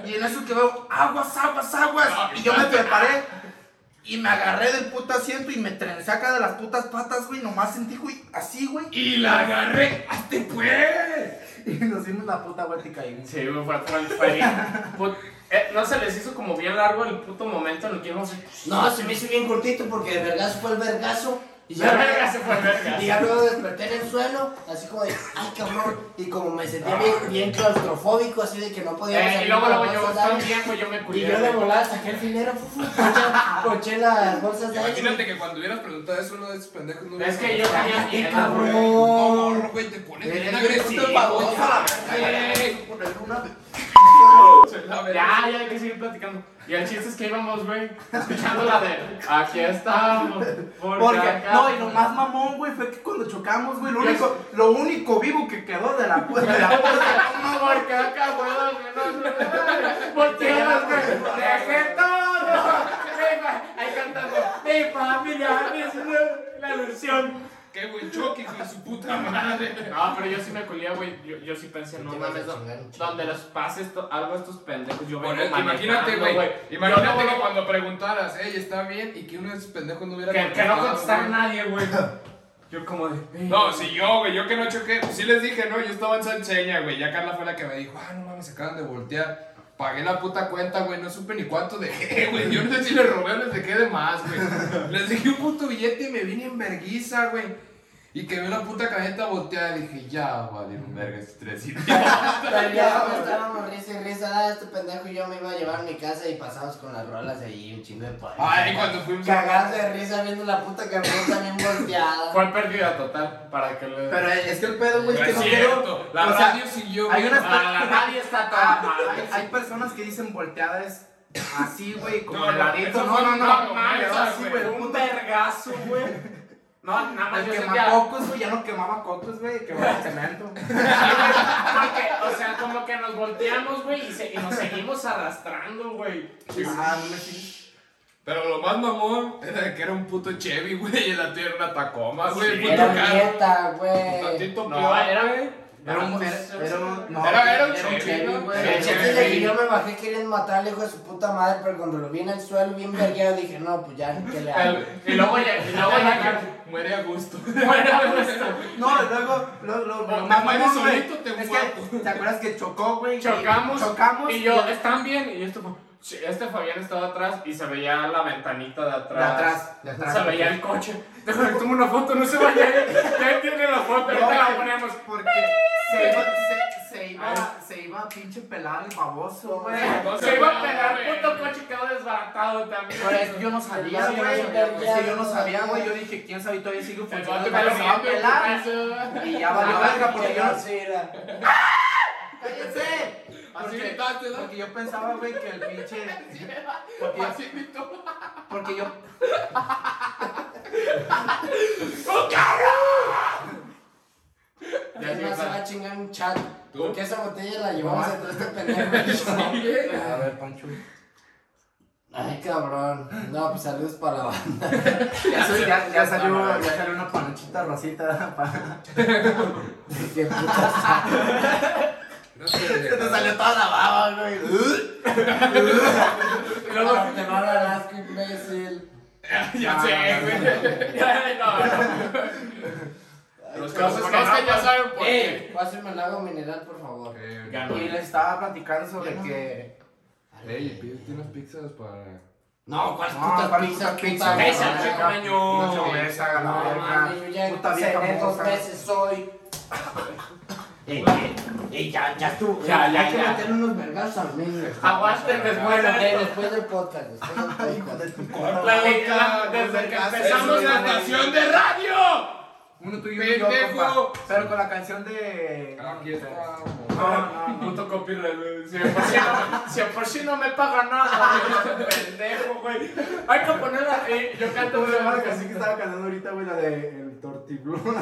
Speaker 3: y en eso que veo, aguas, aguas, aguas,
Speaker 5: Ah,
Speaker 3: y yo me preparé, y me agarré del puto asiento y me trencé acá de las putas patas, güey, nomás sentí, güey, así, güey,
Speaker 5: Y la agarré. ¡Hazte pues!
Speaker 3: y nos dimos la puta vuelta y caímos.
Speaker 1: Sí, güey, fue fue- fue- put- eh, No se les hizo como bien largo el puto momento en el que íbamos.
Speaker 4: No, se me hizo bien cortito porque el vergazo fue el vergazo. Y
Speaker 1: Ya
Speaker 4: ya,
Speaker 1: verga se fue verga.
Speaker 4: y ya luego desperté en el suelo, así como de, ay cabrón. Y como me sentía bien, bien claustrofóbico, así de que no podía
Speaker 1: Ah. Eh, y
Speaker 4: salir
Speaker 1: luego,
Speaker 4: de la
Speaker 1: luego yo
Speaker 4: bolsa de aire.
Speaker 1: también, güey, yo me
Speaker 4: Y
Speaker 1: cuidé.
Speaker 4: yo de
Speaker 1: güey.
Speaker 4: volada saqué el filero, fu, fu, poché, poché las bolsas de aire.
Speaker 5: Imagínate que cuando hubieras preguntado eso, uno de esos pendejos no
Speaker 1: Es que
Speaker 5: hubiera-
Speaker 1: yo tenía
Speaker 4: ¡Qué
Speaker 1: miedo, güey.
Speaker 5: No,
Speaker 4: cabrón!
Speaker 5: morro, güey, te pones
Speaker 3: Eres
Speaker 5: bien
Speaker 3: bien
Speaker 5: agresivo.
Speaker 3: puto baboso,
Speaker 5: ya,
Speaker 3: la verga.
Speaker 5: güey.
Speaker 3: Por alguna vez.
Speaker 5: La verga.
Speaker 1: Ya, ya hay que seguir platicando. Y el chiste es que íbamos, güey, escuchando la de aquí estamos. Porque,
Speaker 3: Porque,
Speaker 1: acá,
Speaker 3: no, y lo más mamón, güey, fue que cuando chocamos, güey, lo
Speaker 5: Pues,
Speaker 3: único, lo único vivo que quedó de la puerta, de la puerta,
Speaker 1: No, porque acá, güey, no, no, no, volteadas, güey. Dejé todo. Mi fa- Ahí cantando, mi familia, mi ciudad", la ilusión.
Speaker 5: Qué buen choque, hijo de su puta madre.
Speaker 1: No, pero yo sí me colía, güey. Yo, yo sí pensé, no
Speaker 4: Te vas a
Speaker 1: mames,
Speaker 4: chingar un
Speaker 1: no,
Speaker 4: chingo.
Speaker 1: donde los pases to- algo a estos pendejos. Yo vengo
Speaker 5: Por eso, imagínate,
Speaker 1: manejando,
Speaker 5: güey.
Speaker 1: Yo no
Speaker 5: Imagínate que
Speaker 1: vuelvo-
Speaker 5: cuando preguntaras, ey, está bien, y que uno de esos pendejos no hubiera
Speaker 1: que, que no
Speaker 5: contestado,
Speaker 1: contestara
Speaker 5: güey.
Speaker 1: nadie, güey. Yo como de. "Ey".
Speaker 5: No, si yo, güey, yo que no choqué, pues sí les dije, no, yo estaba en Sancheña, güey, ya Carla fue la que me dijo, ah, no mames, se acaban de voltear, pagué la puta cuenta, güey, no supe ni cuánto dejé, güey, yo no sé si les robé o les dejé de más, güey, les dejé un puto billete y me vine en verguiza, güey, y que veo la puta camioneta volteada y dije, ya, valieron verga estos tres idiotas.
Speaker 4: Pero ya me estábamos risa y risa, ah, este pendejo y yo me iba a llevar a mi casa y pasamos con las rolas ahí, un chingo de poder.
Speaker 5: Ay, cuando fuimos a...
Speaker 4: Cagando de risa viendo la puta camioneta bien volteada.
Speaker 1: Fue pérdida total para que le.
Speaker 7: Pero es que el pedo, güey, es que
Speaker 5: es
Speaker 7: no quiero.
Speaker 5: cierto, la
Speaker 3: o sea,
Speaker 5: radio siguió,
Speaker 3: hay
Speaker 5: güey.
Speaker 3: unas-
Speaker 1: Ah, la radio está toda
Speaker 3: hay,
Speaker 1: mal.
Speaker 3: hay personas que dicen volteadas así, güey, como
Speaker 5: No,
Speaker 3: el
Speaker 5: no,
Speaker 3: ladito,
Speaker 5: eso
Speaker 3: no,
Speaker 5: fue
Speaker 3: no,
Speaker 5: una
Speaker 3: no,
Speaker 5: mamada,
Speaker 3: pero así,
Speaker 5: güey.
Speaker 3: güey, un
Speaker 1: Un vergazo, güey. No, nada más
Speaker 3: El
Speaker 1: yo sentía.
Speaker 3: quemacocos, güey, ya no quemaba cocos, güey, quemaba cemento.
Speaker 1: Porque, o sea, como que nos volteamos, güey, y, se- y nos seguimos arrastrando, güey.
Speaker 3: Ah, no me sigues.
Speaker 5: Pero lo más mamón era que era un puto Chevy, güey, y la tuya era una Tacoma, güey,
Speaker 1: Sí,
Speaker 5: puto
Speaker 4: Era
Speaker 5: carro.
Speaker 4: nieta, güey.
Speaker 5: Tantito
Speaker 1: No,
Speaker 5: peor.
Speaker 1: era, güey.
Speaker 3: Era un, era, era un, no,
Speaker 5: Era- era un
Speaker 3: un
Speaker 5: Chevy,
Speaker 3: Chevy,
Speaker 5: ¿no?
Speaker 3: güey.
Speaker 4: El chiste es de que yo me bajé, querían matarle, hijo de su puta madre, pero cuando lo vi en el suelo, bien vergueado, dije, no, pues ya, ¿qué le hago?
Speaker 1: El- Y luego ya, y luego ya.
Speaker 5: Muere a gusto.
Speaker 1: Bueno,
Speaker 3: No, y luego, luego, luego,
Speaker 5: Pero te
Speaker 3: más
Speaker 5: mueres
Speaker 3: mamón, güey,
Speaker 5: solito, te
Speaker 3: es
Speaker 5: muerto.
Speaker 3: que, ¿te acuerdas que chocó, güey? Y
Speaker 1: chocamos,
Speaker 3: Chocamos.
Speaker 1: y yo, ¿están bien? Y esto fue, "Sí". este Fabián estaba atrás y se veía la ventanita de
Speaker 3: De
Speaker 1: atrás.
Speaker 3: atrás, de atrás.
Speaker 1: se veía el coche. Déjame tomo una foto, no se vaya. Ya tiene la foto,
Speaker 3: No,
Speaker 1: ahorita la
Speaker 3: güey,
Speaker 1: ponemos.
Speaker 3: Porque se iba, se, se iba, se iba a pinche pelar el baboso, güey.
Speaker 5: No
Speaker 1: Se iba a
Speaker 5: pegar,
Speaker 1: pegar, puto coche quedó desbaratado también.
Speaker 3: Pero es que yo no sabía,
Speaker 4: Sí,
Speaker 3: güey.
Speaker 4: sí, sí,
Speaker 3: Es que yo no
Speaker 4: sí.
Speaker 3: sabía, güey. Yo dije, quién sabe, todavía sigue
Speaker 1: El vato
Speaker 3: funcionando. pero se va a
Speaker 1: caliente,
Speaker 3: pelar.
Speaker 1: eso.
Speaker 3: Y ya
Speaker 4: Ah,
Speaker 3: valió verga porque yo.
Speaker 4: Así era.
Speaker 3: ¡Cállense!
Speaker 5: Así
Speaker 3: Porque,
Speaker 5: gritaste, ¿no?
Speaker 3: porque yo pensaba, güey, que el pinche. Porque,
Speaker 5: Así gritó.
Speaker 3: porque yo.
Speaker 4: Ya se va a chingar un chat.
Speaker 5: ¿Tú?
Speaker 4: Porque esa botella la llevamos a todo este pendejo.
Speaker 3: A ver, Pancho.
Speaker 4: Ay, cabrón. No, pues saludos para la banda.
Speaker 3: Ya, soy- ya, ya salió, ya salió una panochita rosita. pa-
Speaker 4: Qué putas.
Speaker 3: Se te salió toda la baba, güey.
Speaker 4: Para Te va a dar asco, imbécil. Ah,
Speaker 5: Ya sé, güey. Los casos
Speaker 1: porque
Speaker 5: es que
Speaker 1: no,
Speaker 5: ya
Speaker 1: pues,
Speaker 5: saben por qué.
Speaker 3: Eh.
Speaker 4: Ey, pásame el agua mineral, por favor.
Speaker 1: Ah,
Speaker 3: Y le estaba platicando sobre que.
Speaker 5: Ey, pídete unas pizzas para.
Speaker 4: No, ¿cuál
Speaker 3: No,
Speaker 4: putas
Speaker 3: ¿cuál
Speaker 4: pizzas,
Speaker 3: putas
Speaker 4: puta
Speaker 3: pizzas?
Speaker 4: madre?
Speaker 1: Esa, che, coño.
Speaker 3: Una cerveza,
Speaker 4: No,
Speaker 3: la
Speaker 4: mames, yo
Speaker 3: verga.
Speaker 4: ya
Speaker 3: Puta vieja
Speaker 4: cené dos
Speaker 3: moza.
Speaker 4: veces hoy. Ey, ey, ya, ya estuvo.
Speaker 1: Ya, ya,
Speaker 4: Hay que
Speaker 1: ya.
Speaker 4: meter unos vergazos al medio.
Speaker 1: Aguante después
Speaker 4: Ah, Bueno, eh,
Speaker 1: de
Speaker 4: después del podcast, después del podcast.
Speaker 1: la- la- Desde que
Speaker 5: ¡Empezamos
Speaker 1: empezamos
Speaker 5: la
Speaker 1: la
Speaker 5: estación de radio!
Speaker 2: Uno tuyo y uno yo,
Speaker 5: ¡Pendejo!
Speaker 2: compa. Ah, Pero con la canción de...
Speaker 5: Aquí estamos.
Speaker 2: No, no, no.
Speaker 1: Puto copyright, güey. Si de por sí no, si de por sí no me paga nada, güey, este pendejo, güey. Hay que poner a. eh, yo canto
Speaker 3: Entonces,
Speaker 1: una
Speaker 3: hermano, que
Speaker 1: marca
Speaker 3: así
Speaker 1: así.
Speaker 3: que estaba cantando ahorita, güey, la de El Tortiblón.
Speaker 2: Como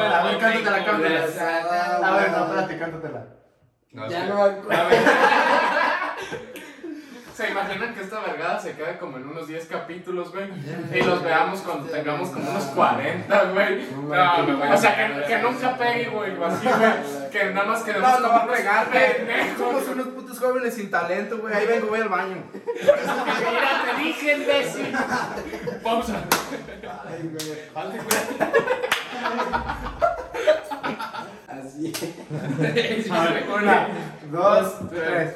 Speaker 2: Ah, la ver, cántatela, cántatela.
Speaker 3: A ver, no, espérate, cántatela.
Speaker 5: No,
Speaker 4: Ya
Speaker 5: sí.
Speaker 4: no me acuerdo.
Speaker 1: Se imaginan que esta vergada se quede como en unos 10 capítulos, güey. Y los veamos cuando tengamos como unos 40, güey. No,
Speaker 5: me voy a
Speaker 1: O sea,
Speaker 5: pegar,
Speaker 1: que, que nunca pegue, güey, o así, güey. Que nada más quedemos
Speaker 2: No, no va a
Speaker 1: unos
Speaker 2: pegar, güey.
Speaker 1: pendejos.
Speaker 2: Somos unos putos jóvenes sin talento, güey.
Speaker 3: Ahí vengo, voy al baño.
Speaker 1: Mira, te dije, imbécil. Vamos a.
Speaker 4: Ay, güey.
Speaker 1: Salte, güey.
Speaker 4: Así.
Speaker 1: Una.
Speaker 3: Dos, tres.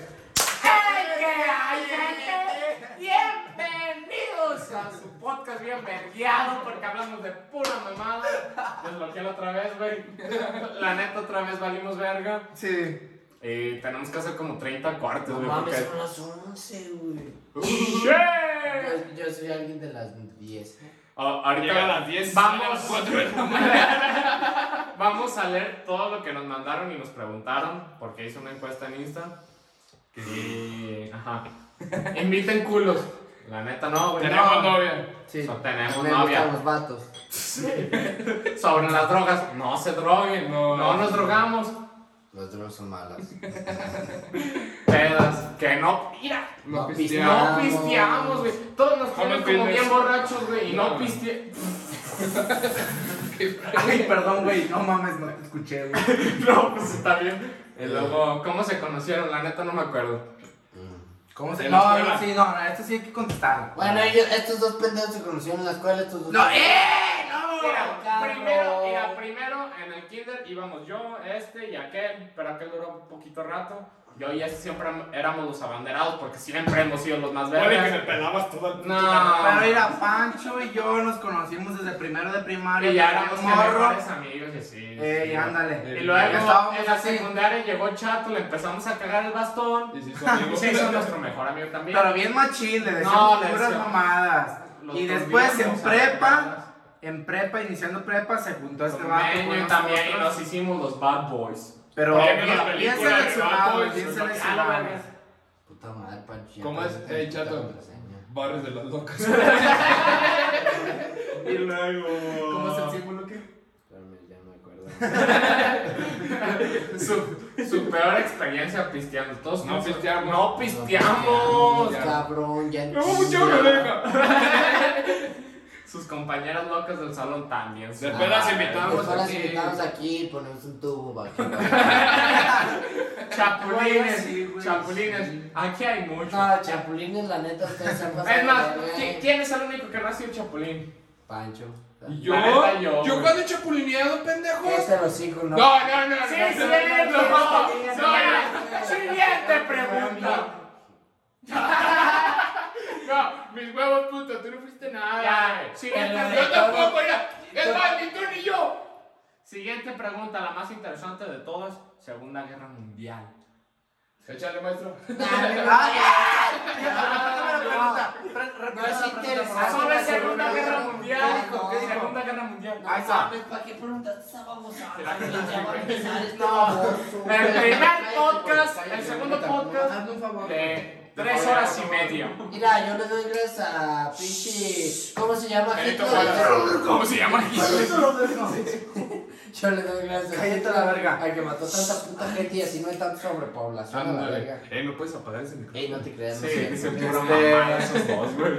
Speaker 1: Bienvenidos a su podcast bien vergueado porque hablamos de pura mamada. Desbloquealo otra vez, güey. La neta, otra vez valimos verga.
Speaker 2: Sí.
Speaker 1: Eh, tenemos que hacer como 30 cuartos,
Speaker 4: No
Speaker 1: güey.
Speaker 4: mames,
Speaker 1: porque-
Speaker 4: son las 11, güey.
Speaker 1: ¡Shit!
Speaker 4: Yo, yo soy alguien de las 10.
Speaker 1: Ah, ahorita
Speaker 5: Llega a las 10.
Speaker 1: Vamos.
Speaker 5: sale a las 4 de la
Speaker 1: Vamos a leer todo lo que nos mandaron y nos preguntaron, porque hice una encuesta en Insta. Y. Ajá. Inviten culos. La neta, no, güey. no.
Speaker 5: Tenemos novia.
Speaker 4: Sí.
Speaker 1: So- tenemos
Speaker 4: Me
Speaker 1: novia.
Speaker 4: gustan los vatos.
Speaker 1: Sobre las drogas, no se droguen. No,
Speaker 5: No.
Speaker 1: nos drogamos.
Speaker 4: Los drogas son malas.
Speaker 1: Pedas. Que no. Mira.
Speaker 5: No
Speaker 4: No,
Speaker 5: pisteamos.
Speaker 1: No pisteamos, güey. Todos nos
Speaker 5: Come
Speaker 1: ponen como
Speaker 5: fitness.
Speaker 1: bien borrachos, güey. Y no
Speaker 5: No.
Speaker 1: pisteamos.
Speaker 3: Ay, perdón, güey. No mames, no te escuché, güey.
Speaker 1: No, pues está bien. Y luego, ¿cómo se conocieron? La neta no me acuerdo.
Speaker 4: Mm.
Speaker 2: ¿Cómo
Speaker 5: En
Speaker 2: se
Speaker 5: la
Speaker 2: No,
Speaker 5: escuela.
Speaker 2: no, sí, no, no, esto sí hay que contestar.
Speaker 4: Bueno, ellos, estos dos pendejos se conocieron en la escuela, estos dos.
Speaker 2: No, ¡eh!
Speaker 1: Mira,
Speaker 4: Carlos.
Speaker 1: primero, mira, primero en el kinder íbamos yo, este y aquel, pero aquel duró un poquito rato. Yo y ese siempre am- éramos los abanderados porque siempre hemos sido los más
Speaker 5: Oye, que
Speaker 1: verdes.
Speaker 5: me pelabas todo el
Speaker 1: No,
Speaker 2: Pero mira, Pancho y yo nos conocimos desde primero de primaria.
Speaker 1: y ya éramos que
Speaker 2: morro.
Speaker 1: mejores amigos y así.
Speaker 2: Ey,
Speaker 1: sí.
Speaker 2: ándale.
Speaker 1: Y luego
Speaker 2: Estábamos
Speaker 1: en la
Speaker 2: así.
Speaker 1: secundaria llegó Chato, le empezamos a cagar el bastón.
Speaker 5: Y si son amigos.
Speaker 1: Se hizo nuestro mejor amigo también.
Speaker 2: Pero bien machín, le
Speaker 1: No,
Speaker 2: decíamos
Speaker 1: le
Speaker 2: puras
Speaker 1: decíamos-
Speaker 2: mamadas.
Speaker 1: Los
Speaker 2: Y
Speaker 1: dos
Speaker 2: después en
Speaker 1: vivíamos a
Speaker 2: prepa,
Speaker 1: vergas.
Speaker 2: en prepa, iniciando prepa, se juntó este
Speaker 1: Con
Speaker 2: vato con
Speaker 1: Meño y
Speaker 2: nosotros.
Speaker 1: también y nos hicimos los bad boys.
Speaker 2: Pero
Speaker 5: Oye,
Speaker 2: bien,
Speaker 5: pero la
Speaker 2: bien
Speaker 5: película de
Speaker 2: seleccionados,
Speaker 5: Bad
Speaker 2: bien
Speaker 5: Boys,
Speaker 1: Ah,
Speaker 2: seleccionados.
Speaker 1: vergas.
Speaker 4: Puta madre, Pancho. ya
Speaker 5: ¿Cómo
Speaker 4: no
Speaker 5: es?
Speaker 4: me
Speaker 5: Ey,
Speaker 4: gusta la
Speaker 5: chato.
Speaker 4: contraseña.
Speaker 5: Bares de las locas.
Speaker 1: Y luego.
Speaker 2: ¿Cómo es el símbolo que?
Speaker 4: Espérame, ya no me acuerdo.
Speaker 1: su, su peor experiencia pisteando. Todos
Speaker 5: No pisteamos.
Speaker 1: No pisteamos.
Speaker 5: Ya.
Speaker 4: Cabrón, ya
Speaker 5: No, mucho me deja.
Speaker 1: Sus compañeras locas del salón también.
Speaker 5: De Después las invitamos
Speaker 4: Después las
Speaker 5: aquí.
Speaker 4: invitamos aquí y ponemos un tubo bajo.
Speaker 1: Chapulines.
Speaker 2: Sí, güey.
Speaker 1: Chapulines. Aquí hay mucho.
Speaker 4: No, chapulines, la neta, ustedes se han pasado.
Speaker 1: es más,
Speaker 4: de verga,
Speaker 1: ¿qui-
Speaker 4: eh.
Speaker 1: ¿quién es el único que no ha sido chapulín?
Speaker 4: Pancho.
Speaker 5: ¿Yo?
Speaker 1: La neta, yo,
Speaker 5: ¿Yo
Speaker 1: güey.
Speaker 5: cuando he chapulineado, pendejos?
Speaker 4: Ese hocico, no.
Speaker 5: No, no, no.
Speaker 1: Sí,
Speaker 5: no,
Speaker 1: sí,
Speaker 5: no,
Speaker 1: no,
Speaker 5: no, no.
Speaker 1: no, ya. Siguiente pregunta.
Speaker 5: No, mis huevos, puto, tú no fuiste nada.
Speaker 1: Ya,
Speaker 5: güey.
Speaker 1: siguiente
Speaker 5: Yo
Speaker 1: pregunta.
Speaker 5: tampoco, era. Es más, ni tú ni yo.
Speaker 1: Siguiente pregunta, la más interesante de todas. Segunda Guerra Mundial.
Speaker 5: Échale, maestro.
Speaker 4: Dale,
Speaker 2: Ah, no,
Speaker 4: No es interesante.
Speaker 1: Pasó Ah, la Segunda
Speaker 4: Segunda
Speaker 1: Guerra
Speaker 4: Guerra
Speaker 1: Mundial.
Speaker 4: Mundial. ¿Qué dijo?
Speaker 1: Segunda Guerra Mundial.
Speaker 4: No mames, ¿para qué preguntas esa babosa? Ya va a empezar este baboso.
Speaker 1: El primer
Speaker 4: Cállate,
Speaker 1: podcast,
Speaker 4: cállate,
Speaker 1: el
Speaker 4: cállate,
Speaker 1: segundo
Speaker 4: cállate.
Speaker 1: podcast
Speaker 3: Hazme un favor.
Speaker 1: de tres horas y media.
Speaker 4: Mira, yo le doy gracias a pinche. ¿Cómo se llama?
Speaker 5: Benito
Speaker 4: Hitler.
Speaker 5: ¿Cómo se llama?
Speaker 4: Yo le doy gracias a
Speaker 3: Cállate la verga.
Speaker 4: Al que mató tanta puta gente y así no hay tanta sobrepoblación. a la verga.
Speaker 5: Ándale. Eh, ¿me puedes apagar ese micrófono?
Speaker 4: Ey, no te creas, no
Speaker 1: Sí,
Speaker 4: sé.
Speaker 1: dicen
Speaker 4: Este,
Speaker 1: pura mamada esos dos, güey.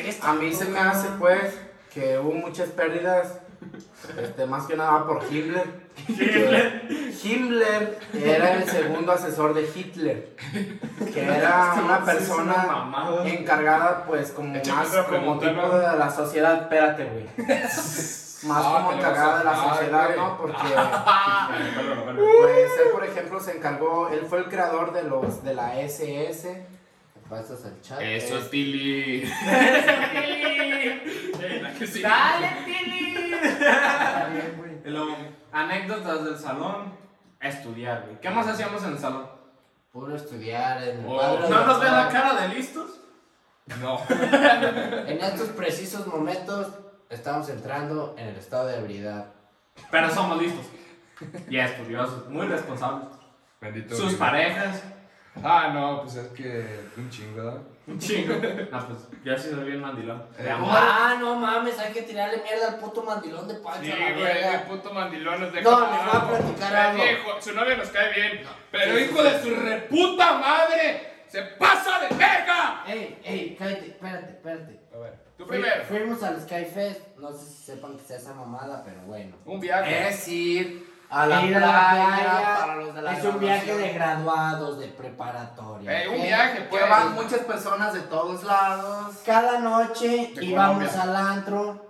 Speaker 3: Este, a mí se me hace, pues, que hubo muchas pérdidas. Este, más que nada por Hitler. Hitler. Himmler era el segundo asesor de Hitler. Que era una
Speaker 1: Es una
Speaker 3: persona
Speaker 1: mamada.
Speaker 3: encargada, pues, como
Speaker 5: Échame
Speaker 3: más
Speaker 5: otra
Speaker 3: como
Speaker 5: pregunta,
Speaker 3: tipo
Speaker 5: ¿no?
Speaker 3: de la sociedad. Espérate, güey. Más
Speaker 5: Ah,
Speaker 3: como
Speaker 5: te la
Speaker 3: encargada
Speaker 5: vas
Speaker 3: de
Speaker 5: a-
Speaker 3: la
Speaker 5: ah,
Speaker 3: sociedad,
Speaker 5: güey. Ah.
Speaker 3: ¿no? Porque. Pues él, por ejemplo, se encargó, él fue el creador de los de la SS.
Speaker 4: Pasas al chat.
Speaker 5: Eso es Tilly. Eh, la que sí.
Speaker 1: Dale, Tilly. Y luego, Anécdotas del salón. Estudiar, güey. ¿Qué más hacíamos en el salón?
Speaker 4: Puro estudiar eh. en el
Speaker 5: Oh,
Speaker 4: cuadro de
Speaker 1: ¿No nos ven
Speaker 4: honor.
Speaker 1: la cara de listos?
Speaker 5: No.
Speaker 4: En estos precisos momentos estamos entrando en el estado de ebriedad.
Speaker 1: Pero somos listos. Y es, por Dios, muy responsables.
Speaker 5: Bendito.
Speaker 1: Sus
Speaker 5: Dios.
Speaker 1: parejas.
Speaker 5: Ah, no, pues es que un chingo, ¿verdad?
Speaker 1: Un chingo. No, pues yo sí soy bien mandilón.
Speaker 5: Eh,
Speaker 1: De amor.
Speaker 4: Ah, no mames, hay que tirarle mierda al puto mandilón de panza.
Speaker 5: Sí,
Speaker 4: a la
Speaker 5: güey,
Speaker 4: verga.
Speaker 5: el puto mandilón nos
Speaker 4: No, les voy a platicar algo.
Speaker 5: Viejo, su novia nos cae bien, pero hijo de su reputa madre, se pasa de verga.
Speaker 4: Ey, ey, cállate, espérate, espérate.
Speaker 5: A ver, tú
Speaker 4: Fui-
Speaker 5: primero.
Speaker 4: Fuimos al Skyfest, no sé si sepan que sea esa mamada, pero bueno.
Speaker 5: Un
Speaker 4: Eh,
Speaker 5: viaje.
Speaker 2: Es ir a la
Speaker 4: Ir
Speaker 2: playa,
Speaker 4: a la playa
Speaker 2: para los de la
Speaker 4: es un viaje de
Speaker 2: graduación,
Speaker 4: graduados, de preparatoria.
Speaker 5: Ey, un
Speaker 4: ¿ok?
Speaker 5: viaje,
Speaker 2: Que
Speaker 5: pues.
Speaker 2: van muchas personas de todos lados.
Speaker 4: Cada noche
Speaker 5: De
Speaker 4: íbamos
Speaker 5: Colombia.
Speaker 4: al antro,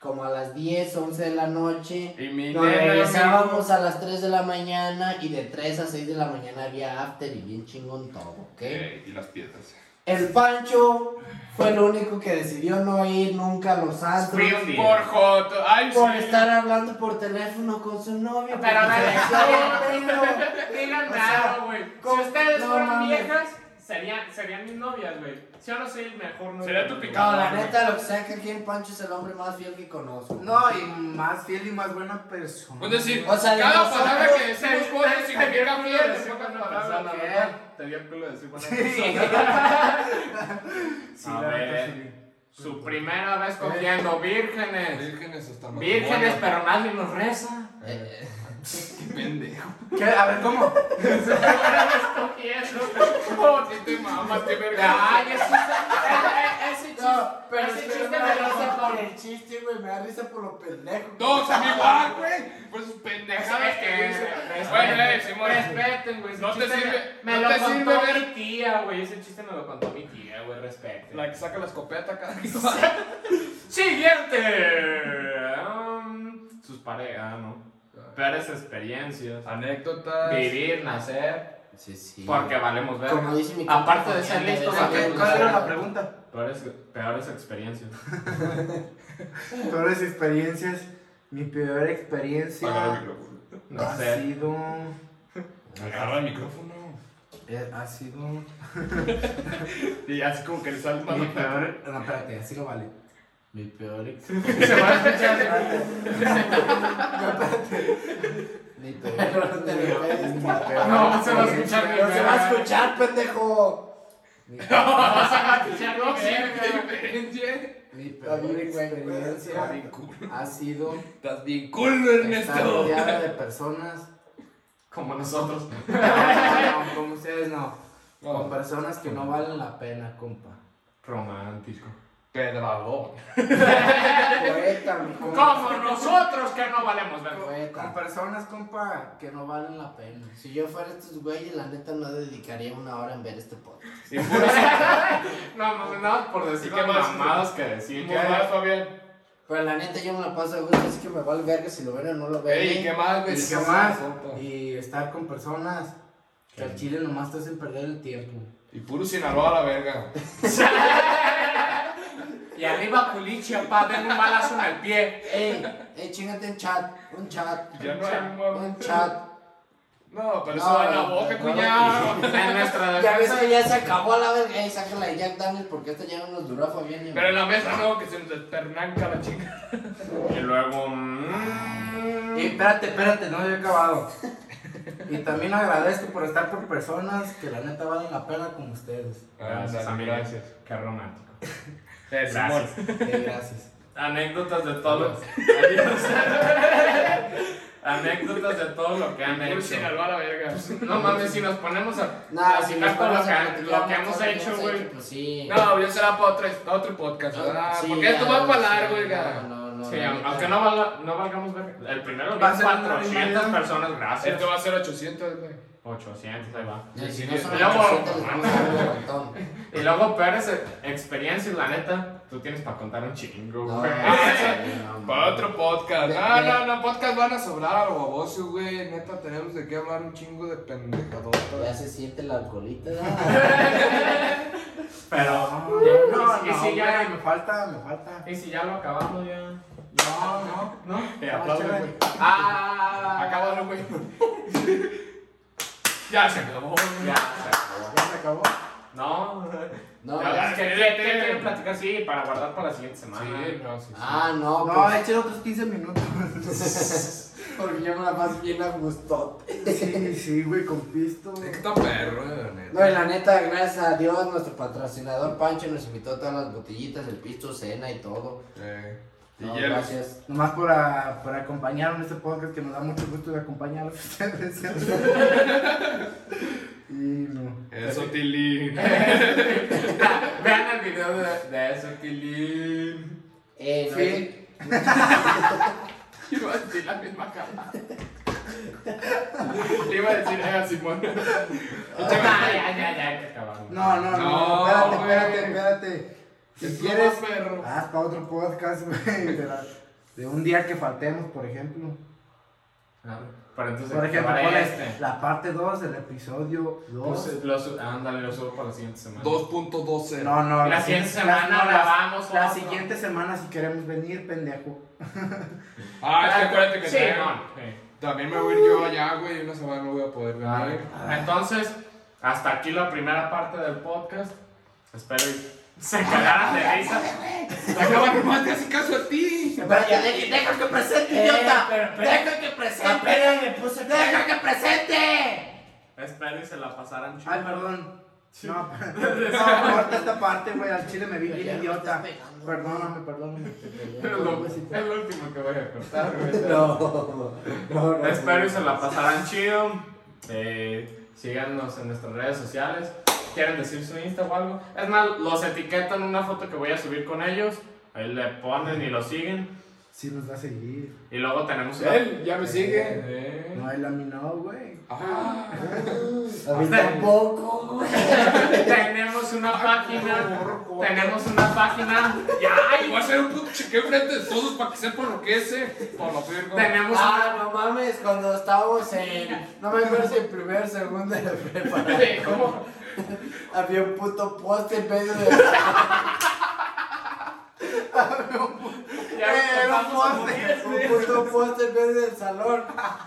Speaker 4: como a las 10, 11 de la noche.
Speaker 1: Y mi
Speaker 4: Nos
Speaker 1: nena,
Speaker 4: regresábamos a las 3 de la mañana y de 3 a 6 de la mañana había after y bien chingón todo, ¿ok?
Speaker 5: Ey, Eh, y las piedras.
Speaker 4: El Pancho fue el único que decidió no ir nunca a los antros
Speaker 1: Fui un día.
Speaker 5: Por joto. Ay,
Speaker 4: por
Speaker 5: sí.
Speaker 4: estar hablando por teléfono con su novio.
Speaker 6: Pero
Speaker 4: porque
Speaker 6: dale,
Speaker 4: se había aburrido.
Speaker 6: Digan
Speaker 4: O sea,
Speaker 6: nada, güey.
Speaker 4: ¿cómo?
Speaker 6: Si ustedes
Speaker 4: No
Speaker 6: fueran
Speaker 4: mames.
Speaker 6: viejas, serían, serían mis novias, güey. Si yo no soy el mejor novio.
Speaker 5: Sería tu
Speaker 4: No, la
Speaker 5: picador.
Speaker 4: neta, lo que sea que aquí el Pancho es el hombre más fiel que conozco.
Speaker 2: No, y más fiel y más buena persona.
Speaker 5: Es Pues decir,
Speaker 4: O sea, de
Speaker 5: cada
Speaker 4: nosotros-
Speaker 5: palabra que decimos joder si me llega fiel, es poca palabra.
Speaker 6: persona, ¿verdad? Te dio el culo de decir buena persona.
Speaker 1: A
Speaker 2: la neta,
Speaker 1: ver, Su primera vez cogiendo vírgenes.
Speaker 5: Vírgenes hasta
Speaker 1: Vírgenes,
Speaker 5: matrimonio.
Speaker 1: pero nadie nos reza.
Speaker 4: Eh,
Speaker 5: Pendejo.
Speaker 2: ¿Qué? A ver, ¿cómo?
Speaker 5: Oh, si te mamas, qué verga.
Speaker 6: Ay, ese chiste- ese- ese chiste.
Speaker 4: no,
Speaker 6: pero
Speaker 4: ese
Speaker 6: espera,
Speaker 4: chiste me
Speaker 6: no,
Speaker 4: da
Speaker 6: no,
Speaker 4: risa
Speaker 6: no.
Speaker 4: por el chiste, güey. Me da risa por lo pendejo.
Speaker 5: No, se me igual, güey. Por sus
Speaker 1: Pues
Speaker 5: pendejadas
Speaker 6: ¿Sabes
Speaker 5: que dice.
Speaker 6: qué?
Speaker 5: Eh, Bueno, eh, Simón.
Speaker 6: Respeten, güey. ese
Speaker 5: No te
Speaker 6: chiste
Speaker 5: sirve-
Speaker 6: Me,
Speaker 5: no
Speaker 6: me lo
Speaker 5: te
Speaker 6: contó
Speaker 5: sirve ver-
Speaker 6: mi tía, güey. Ese chiste me lo contó mi tía, güey. Respeten.
Speaker 5: La que saca la escopeta acá.
Speaker 1: Siguiente. Um, sus parejas, ¿no? Peores experiencias.
Speaker 5: Anécdotas.
Speaker 1: Vivir, nacer.
Speaker 4: Sí, sí.
Speaker 1: Porque valemos ver.
Speaker 4: Como dice mi
Speaker 1: Aparte
Speaker 4: compa,
Speaker 1: de ser
Speaker 4: gente,
Speaker 1: listos,
Speaker 4: ¿verdad?
Speaker 1: ¿a qué-
Speaker 2: ¿Cuál era la pregunta?
Speaker 1: Peores, peores experiencias.
Speaker 3: Peores experiencias. Mi peor
Speaker 5: Agarra el
Speaker 3: experiencia
Speaker 5: micrófono.
Speaker 1: No
Speaker 3: ha
Speaker 1: sé.
Speaker 3: sido.
Speaker 5: Agarra el micrófono.
Speaker 3: eh, Ha sido.
Speaker 5: Y así como que le sale
Speaker 3: Mi
Speaker 5: mal.
Speaker 3: peor. No, espérate, así no vale. Mi peor experiencia.
Speaker 4: Ni te- pero no te lo ves.
Speaker 6: No, se va a escuchar
Speaker 4: Pero se va a escuchar, pendejo.
Speaker 5: Ah, No, sí,
Speaker 6: verga.
Speaker 5: diferencia.
Speaker 3: Mi
Speaker 4: Está
Speaker 3: peor
Speaker 4: bien, güey,
Speaker 3: experiencia
Speaker 4: bien
Speaker 3: ha sido
Speaker 5: Estás bien culo,
Speaker 3: estar
Speaker 5: Ernesto.
Speaker 3: rodeada de personas.
Speaker 1: Como nosotros.
Speaker 3: No, no, con ustedes no. Con
Speaker 5: No,
Speaker 3: personas que no valen la pena, compa.
Speaker 1: Romántico.
Speaker 5: Pedrador.
Speaker 3: Poeta, mi compa.
Speaker 1: Como nosotros que no valemos ver.
Speaker 3: Con
Speaker 4: Poeta.
Speaker 3: personas, compa, que no valen la pena.
Speaker 4: Si yo fuera estos güeyes, la neta no dedicaría una hora en ver este podcast.
Speaker 5: Y puras
Speaker 1: No, no, no, por decir
Speaker 5: ¿Y qué
Speaker 1: que
Speaker 5: más?
Speaker 1: mamadas que decir.
Speaker 5: ¿Qué más, Fabián?
Speaker 4: Pero la neta yo me la paso a gusto, así que me vale verga si lo ven o no lo ven.
Speaker 5: Ey, ¿qué más, güey?
Speaker 3: Y
Speaker 5: Sí,
Speaker 3: qué más,
Speaker 5: sí,
Speaker 3: y estar con personas que al chile nomás te hacen perder el tiempo.
Speaker 5: sí. Y puro Sinaloa a la verga.
Speaker 1: Y arriba culichi, papá, den un balazo en el pie.
Speaker 4: Ey, ey, chingate un chat, un chat,
Speaker 5: Ya no hay
Speaker 4: un chat.
Speaker 5: No, pero eso
Speaker 4: No,
Speaker 5: va en la
Speaker 4: no,
Speaker 5: boca,
Speaker 4: no,
Speaker 5: cuñado.
Speaker 1: En nuestra
Speaker 4: Ya ves que ya se acabó a la verga, ey, sácala de Jack Daniels porque esta ya no nos duró a Fabián ni a mí.
Speaker 5: Pero en la mesa no, que se nos despernanca la chica.
Speaker 1: Y luego. mm,
Speaker 3: Y espérate, espérate, no he acabado. Y también agradezco por estar por personas que la neta valen la pena como ustedes.
Speaker 1: Ah, Gracias,
Speaker 5: Ándale,
Speaker 1: amigo. Qué romántico.
Speaker 5: Eh, Simón.
Speaker 1: Gracias.
Speaker 3: Eh, gracias.
Speaker 1: Anécdotas de todo. Adiós. Anécdotas de todo lo que han
Speaker 5: Puro
Speaker 1: hecho.
Speaker 5: Sinaloa a la verga.
Speaker 1: No mames, si nos ponemos a.
Speaker 4: Nah,
Speaker 1: a
Speaker 4: si
Speaker 1: citar
Speaker 4: nos
Speaker 1: con lo
Speaker 4: ponemos
Speaker 1: que,
Speaker 4: a
Speaker 1: han-
Speaker 4: platicar
Speaker 1: lo que hemos hecho, güey.
Speaker 4: Pues sí.
Speaker 5: No, bien será para otro, para otro podcast. ¿verdad?
Speaker 4: Ah, Sí,
Speaker 5: Porque esto
Speaker 4: ya,
Speaker 5: va para
Speaker 4: sí,
Speaker 5: largo,
Speaker 4: No,
Speaker 5: oiga.
Speaker 4: no, no.
Speaker 1: Sí,
Speaker 4: la neta.
Speaker 1: aunque no, valga- no valgamos ver. El primero
Speaker 2: Va a
Speaker 1: vieron
Speaker 2: ser una
Speaker 1: 400
Speaker 2: rivalidad.
Speaker 1: personas, gracias.
Speaker 5: Esto va a ser 800, güey.
Speaker 1: 800, ahí va.
Speaker 4: Ey, Si no son
Speaker 1: Ya,
Speaker 4: las
Speaker 1: bueno.
Speaker 4: 800, les vamos a dar un montón.
Speaker 1: Y luego peores eh, experiencias, la neta, tú tienes para contar un chingo,
Speaker 4: No,
Speaker 1: güey.
Speaker 4: no, no,
Speaker 5: Para otro podcast.
Speaker 4: De-
Speaker 5: No,
Speaker 4: de-
Speaker 5: no, no, podcast van a sobrar o babosos, güey. Neta, tenemos de qué hablar un chingo de
Speaker 4: Ya
Speaker 5: pendejadotas.
Speaker 4: se siente la alcoholita. ¿no?
Speaker 1: Pero.
Speaker 3: No,
Speaker 1: y-
Speaker 3: no,
Speaker 1: y, si ya,
Speaker 3: güey, me falta, me falta.
Speaker 1: y si ya lo acabamos, ya.
Speaker 3: No, no.
Speaker 1: ¿No?
Speaker 5: Te aplaudo, güey.
Speaker 1: Ah,
Speaker 5: Acábalo, güey. Ya se acabó, güey.
Speaker 1: Ya.
Speaker 3: Ya se acabó.
Speaker 1: No.
Speaker 4: No,
Speaker 1: Ya,
Speaker 4: ya.
Speaker 1: es que- ¿Qué qué quieren platicar? deja así para guardar para la siguiente semana.
Speaker 5: Sí, no, sí, sí.
Speaker 4: Ah, no,
Speaker 2: No,
Speaker 4: pues.
Speaker 2: echen otros 15 minutos.
Speaker 4: Porque yo me la paso bien a gusto.
Speaker 3: Sí, sí, güey, con pisto.
Speaker 5: Es que está perro, eh, la
Speaker 4: No, y
Speaker 5: neta.
Speaker 4: la neta, gracias a Dios, nuestro patrocinador Pancho nos invitó todas las botellitas, el pisto, cena y todo.
Speaker 5: Eh, Y
Speaker 4: No,
Speaker 5: hielos.
Speaker 4: gracias.
Speaker 3: Nomás por, a- por acompañarnos en este podcast que nos da mucho gusto de acompañarlos ustedes. y no.
Speaker 5: Eso, Tilly.
Speaker 1: Vean el video de, de eso, Tilín.
Speaker 4: Eh, no,
Speaker 3: Sí.
Speaker 1: Iba a decir la misma cama. Iba a decir, eh, Simón. ya, ya, ya, ya, que acabamos.
Speaker 3: No, no, no,
Speaker 5: No,
Speaker 3: espérate,
Speaker 5: güey.
Speaker 3: espérate, espérate. Si
Speaker 5: Es lo
Speaker 3: quieres,
Speaker 5: más perro.
Speaker 3: haz para otro podcast, güey, de, la- de un día que faltemos, por ejemplo.
Speaker 1: Ah, Para entonces
Speaker 3: Por ejemplo,
Speaker 1: acabar
Speaker 3: ponle
Speaker 1: este.
Speaker 3: la parte 2 del episodio 2.
Speaker 1: Pues, lo su- ándale, lo subo para la siguiente semana.
Speaker 5: 2.12.
Speaker 3: no, no,
Speaker 1: La siguiente
Speaker 3: si-
Speaker 1: semana
Speaker 3: no,
Speaker 1: grabamos
Speaker 3: La
Speaker 1: otro.
Speaker 3: siguiente semana si queremos venir, pendejo.
Speaker 5: Ah, es que acuérdate que
Speaker 1: Sí,
Speaker 5: también,
Speaker 1: no, sí.
Speaker 5: también me voy a ir yo allá, güey. y Una semana no voy a poder venir.
Speaker 1: Entonces, hasta aquí la primera parte del podcast. Espero y se cagaran de risa.
Speaker 5: Te acaban nomás de hacer caso a ti.
Speaker 2: Deja, deja que presente,
Speaker 4: Eh,
Speaker 2: idiota.
Speaker 4: pero, pero-
Speaker 2: deja que presente.
Speaker 4: Apenas me puse.
Speaker 2: Deja que presente.
Speaker 1: Espero y se la pasaran chido.
Speaker 3: Ay, perdón. No, no, corta esta parte, güey. Al chile me vi
Speaker 4: Ya
Speaker 3: bien
Speaker 4: me
Speaker 3: idiota.
Speaker 4: estás pegando,
Speaker 3: Perdóname, perdóname.
Speaker 1: Es lo, es lo último que voy a cortar. güey.
Speaker 4: No, no, no.
Speaker 1: Espero y se la pasaran chido. Eh, síganos en nuestras redes sociales. ¿Quieren decir su Insta o algo? Es más, los etiquetan en una foto que voy a subir con ellos. Ahí le ponen y lo siguen.
Speaker 3: Sí nos va a seguir.
Speaker 1: Y luego tenemos. una-
Speaker 5: Él ya me sigue.
Speaker 3: No, él a mí no, güey.
Speaker 5: Eh. Ah,
Speaker 4: A mí tampoco, güey.
Speaker 1: tenemos una página. Tenemos una página. Ya,
Speaker 5: voy a hacer un puto chequeo frente de todos para que sepan lo que es, eh. Por lo vergo.
Speaker 1: Tenemos una.
Speaker 4: Ah, no mames, cuando estábamos en. No me acuerdo si en primer o segundo de la prepa.
Speaker 1: ¿Cómo?
Speaker 4: Había un puto poste en medio de.
Speaker 1: Ya
Speaker 4: Eh, era un
Speaker 1: empezamos a
Speaker 4: poste,
Speaker 1: morir,
Speaker 4: un puto poste en medio del salón.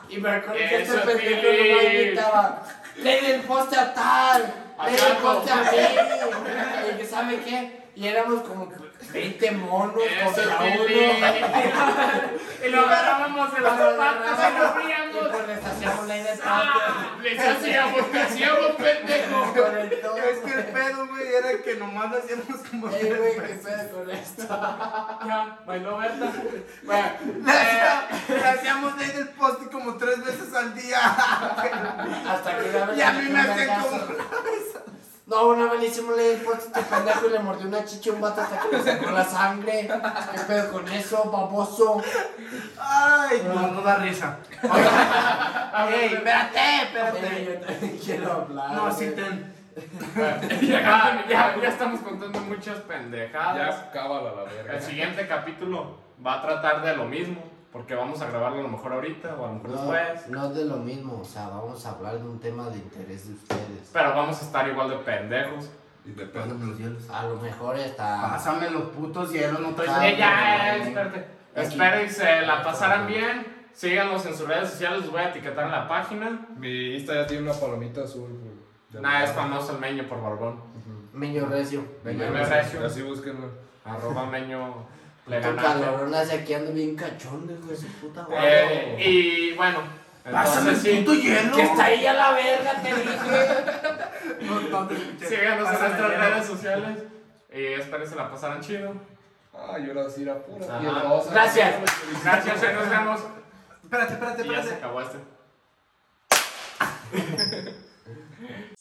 Speaker 4: Y me acuerdo que este
Speaker 1: Eso,
Speaker 4: pendejo
Speaker 1: Fili.
Speaker 4: nomás gritaba: ¡Lee el poste a tal! ¡Lee el
Speaker 1: Acá,
Speaker 4: poste a mí! Y que, ¿sabe qué? Y éramos como 20 monos
Speaker 1: Eso,
Speaker 4: contra uno.
Speaker 1: Fili. Este, Y lo agarrábamos de las
Speaker 4: Pero
Speaker 1: patas y
Speaker 4: agarrábamos
Speaker 1: lo
Speaker 4: Y
Speaker 1: abríamos.
Speaker 4: pues les hacíamos ley del
Speaker 1: ¡Ah!
Speaker 4: poste.
Speaker 1: Les hacíamos, te hacíamos pendejo.
Speaker 4: Con el todo,
Speaker 3: Es que el
Speaker 4: güey.
Speaker 3: pedo, güey, era que nomás lo hacíamos como.
Speaker 4: Ey, güey, ¿qué pedo con esto?
Speaker 1: Ya, bailó Berta. Bueno,
Speaker 5: eh,
Speaker 2: Le hacíamos ley del poste como tres veces al día.
Speaker 4: Hasta que una vez
Speaker 2: Y a
Speaker 4: le
Speaker 2: mí
Speaker 4: hice
Speaker 2: me
Speaker 4: un
Speaker 2: hacían
Speaker 4: vergazo.
Speaker 2: como
Speaker 4: No, una vez le hicimos ley del poste a este pendejo y le mordió una chicha a un vato hasta que le sacó la sangre. ¿Qué pedo con eso, baboso?
Speaker 2: Ay,
Speaker 3: No, no da risa.
Speaker 2: Ey, espérate,
Speaker 4: Ey,
Speaker 2: espérate.
Speaker 4: yo también quiero hablar.
Speaker 3: No, sí,
Speaker 4: ah, güey.
Speaker 3: ten.
Speaker 1: ya, ya, ya estamos contando muchas pendejadas.
Speaker 5: ah. Ya cábala la verga.
Speaker 1: El siguiente capítulo va a tratar de lo mismo. Porque vamos a grabarlo a lo mejor ahorita o a lo mejor
Speaker 4: No,
Speaker 1: después.
Speaker 4: no es de lo mismo, o sea, vamos a hablar de un tema de interés de ustedes.
Speaker 1: Pero vamos a estar igual de pendejos.
Speaker 5: Y de pedo.
Speaker 3: Pásame los hielos.
Speaker 4: A lo mejor está.
Speaker 3: Pásame los putos hielos, no traes.
Speaker 4: Ah,
Speaker 1: Eh, ya, eh,
Speaker 4: ok.
Speaker 1: espérate.
Speaker 4: Aquí.
Speaker 1: Espero y se la pasaran bien. Síganos en sus redes sociales, los voy a etiquetar en la página.
Speaker 5: Mi Insta ya tiene una palomita azul, güey. De
Speaker 1: Nada, es
Speaker 5: verdad.
Speaker 1: famoso el meño por barbón.
Speaker 4: Meño recio.
Speaker 1: Meño
Speaker 5: Así-
Speaker 1: recio.
Speaker 5: Así búsquenlo.
Speaker 1: Arroba meño le
Speaker 4: Puta
Speaker 1: ganaste.
Speaker 4: cabrón, hace aquí ando bien cachonde, güey, su puta madre.
Speaker 1: Eh, y bueno,
Speaker 2: Pásame
Speaker 1: entonces
Speaker 2: el
Speaker 1: sí,
Speaker 2: puto hielo.
Speaker 4: Que está ahí a la verga, te dije.
Speaker 2: No, no te escuché.
Speaker 1: síganos en
Speaker 2: Pásame
Speaker 1: nuestras
Speaker 2: el
Speaker 1: redes sociales y espero que se la pasaran chido.
Speaker 5: Ah, yo la decir a pura
Speaker 1: Ajá.
Speaker 5: piedrosa.
Speaker 4: Gracias.
Speaker 1: Gracias, ahí nos vemos. este
Speaker 2: Espérate, espérate,
Speaker 1: Y ya se
Speaker 2: espérate.
Speaker 1: acabó este.